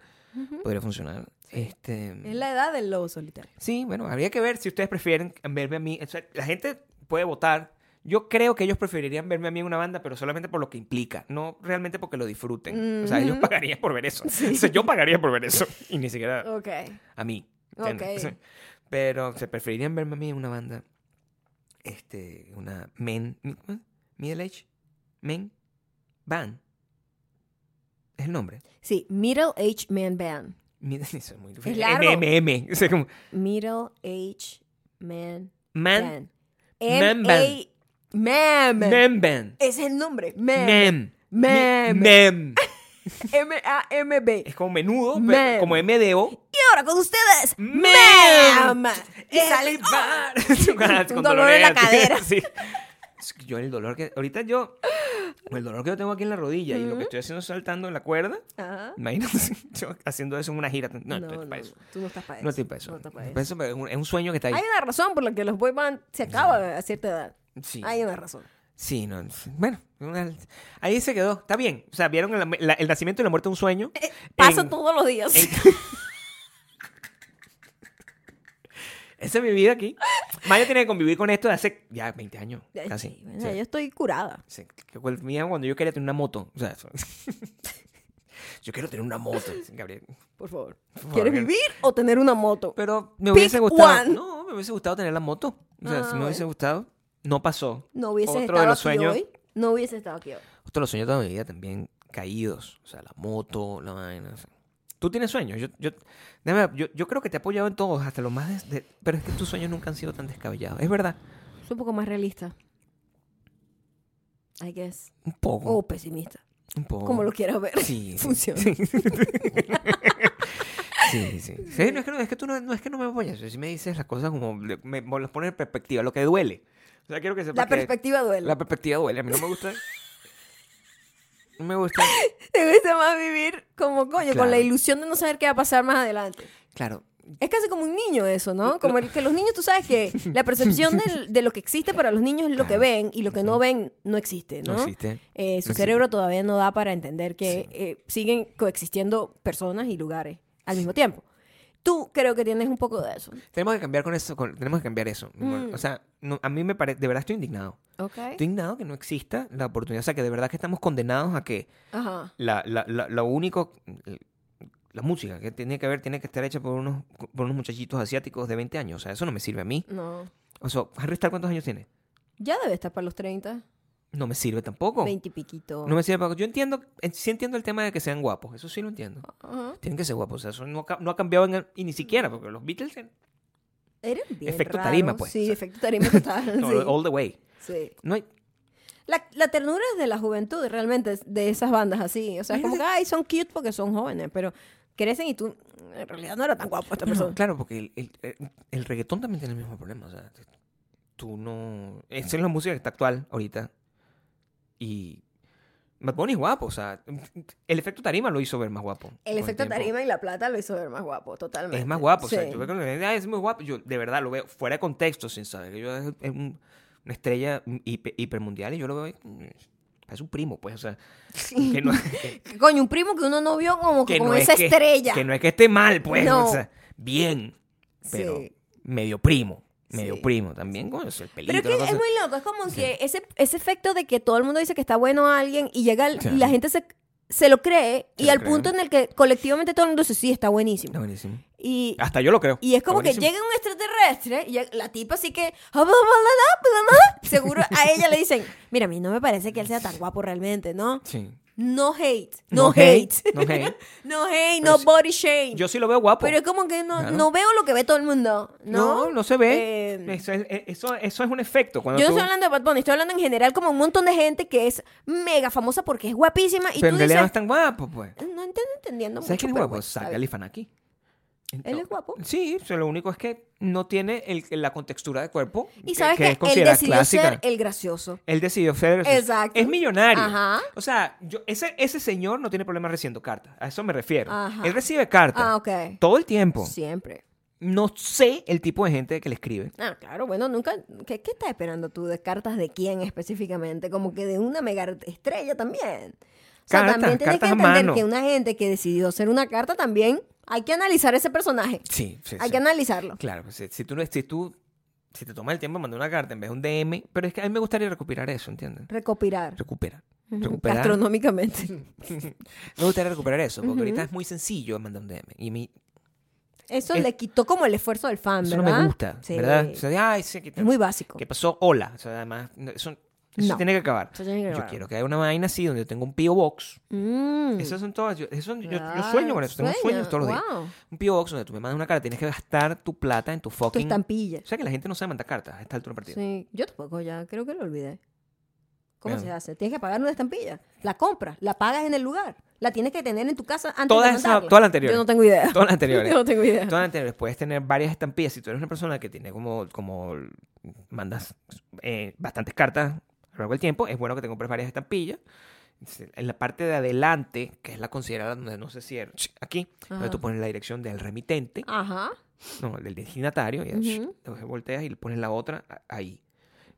Speaker 2: Podría funcionar. Este,
Speaker 1: Es la edad del lobo solitario.
Speaker 2: Sí, bueno, habría que ver si ustedes prefieren verme a mí. O sea, la gente puede votar. Yo creo que ellos preferirían verme a mí en una banda, pero solamente por lo que implica, no realmente porque lo disfruten. O sea, ellos
Speaker 1: Ujú.
Speaker 2: pagarían por ver eso. O sea, yo pagaría por ver eso y ni siquiera
Speaker 1: Ok.
Speaker 2: a mí. ¿entiendes?
Speaker 1: Ok.
Speaker 2: Pero se preferirían verme a mí en una banda. Este, una men. ¿cómo es? Middle Age. Men. Band. Es el nombre.
Speaker 1: Sí, Middle Age Man Band.
Speaker 2: Mid- Eso es muy
Speaker 1: Es largo.
Speaker 2: MMM. O sea, como.
Speaker 1: Middle Age Man
Speaker 2: Man.
Speaker 1: Band. M A- Mem.
Speaker 2: Mem Band.
Speaker 1: Ese es el nombre. Mem.
Speaker 2: Mem.
Speaker 1: Mem.
Speaker 2: Mem.
Speaker 1: M-A-M-B.
Speaker 2: Es como menudo,
Speaker 1: Mem.
Speaker 2: pero como MDO.
Speaker 1: Y ahora con ustedes,
Speaker 2: Mem.
Speaker 1: Mem. Y sale
Speaker 2: Everybody.
Speaker 1: Eh, oh, Un
Speaker 2: Con
Speaker 1: dolor en la
Speaker 2: dolores,
Speaker 1: cadera.
Speaker 2: sí. Es que Yo el dolor que... Ahorita yo... con El dolor que yo tengo aquí en la rodilla y lo que estoy haciendo es saltando en la cuerda.
Speaker 1: Ajá.
Speaker 2: Imagínate yo haciendo eso en una gira. No, no, estoy para eso.
Speaker 1: tú no estás para eso.
Speaker 2: No estoy para eso.
Speaker 1: No estás para
Speaker 2: Estoy para
Speaker 1: eso.
Speaker 2: eso, pero es un- es un sueño que está ahí.
Speaker 1: Hay una razón por la que los boy band se acaban a cierta edad.
Speaker 2: Sí.
Speaker 1: Hay una razón.
Speaker 2: Sí, no. Bueno, una- ahí se quedó. Está bien. O sea, vieron el, la- el nacimiento y la muerte de un
Speaker 1: Eh,
Speaker 2: sueño.
Speaker 1: Pasa
Speaker 2: Eh, En-
Speaker 1: todos los días.
Speaker 2: Esa es mi vida aquí. Maya tiene que convivir con esto de hace ya 20 años.
Speaker 1: Ay,
Speaker 2: Casi.
Speaker 1: sí, bueno,
Speaker 2: Sí.
Speaker 1: Yo estoy curada.
Speaker 2: Sí, que fue el mío cuando yo quería tener una moto. O sea, eso. yo quiero tener una moto, Gabriel.
Speaker 1: Por favor.
Speaker 2: favor,
Speaker 1: ¿Quieres
Speaker 2: Gabriel.
Speaker 1: vivir o tener una moto?
Speaker 2: Pero me
Speaker 1: Pick
Speaker 2: hubiese gustado.
Speaker 1: one.
Speaker 2: No, me hubiese gustado tener la moto. O sea,
Speaker 1: Ah,
Speaker 2: si me hubiese gustado, no pasó.
Speaker 1: No hubiese
Speaker 2: Otro
Speaker 1: estado
Speaker 2: de los
Speaker 1: aquí
Speaker 2: sueños.
Speaker 1: hoy. No hubiese estado aquí hoy.
Speaker 2: Otro de los sueños de mi vida también caídos. O sea, la moto, la vaina. o sea. Tú tienes sueños. Yo, yo, déjame- yo, yo creo que te he apoyado en todos, hasta los más... des- de- pero es que tus sueños nunca han sido tan descabellados. Es verdad.
Speaker 1: Soy un poco más realista. I guess.
Speaker 2: Un poco.
Speaker 1: O pesimista.
Speaker 2: un poco.
Speaker 1: Oh, Como lo quieras ver.
Speaker 2: Oh. Sí.
Speaker 1: Funciona.
Speaker 2: Sí, sí. sí. Sí, no, es que, no, es que tú no, no es que no me apoyas. Si me dices las cosas como... le- Me, me las pones en perspectiva, lo que duele. O sea, quiero que sepas
Speaker 1: La
Speaker 2: que
Speaker 1: perspectiva duele.
Speaker 2: La perspectiva duele. A mí no me gusta... No me gusta...
Speaker 1: Te gusta más vivir como coño,
Speaker 2: Claro.
Speaker 1: con la ilusión de no saber qué va a pasar más adelante.
Speaker 2: Claro.
Speaker 1: Es casi como un niño eso, ¿no? Como el que los niños, tú sabes que la percepción del- de, lo que existe para los niños es lo que
Speaker 2: Claro.
Speaker 1: ven y lo que no ven no existe, ¿no?
Speaker 2: No existe.
Speaker 1: Eh, su
Speaker 2: No
Speaker 1: cerebro todavía no da para entender que eh, siguen coexistiendo personas y lugares al mismo tiempo. Tú creo que tienes un poco de eso.
Speaker 2: Tenemos que cambiar con eso, con- tenemos que cambiar eso.
Speaker 1: Mm.
Speaker 2: O sea, no- a mí me parece, de verdad estoy indignado.
Speaker 1: Ok.
Speaker 2: Estoy indignado que no exista la oportunidad, o sea, que de verdad que estamos condenados a que
Speaker 1: Ajá.
Speaker 2: la, la- la- lo único, la música que tiene que ver, tiene que estar hecha por unos, por unos muchachitos asiáticos de 20 años. O sea, eso no me sirve a mí.
Speaker 1: No.
Speaker 2: O sea, Harry Styles, ¿cuántos años tiene?
Speaker 1: Ya debe estar para los 30,
Speaker 2: No me sirve tampoco.
Speaker 1: 20 y piquito.
Speaker 2: No me sirve para... Yo entiendo, eh, sí entiendo el tema de que sean guapos, eso sí lo entiendo.
Speaker 1: Ajá.
Speaker 2: Tienen que ser guapos, o sea, eso no, ha ca- no ha cambiado en el- y ni siquiera, porque los Beatles, eh,
Speaker 1: Eres bien
Speaker 2: Efecto
Speaker 1: raro.
Speaker 2: tarima, pues.
Speaker 1: Sí, efecto tarima total.
Speaker 2: no,
Speaker 1: sí.
Speaker 2: all the way.
Speaker 1: Sí.
Speaker 2: No hay,
Speaker 1: La, la ternura es de la juventud, realmente, es de esas bandas así. O sea, es como que, ay, son cute porque son jóvenes, pero crecen y tú, en realidad no era tan guapo esta
Speaker 2: No,
Speaker 1: persona.
Speaker 2: claro, porque el, el- el- el reggaetón también tiene el mismo problema. O sea, t- tú no. Esa es la música que está actual ahorita. Y. Bad Bunny es guapo, o sea. El efecto tarima lo hizo ver más guapo. con
Speaker 1: El efecto
Speaker 2: tiempo.
Speaker 1: tarima y la plata lo hizo ver más guapo, totalmente.
Speaker 2: Es más guapo, o sea,
Speaker 1: Sí.
Speaker 2: yo veo que la gente, "Ah, es muy guapo. Yo de verdad lo veo fuera de contexto, sin saber. que Yo es es un- una estrella hiper- hipermundial y yo lo veo. y, mm, Es un primo, pues, o sea. Que no, que-
Speaker 1: Coño, un primo que uno no vio como que
Speaker 2: que
Speaker 1: con
Speaker 2: no es
Speaker 1: esa
Speaker 2: que-
Speaker 1: estrella.
Speaker 2: Que no es que esté mal, pues.
Speaker 1: No.
Speaker 2: o sea, bien. Pero
Speaker 1: Sí.
Speaker 2: medio primo. Medio
Speaker 1: Sí.
Speaker 2: primo también, coño, es el pelito.
Speaker 1: Pero es que
Speaker 2: la cosa.
Speaker 1: es muy loco, es como que ese, ese efecto de que todo el mundo dice que está bueno alguien y llega el- y la gente se, se lo cree
Speaker 2: Se
Speaker 1: y
Speaker 2: lo
Speaker 1: al
Speaker 2: creen.
Speaker 1: punto en el que colectivamente todo el mundo dice, sí, está buenísimo.
Speaker 2: Está buenísimo.
Speaker 1: Y,
Speaker 2: Hasta yo lo creo.
Speaker 1: Y es como
Speaker 2: Está
Speaker 1: que
Speaker 2: buenísimo.
Speaker 1: llega un extraterrestre y la tipa así que... "Ah, Seguro a ella le dicen, mira, a mí no me parece que él sea tan guapo realmente, ¿no?
Speaker 2: Sí.
Speaker 1: No hate, no, hate.
Speaker 2: No hate.
Speaker 1: No hate,
Speaker 2: Pero
Speaker 1: no
Speaker 2: sí-
Speaker 1: body shame.
Speaker 2: Yo sí lo veo guapo.
Speaker 1: Pero es como que no,
Speaker 2: Claro.
Speaker 1: no veo lo que ve todo el mundo, ¿no?
Speaker 2: no, no se ve.
Speaker 1: Eh,
Speaker 2: eso, es, eso, eso es un efecto. Cuando
Speaker 1: yo no
Speaker 2: tú...
Speaker 1: estoy hablando de Bad Bunny, estoy hablando en general como un montón de gente que es mega famosa porque es guapísima y
Speaker 2: Pero en
Speaker 1: tú
Speaker 2: realidad no
Speaker 1: dices...
Speaker 2: es tan guapo, pues.
Speaker 1: No entiendo entendiendo
Speaker 2: ¿Sabes
Speaker 1: mucho,
Speaker 2: quién es
Speaker 1: pero
Speaker 2: guapo?
Speaker 1: bueno, está
Speaker 2: Zac
Speaker 1: bien.
Speaker 2: Galifianakis.
Speaker 1: Él es guapo.
Speaker 2: Sí, o sea, lo único es que no tiene el- la contextura de cuerpo
Speaker 1: Y sabes
Speaker 2: que,
Speaker 1: que,
Speaker 2: es
Speaker 1: él
Speaker 2: considerada
Speaker 1: decidió
Speaker 2: clásica.
Speaker 1: ser el gracioso.
Speaker 2: Él decidió ser.
Speaker 1: Exacto.
Speaker 2: Es millonario.
Speaker 1: Ajá.
Speaker 2: O sea, yo, ese, ese señor no tiene problema recibiendo cartas. A eso me refiero.
Speaker 1: Ajá.
Speaker 2: Él recibe cartas.
Speaker 1: Ah, ok.
Speaker 2: Todo el tiempo.
Speaker 1: Siempre.
Speaker 2: No sé el tipo de gente que le escribe.
Speaker 1: Ah, claro, bueno, nunca. ¿Qué, qué estás esperando tú de cartas de quién específicamente? Como que de una mega estrella también. O sea,
Speaker 2: Cartas,
Speaker 1: también tienes que
Speaker 2: cartas a
Speaker 1: entender
Speaker 2: mano.
Speaker 1: que una gente que decidió hacer una carta también hay que analizar ese personaje.
Speaker 2: Sí, sí.
Speaker 1: Hay que analizarlo.
Speaker 2: Claro, pues, si, si tú no si tú si te tomas el tiempo de mandar una carta en vez de un DM, pero es que a mí me gustaría recuperar eso, ¿entiendes?
Speaker 1: Recopilar.
Speaker 2: Recupera.
Speaker 1: Ujú,
Speaker 2: Recuperar.
Speaker 1: Gastronómicamente.
Speaker 2: Me gustaría recuperar eso, porque ahorita es muy sencillo mandar un DM y a mí
Speaker 1: Eso
Speaker 2: Es-
Speaker 1: le quitó como el esfuerzo del fan,
Speaker 2: eso
Speaker 1: ¿verdad?
Speaker 2: no me gusta,
Speaker 1: Sí.
Speaker 2: ¿verdad? O sea, ay, sí, que
Speaker 1: Es muy básico.
Speaker 2: ¿Qué pasó? Hola. O sea, además, no, eso, eso
Speaker 1: No.
Speaker 2: tiene que acabar.
Speaker 1: Eso tiene que
Speaker 2: yo
Speaker 1: acabar.
Speaker 2: quiero que haya una vaina así donde yo tenga un P.O. Box.
Speaker 1: Mm,
Speaker 2: Esas son todas. Yo, eso- yo- yo
Speaker 1: claro,
Speaker 2: sueño con eso. Tengo
Speaker 1: sueña,
Speaker 2: sueños todos los días.
Speaker 1: wow.
Speaker 2: Un P.O. Box donde tú me mandas una carta. Tienes que gastar tu plata en tu
Speaker 1: Tu
Speaker 2: fucking.
Speaker 1: estampilla.
Speaker 2: O sea que la gente no sabe mandar cartas a esta altura del partido.
Speaker 1: Sí, yo tampoco ya, creo que lo olvidé. ¿Cómo
Speaker 2: Bueno.
Speaker 1: se hace? Tienes que pagar una estampilla, la compras, la pagas en el lugar, la tienes que tener en tu casa antes
Speaker 2: Todas
Speaker 1: de
Speaker 2: esas-
Speaker 1: mandarla.
Speaker 2: todas las anteriores.
Speaker 1: Yo no tengo idea.
Speaker 2: Todas las anteriores.
Speaker 1: Yo no tengo idea.
Speaker 2: Todas las anteriores. Puedes tener varias estampillas. Si tú eres una persona que tiene como. como mandas eh, bastantes cartas a lo largo del tiempo, es bueno que te compres varias estampillas. En la parte de adelante, que es la considerada donde no se cierra, aquí, donde
Speaker 1: Ajá.
Speaker 2: tú pones la dirección del remitente,
Speaker 1: Ajá.
Speaker 2: no, del destinatario, y
Speaker 1: Ujú.
Speaker 2: entonces volteas y le pones la otra a- ahí.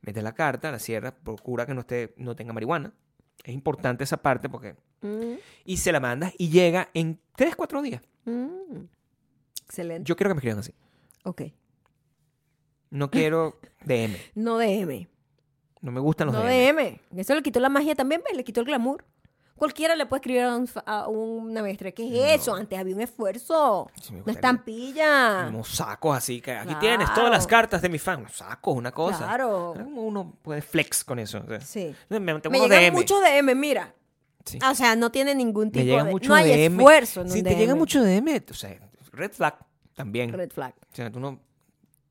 Speaker 2: Metes la carta, la cierras, procura que no, esté, no tenga marihuana. Es importante esa parte porque...
Speaker 1: Mm,
Speaker 2: Y se la mandas y llega en 3, 4 días.
Speaker 1: mm. Excelente.
Speaker 2: Yo quiero que me escriban así.
Speaker 1: Ok.
Speaker 2: No quiero DM.
Speaker 1: No DM.
Speaker 2: No me gustan los
Speaker 1: No
Speaker 2: DM.
Speaker 1: DM. Eso le quitó la magia también, ¿ves? Le quitó el glamour. Cualquiera le puede escribir a, un fa- a una maestra. ¿Qué es eso? Antes había un esfuerzo.
Speaker 2: Sí, me
Speaker 1: una
Speaker 2: gustaría.
Speaker 1: estampilla.
Speaker 2: Unos sacos así que aquí
Speaker 1: Claro.
Speaker 2: tienes todas las cartas de mi fan. Unos sacos, una cosa.
Speaker 1: Claro.
Speaker 2: Era como uno puede flex con eso. o sea.
Speaker 1: Sí.
Speaker 2: Me, me
Speaker 1: Me
Speaker 2: pongo
Speaker 1: llegan
Speaker 2: DM.
Speaker 1: muchos DM, mira.
Speaker 2: Sí.
Speaker 1: Ah, O sea, no tiene ningún
Speaker 2: Me
Speaker 1: tipo
Speaker 2: llega
Speaker 1: de...
Speaker 2: mucho
Speaker 1: no hay
Speaker 2: DM.
Speaker 1: esfuerzo en
Speaker 2: Si
Speaker 1: un
Speaker 2: te llega
Speaker 1: DM.
Speaker 2: mucho DM, o sea, red flag también.
Speaker 1: Red flag.
Speaker 2: O sea, tú no.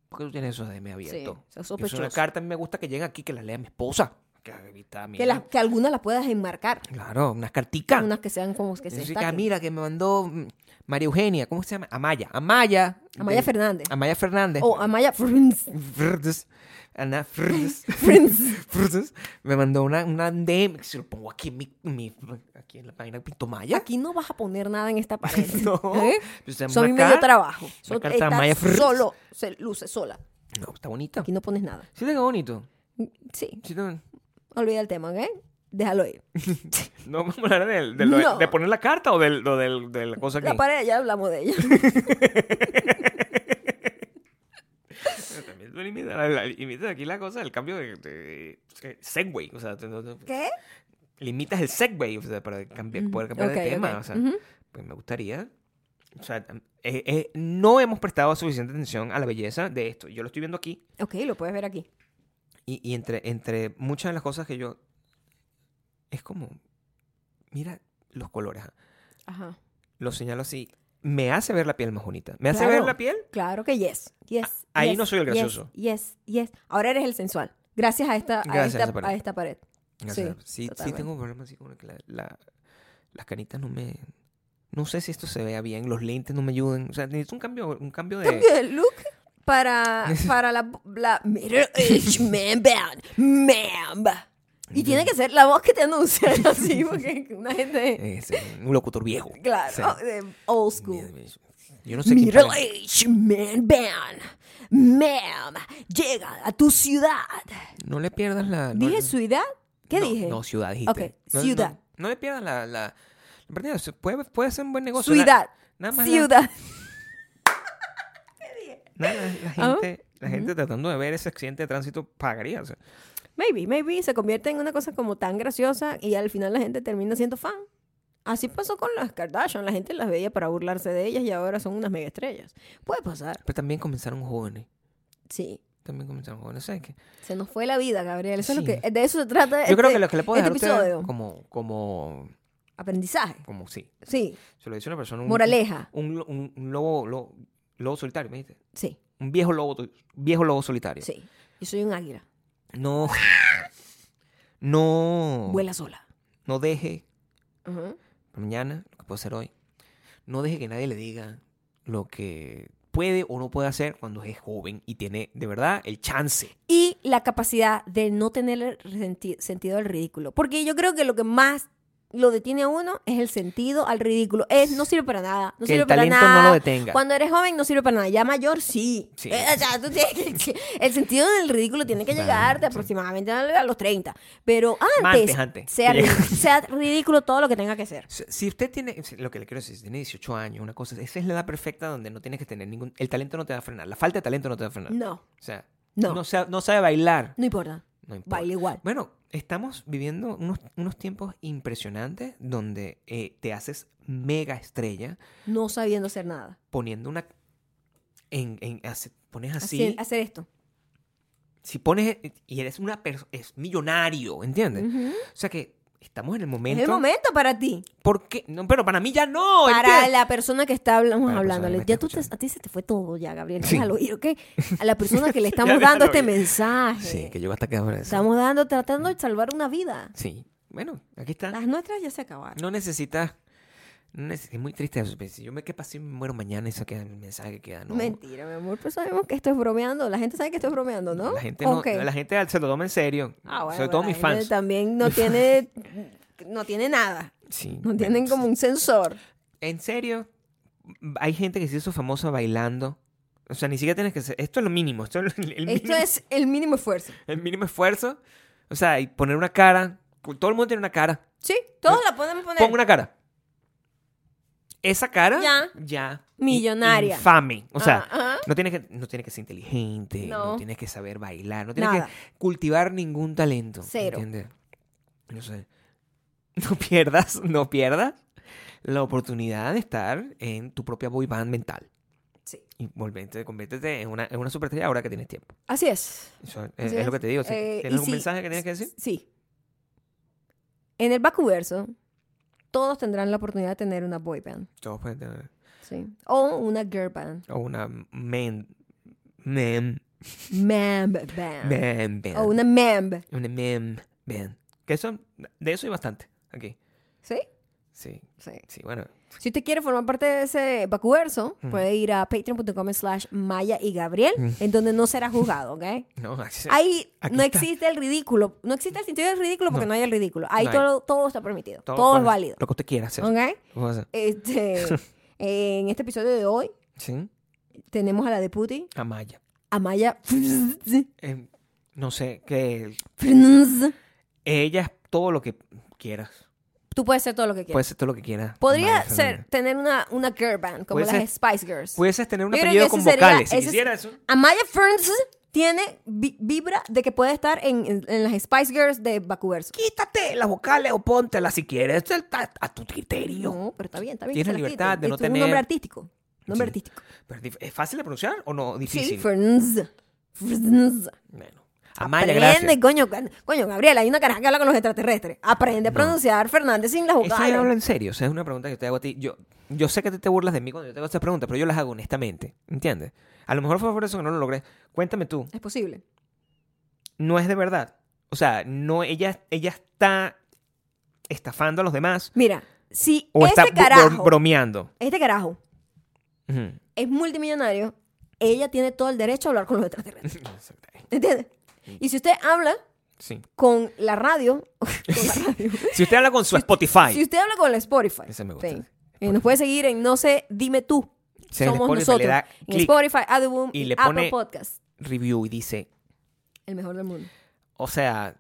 Speaker 2: ¿Por qué tú tienes esos DM abiertos?
Speaker 1: Sí, son
Speaker 2: Es una
Speaker 1: sospechosos.
Speaker 2: carta, a mí me gusta que lleguen aquí, que las lea mi esposa. Que evita, mira.
Speaker 1: Que, las, que algunas las puedas enmarcar.
Speaker 2: Claro, unas carticas.
Speaker 1: Unas que sean como que se
Speaker 2: Entonces,
Speaker 1: destaquen.
Speaker 2: ah, mira, que me mandó mm, María Eugenia, ¿cómo se llama? Amaya. Amaya.
Speaker 1: Amaya
Speaker 2: del-
Speaker 1: Fernández. Oh,
Speaker 2: Amaya Fernández.
Speaker 1: O Amaya Friends.
Speaker 2: Ferdes. Ana Ferdes.
Speaker 1: Friends.
Speaker 2: Ferdes. Me mandó una, una DM. Se lo pongo aquí en, mi, mi- aquí en la página de Pintomaya.
Speaker 1: Aquí no vas a poner nada en esta pared.
Speaker 2: No.
Speaker 1: ¿Eh?
Speaker 2: O sea,
Speaker 1: Son
Speaker 2: una
Speaker 1: mi medio
Speaker 2: car-
Speaker 1: trabajo. Son,
Speaker 2: carta
Speaker 1: está
Speaker 2: Amaya Friends.
Speaker 1: solo, se luce sola.
Speaker 2: No, está bonito.
Speaker 1: Aquí no pones nada.
Speaker 2: Sí, está bonito.
Speaker 1: Sí,
Speaker 2: Sí, está-
Speaker 1: olvida el tema, ¿ok? Déjalo ir.
Speaker 2: No vamos a hablar del- de, lo de-
Speaker 1: No.
Speaker 2: de poner la carta o del, lo del- de la cosa que.
Speaker 1: La pared, ya hablamos de ella.
Speaker 2: También tú limitas la- la- limitas aquí la cosa, el cambio de, de- eh, Segway. O sea, tú no- no-
Speaker 1: ¿Qué?
Speaker 2: limitas el Segway o sea, para cambiar, poder cambiar
Speaker 1: Ok,
Speaker 2: de tema.
Speaker 1: ok.
Speaker 2: O sea,
Speaker 1: Ujú.
Speaker 2: pues me gustaría. O sea, eh, eh, no hemos prestado suficiente atención a la belleza de esto. Yo lo estoy viendo aquí.
Speaker 1: Ok, lo puedes ver aquí.
Speaker 2: Y, y entre, entre muchas de las cosas que yo. Es como. Mira los colores. ah.
Speaker 1: Ajá.
Speaker 2: Los señalo así. Me hace ver la piel más bonita. Me hace ver
Speaker 1: Claro.
Speaker 2: la piel
Speaker 1: Claro que yes. Yes.
Speaker 2: Ah, ahí
Speaker 1: yes,
Speaker 2: no soy el
Speaker 1: yes,
Speaker 2: gracioso.
Speaker 1: Yes, yes. Ahora eres el sensual. Gracias a esta, a
Speaker 2: Gracias
Speaker 1: esta,
Speaker 2: a esa pared.
Speaker 1: a esta pared.
Speaker 2: O
Speaker 1: Sí,
Speaker 2: sea, sí, sí
Speaker 1: totalmente.
Speaker 2: tengo problemas así con que la- la- las canitas no me... No sé si esto se vea bien, los lentes no me ayudan. O sea, necesito un cambio, un cambio de...
Speaker 1: Cambio de look para, para la, la middle age man band. Man. Y tiene que ser la voz que te anuncia así, porque una gente.
Speaker 2: Eh, sí, un locutor viejo.
Speaker 1: Claro,
Speaker 2: Sí.
Speaker 1: de old
Speaker 2: Mira,
Speaker 1: school.
Speaker 2: mira, Yo no sé quién
Speaker 1: Middle
Speaker 2: para-
Speaker 1: age man band. Ma'am, llega a tu ciudad.
Speaker 2: No le pierdas la... no-
Speaker 1: ¿Dije ciudad? ¿Qué
Speaker 2: no,
Speaker 1: dije?
Speaker 2: No, ciudad dijiste.
Speaker 1: Ok,
Speaker 2: No, no,
Speaker 1: ciudad.
Speaker 2: No, le pierdas la... la... la partida, se Puede, puede ser un buen negocio.
Speaker 1: ciudad.
Speaker 2: Na- Nada más la-
Speaker 1: ciudad.
Speaker 2: nada, la, la
Speaker 1: Ah.
Speaker 2: gente, la gente tratando de ver ese accidente de tránsito pagaría. o sea.
Speaker 1: Maybe, maybe se convierte en una cosa como tan graciosa y al final la gente termina siendo fan. Así pasó con las Kardashian, la gente las veía para burlarse de ellas y ahora son unas mega estrellas. Puede pasar,
Speaker 2: Pero también comenzaron jóvenes.
Speaker 1: sí.
Speaker 2: También comenzaron jóvenes. ¿Sabes qué?
Speaker 1: Se nos fue la vida, Gabriel. Eso es
Speaker 2: Sí.
Speaker 1: lo que, de eso se trata.
Speaker 2: Yo creo que lo que le puedo
Speaker 1: este
Speaker 2: dejar a ustedes
Speaker 1: episodio.
Speaker 2: como, como,
Speaker 1: Aprendizaje,
Speaker 2: como sí.
Speaker 1: sí.
Speaker 2: Se lo dice una persona. Un,
Speaker 1: Moraleja,
Speaker 2: Un, lo- un- un lobo, lo- lobo solitario, me dijiste.
Speaker 1: sí,
Speaker 2: Un viejo lobo, tu- viejo lobo solitario.
Speaker 1: sí. Yo soy un águila,
Speaker 2: No. No.
Speaker 1: vuela sola.
Speaker 2: No deje
Speaker 1: Ajá.
Speaker 2: mañana, lo que puedo hacer hoy. No deje que nadie le diga lo que puede o no puede hacer cuando es joven y tiene de verdad el chance.
Speaker 1: Y la capacidad de no tener el senti- sentido del ridículo. Porque yo creo que lo que más lo detiene a uno es el sentido al ridículo. Es, no sirve para nada, no
Speaker 2: que
Speaker 1: sirve
Speaker 2: el
Speaker 1: para
Speaker 2: talento
Speaker 1: nada.
Speaker 2: no lo detenga.
Speaker 1: Cuando eres joven no sirve para nada. Ya mayor, sí.
Speaker 2: Sí.
Speaker 1: Eh, o sea, tú tienes que- el sentido del ridículo tiene que
Speaker 2: Claro,
Speaker 1: llegarte
Speaker 2: sí.
Speaker 1: aproximadamente a los 30. Pero
Speaker 2: Antes,
Speaker 1: antes,
Speaker 2: antes.
Speaker 1: Sea,
Speaker 2: Que llegue-
Speaker 1: ridículo, sea ridículo todo lo que tenga que ser.
Speaker 2: Si si usted tiene, si- lo que le quiero decir, si tiene 18 años, una cosa, esa es la edad perfecta donde no tienes que tener ningún, el talento no te va a frenar, la falta de talento no te va a frenar.
Speaker 1: No,
Speaker 2: O sea,
Speaker 1: No.
Speaker 2: sa- No, sabe bailar.
Speaker 1: no importa.
Speaker 2: No importa.
Speaker 1: Baila igual.
Speaker 2: Bueno, estamos viviendo unos, unos tiempos impresionantes donde eh, te haces mega estrella
Speaker 1: No sabiendo hacer nada.
Speaker 2: poniendo una... En, en- hace- pones así...
Speaker 1: Hacer, hacer esto.
Speaker 2: Si pones... Y eres una persona... Es millonario, ¿entiendes?
Speaker 1: Ujú.
Speaker 2: O sea que estamos en el
Speaker 1: Mm. Es
Speaker 2: momento...
Speaker 1: el momento para ti.
Speaker 2: Porque... No, pero para mí ya no.
Speaker 1: Para
Speaker 2: ¿entiendes?
Speaker 1: la persona que está hablando,
Speaker 2: Para la persona que
Speaker 1: hablándole.
Speaker 2: me
Speaker 1: Ya
Speaker 2: está
Speaker 1: tú te- a ti se te fue todo ya, Gabriel.
Speaker 2: Sí.
Speaker 1: Déjalo ir, ¿ok? A la persona que le
Speaker 2: Ya
Speaker 1: estamos
Speaker 2: déjalo
Speaker 1: dando este
Speaker 2: ir.
Speaker 1: mensaje.
Speaker 2: Sí, que yo hasta quedar...
Speaker 1: Estamos dando, tratando de salvar una vida.
Speaker 2: Sí. Bueno, aquí está.
Speaker 1: Las nuestras ya se acabaron.
Speaker 2: No necesitas... no neces- es muy triste eso. pero Si yo me quedo así, me muero mañana, eso queda en el mensaje que queda. No,
Speaker 1: Mentira, mi amor, pero sabemos que esto es bromeando. La gente sabe que esto es bromeando, ¿no?
Speaker 2: La gente, no-
Speaker 1: Ok.
Speaker 2: la gente se lo toma en serio.
Speaker 1: Ah, bueno,
Speaker 2: Sobre todo
Speaker 1: la
Speaker 2: mis
Speaker 1: gente
Speaker 2: fans.
Speaker 1: También no tiene, no tiene nada.
Speaker 2: Sí,
Speaker 1: No
Speaker 2: bueno,
Speaker 1: tienen
Speaker 2: pues,
Speaker 1: como un sensor.
Speaker 2: En serio, hay gente que se hizo famosa bailando. O sea, ni siquiera tienes que hacer... Esto es lo mínimo. Esto es el, el
Speaker 1: Esto
Speaker 2: mínimo,
Speaker 1: es el mínimo esfuerzo.
Speaker 2: el mínimo esfuerzo. O sea, y poner una cara. Todo el mundo tiene una cara.
Speaker 1: Sí, todos la podemos poner.
Speaker 2: Pon una cara. Esa cara...
Speaker 1: Ya.
Speaker 2: Ya.
Speaker 1: Millonaria.
Speaker 2: Infame. O sea,
Speaker 1: Ajá, ajá.
Speaker 2: No tienes, que, no tienes que ser inteligente, no.
Speaker 1: No.
Speaker 2: tienes que saber bailar, no tienes
Speaker 1: Nada.
Speaker 2: que cultivar ningún talento.
Speaker 1: Cero.
Speaker 2: ¿Entiendes? No sé. No pierdas, no pierdas la oportunidad de estar en tu propia boy band mental.
Speaker 1: Sí.
Speaker 2: Y volverte, conviértete en una, en una superestrella ahora que tienes tiempo.
Speaker 1: Así es.
Speaker 2: Eso es,
Speaker 1: Así
Speaker 2: es lo que te digo. si
Speaker 1: Eh, y
Speaker 2: ¿Tienes algún
Speaker 1: sí,
Speaker 2: mensaje que tienes que decir?
Speaker 1: Sí. En el Bacuverso todos tendrán la oportunidad de tener una boy band.
Speaker 2: Todos pueden tener.
Speaker 1: Sí. O una girl band.
Speaker 2: O una men. Mem.
Speaker 1: Mam band.
Speaker 2: Mem. band.
Speaker 1: Ah. O una mam.
Speaker 2: Una mem. Band. Que eso, de eso hay bastante aquí.
Speaker 1: ¿Sí?
Speaker 2: Sí,
Speaker 1: Sí.
Speaker 2: sí, bueno.
Speaker 1: Si usted quiere formar parte de ese vacuverso,
Speaker 2: Ujú.
Speaker 1: puede ir a patreon.com slash maya y gabriel, en donde no será juzgado, ¿ok?
Speaker 2: No, así-
Speaker 1: Ahí
Speaker 2: Aquí
Speaker 1: no
Speaker 2: está.
Speaker 1: existe el ridículo. No existe el sentido del ridículo porque no,
Speaker 2: No.
Speaker 1: hay el ridículo. Ahí
Speaker 2: No hay.
Speaker 1: todo, todo está permitido. Todo,
Speaker 2: puede-
Speaker 1: es válido.
Speaker 2: Lo que usted quiera hacer.
Speaker 1: ¿Ok?
Speaker 2: Lo puede hacer.
Speaker 1: Este, en este episodio de hoy
Speaker 2: Sí.
Speaker 1: tenemos a la deputy,
Speaker 2: Amaya.
Speaker 1: a Maya.
Speaker 2: Eh, no sé, que
Speaker 1: Tú
Speaker 2: ella es todo lo que quieras.
Speaker 1: puedes ser todo lo que quieras.
Speaker 2: Puedes ser todo lo que quieras.
Speaker 1: Podría
Speaker 2: Pues, Amaya
Speaker 1: ser
Speaker 2: Fernández.
Speaker 1: tener una, una girl band, como
Speaker 2: Puede
Speaker 1: las
Speaker 2: ser-
Speaker 1: Spice Girls.
Speaker 2: Pudieses tener un
Speaker 1: Yo creo que
Speaker 2: apellido
Speaker 1: ese
Speaker 2: con
Speaker 1: sería-
Speaker 2: vocales. Si
Speaker 1: ese es-
Speaker 2: quisiera eso.
Speaker 1: Amaya Ferns tiene vi- vibra de que puede estar en, en- en las Spice Girls de Bakuverso.
Speaker 2: Quítate las vocales o póntelas si quieres. Esto está a tu criterio.
Speaker 1: No, pero está bien, está bien. que
Speaker 2: Tienes
Speaker 1: se las
Speaker 2: libertad
Speaker 1: quiten.
Speaker 2: de no
Speaker 1: Esto es un
Speaker 2: tener-
Speaker 1: nombre artístico. Nombre
Speaker 2: Sí.
Speaker 1: artístico.
Speaker 2: Pero ¿es dif- ¿Es fácil de pronunciar o no? Difícil.
Speaker 1: Sí, Ferns. Ferns.
Speaker 2: bueno. Amaya,
Speaker 1: Aprende,
Speaker 2: gracias.
Speaker 1: coño, ca- coño, Gabriel, hay una caraja que habla con los extraterrestres. Aprende a pronunciar Fernández sin las
Speaker 2: Eso yo hablo
Speaker 1: vocales.
Speaker 2: en serio. O sea, es una pregunta que te hago a ti. Yo, yo sé que tú te burlas de mí cuando yo te hago estas preguntas, pero yo las hago honestamente. ¿Entiendes? A lo mejor fue por eso que no lo logré. Cuéntame tú.
Speaker 1: Es posible.
Speaker 2: No es de verdad. O sea, no, ella, ella está estafando a los demás
Speaker 1: Mira, si
Speaker 2: o
Speaker 1: este
Speaker 2: está bro-
Speaker 1: carajo,
Speaker 2: bromeando.
Speaker 1: este carajo
Speaker 2: Ujú.
Speaker 1: es multimillonario, ella tiene todo el derecho a hablar con los extraterrestres. ¿Entiendes? Y si usted habla
Speaker 2: Sí.
Speaker 1: con la radio, con la radio,
Speaker 2: Si usted habla con su Spotify.
Speaker 1: si usted habla con la Spotify,
Speaker 2: Ese me gusta.
Speaker 1: sí. Y nos puede seguir en No sé, dime tú.
Speaker 2: Se le
Speaker 1: Somos
Speaker 2: pone-
Speaker 1: nosotros.
Speaker 2: le da
Speaker 1: en
Speaker 2: clic,
Speaker 1: Spotify, Audioboom
Speaker 2: y
Speaker 1: y,
Speaker 2: le
Speaker 1: Apple
Speaker 2: pone-
Speaker 1: Podcast.
Speaker 2: review y dice,
Speaker 1: El mejor del mundo.
Speaker 2: o sea,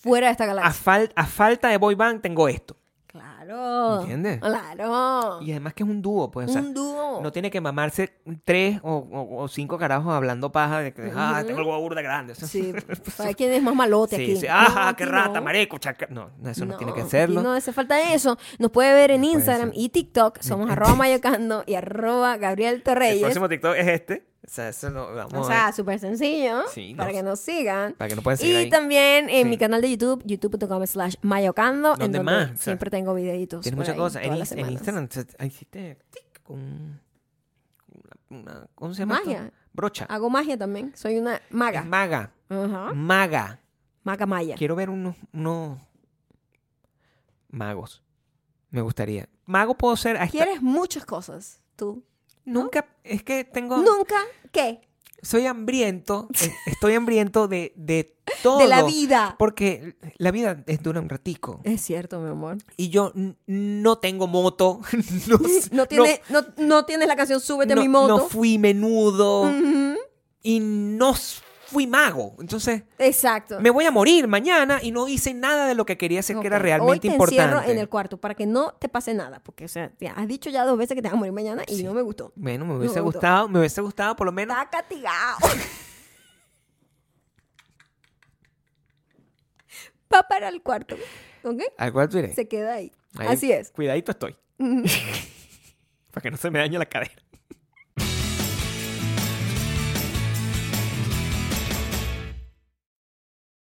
Speaker 1: Fuera de esta
Speaker 2: a,
Speaker 1: galaxia.
Speaker 2: fal- a falta de boy band tengo esto.
Speaker 1: Claro.
Speaker 2: Ah. ¿Entiendes?
Speaker 1: Claro.
Speaker 2: Y además que es un dúo, pues, o sea,
Speaker 1: Ah. un dúo.
Speaker 2: no tiene que mamarse tres o, o- o cinco carajos hablando paja de que, ah,
Speaker 1: Ujú.
Speaker 2: tengo el huevo burda grande. o sea,
Speaker 1: Sí. ¿Sabes quién es más malote
Speaker 2: sí,
Speaker 1: aquí?
Speaker 2: sí,
Speaker 1: No,
Speaker 2: ajá,
Speaker 1: aquí
Speaker 2: qué rata,
Speaker 1: no.
Speaker 2: mareco, chaca. No, no, eso no, tiene que
Speaker 1: aquí
Speaker 2: hacerlo.
Speaker 1: No hace falta eso. Nos puede ver en
Speaker 2: No puede
Speaker 1: Instagram
Speaker 2: ser.
Speaker 1: y TikTok. Somos arroba mayocando y arroba Gabriel
Speaker 2: el
Speaker 1: Torreyes.
Speaker 2: próximo TikTok es este. O sea, eso no, vamos
Speaker 1: O
Speaker 2: a
Speaker 1: sea,
Speaker 2: ver,
Speaker 1: súper sencillo.
Speaker 2: Sí,
Speaker 1: para
Speaker 2: no.
Speaker 1: que nos sigan.
Speaker 2: para que no puedan
Speaker 1: Y
Speaker 2: seguir ahí.
Speaker 1: también en
Speaker 2: Sí.
Speaker 1: mi canal de YouTube, youtube.com slash mayocando, en
Speaker 2: ¿Dónde
Speaker 1: donde
Speaker 2: más? O sea,
Speaker 1: siempre tengo videitos.
Speaker 2: Tienes
Speaker 1: por
Speaker 2: muchas
Speaker 1: ahí
Speaker 2: cosas. En,
Speaker 1: todas las
Speaker 2: Ins- en
Speaker 1: semanas.
Speaker 2: Instagram se- ahí hiciste tic con una, una- ¿cómo se llama? esto?
Speaker 1: Magia.
Speaker 2: Brocha.
Speaker 1: Hago magia también. Soy una
Speaker 2: Es
Speaker 1: maga. Ah.
Speaker 2: maga.
Speaker 1: Ajá.
Speaker 2: Maga.
Speaker 1: Maga maya.
Speaker 2: Quiero ver unos, unos magos. Me gustaría. Mago puedo ser. hasta-
Speaker 1: Quieres muchas cosas. Tú.
Speaker 2: Nunca. Es que tengo.
Speaker 1: Nunca. ¿Qué?
Speaker 2: Soy hambriento. eh, Estoy hambriento de, de todo.
Speaker 1: De la vida.
Speaker 2: Porque la vida es dura un ratico.
Speaker 1: Es cierto, mi amor.
Speaker 2: Y yo n- no tengo moto. Pues, No, s-
Speaker 1: No tienes, no, no tienes la canción Súbete a
Speaker 2: no-
Speaker 1: mi moto.
Speaker 2: no fui menudo.
Speaker 1: Ujú.
Speaker 2: y no s- fui mago. Entonces,
Speaker 1: Exacto.
Speaker 2: me voy a morir mañana y no hice nada de lo que quería hacer
Speaker 1: Ok.
Speaker 2: que era
Speaker 1: Hoy
Speaker 2: realmente
Speaker 1: te encierro
Speaker 2: importante.
Speaker 1: en el cuarto para que no te pase nada. Porque, o sea, te has dicho ya dos veces que te vas a morir mañana y
Speaker 2: Sí.
Speaker 1: no me gustó.
Speaker 2: Bueno, me hubiese
Speaker 1: No, no.
Speaker 2: gustado, me hubiese gustado por lo menos.
Speaker 1: Está castigado. Va para el cuarto. ¿Ok?
Speaker 2: Al cual diré.
Speaker 1: Se queda ahí.
Speaker 2: Ahí,
Speaker 1: Así es.
Speaker 2: Cuidadito estoy. Para que no se me dañe la cadera.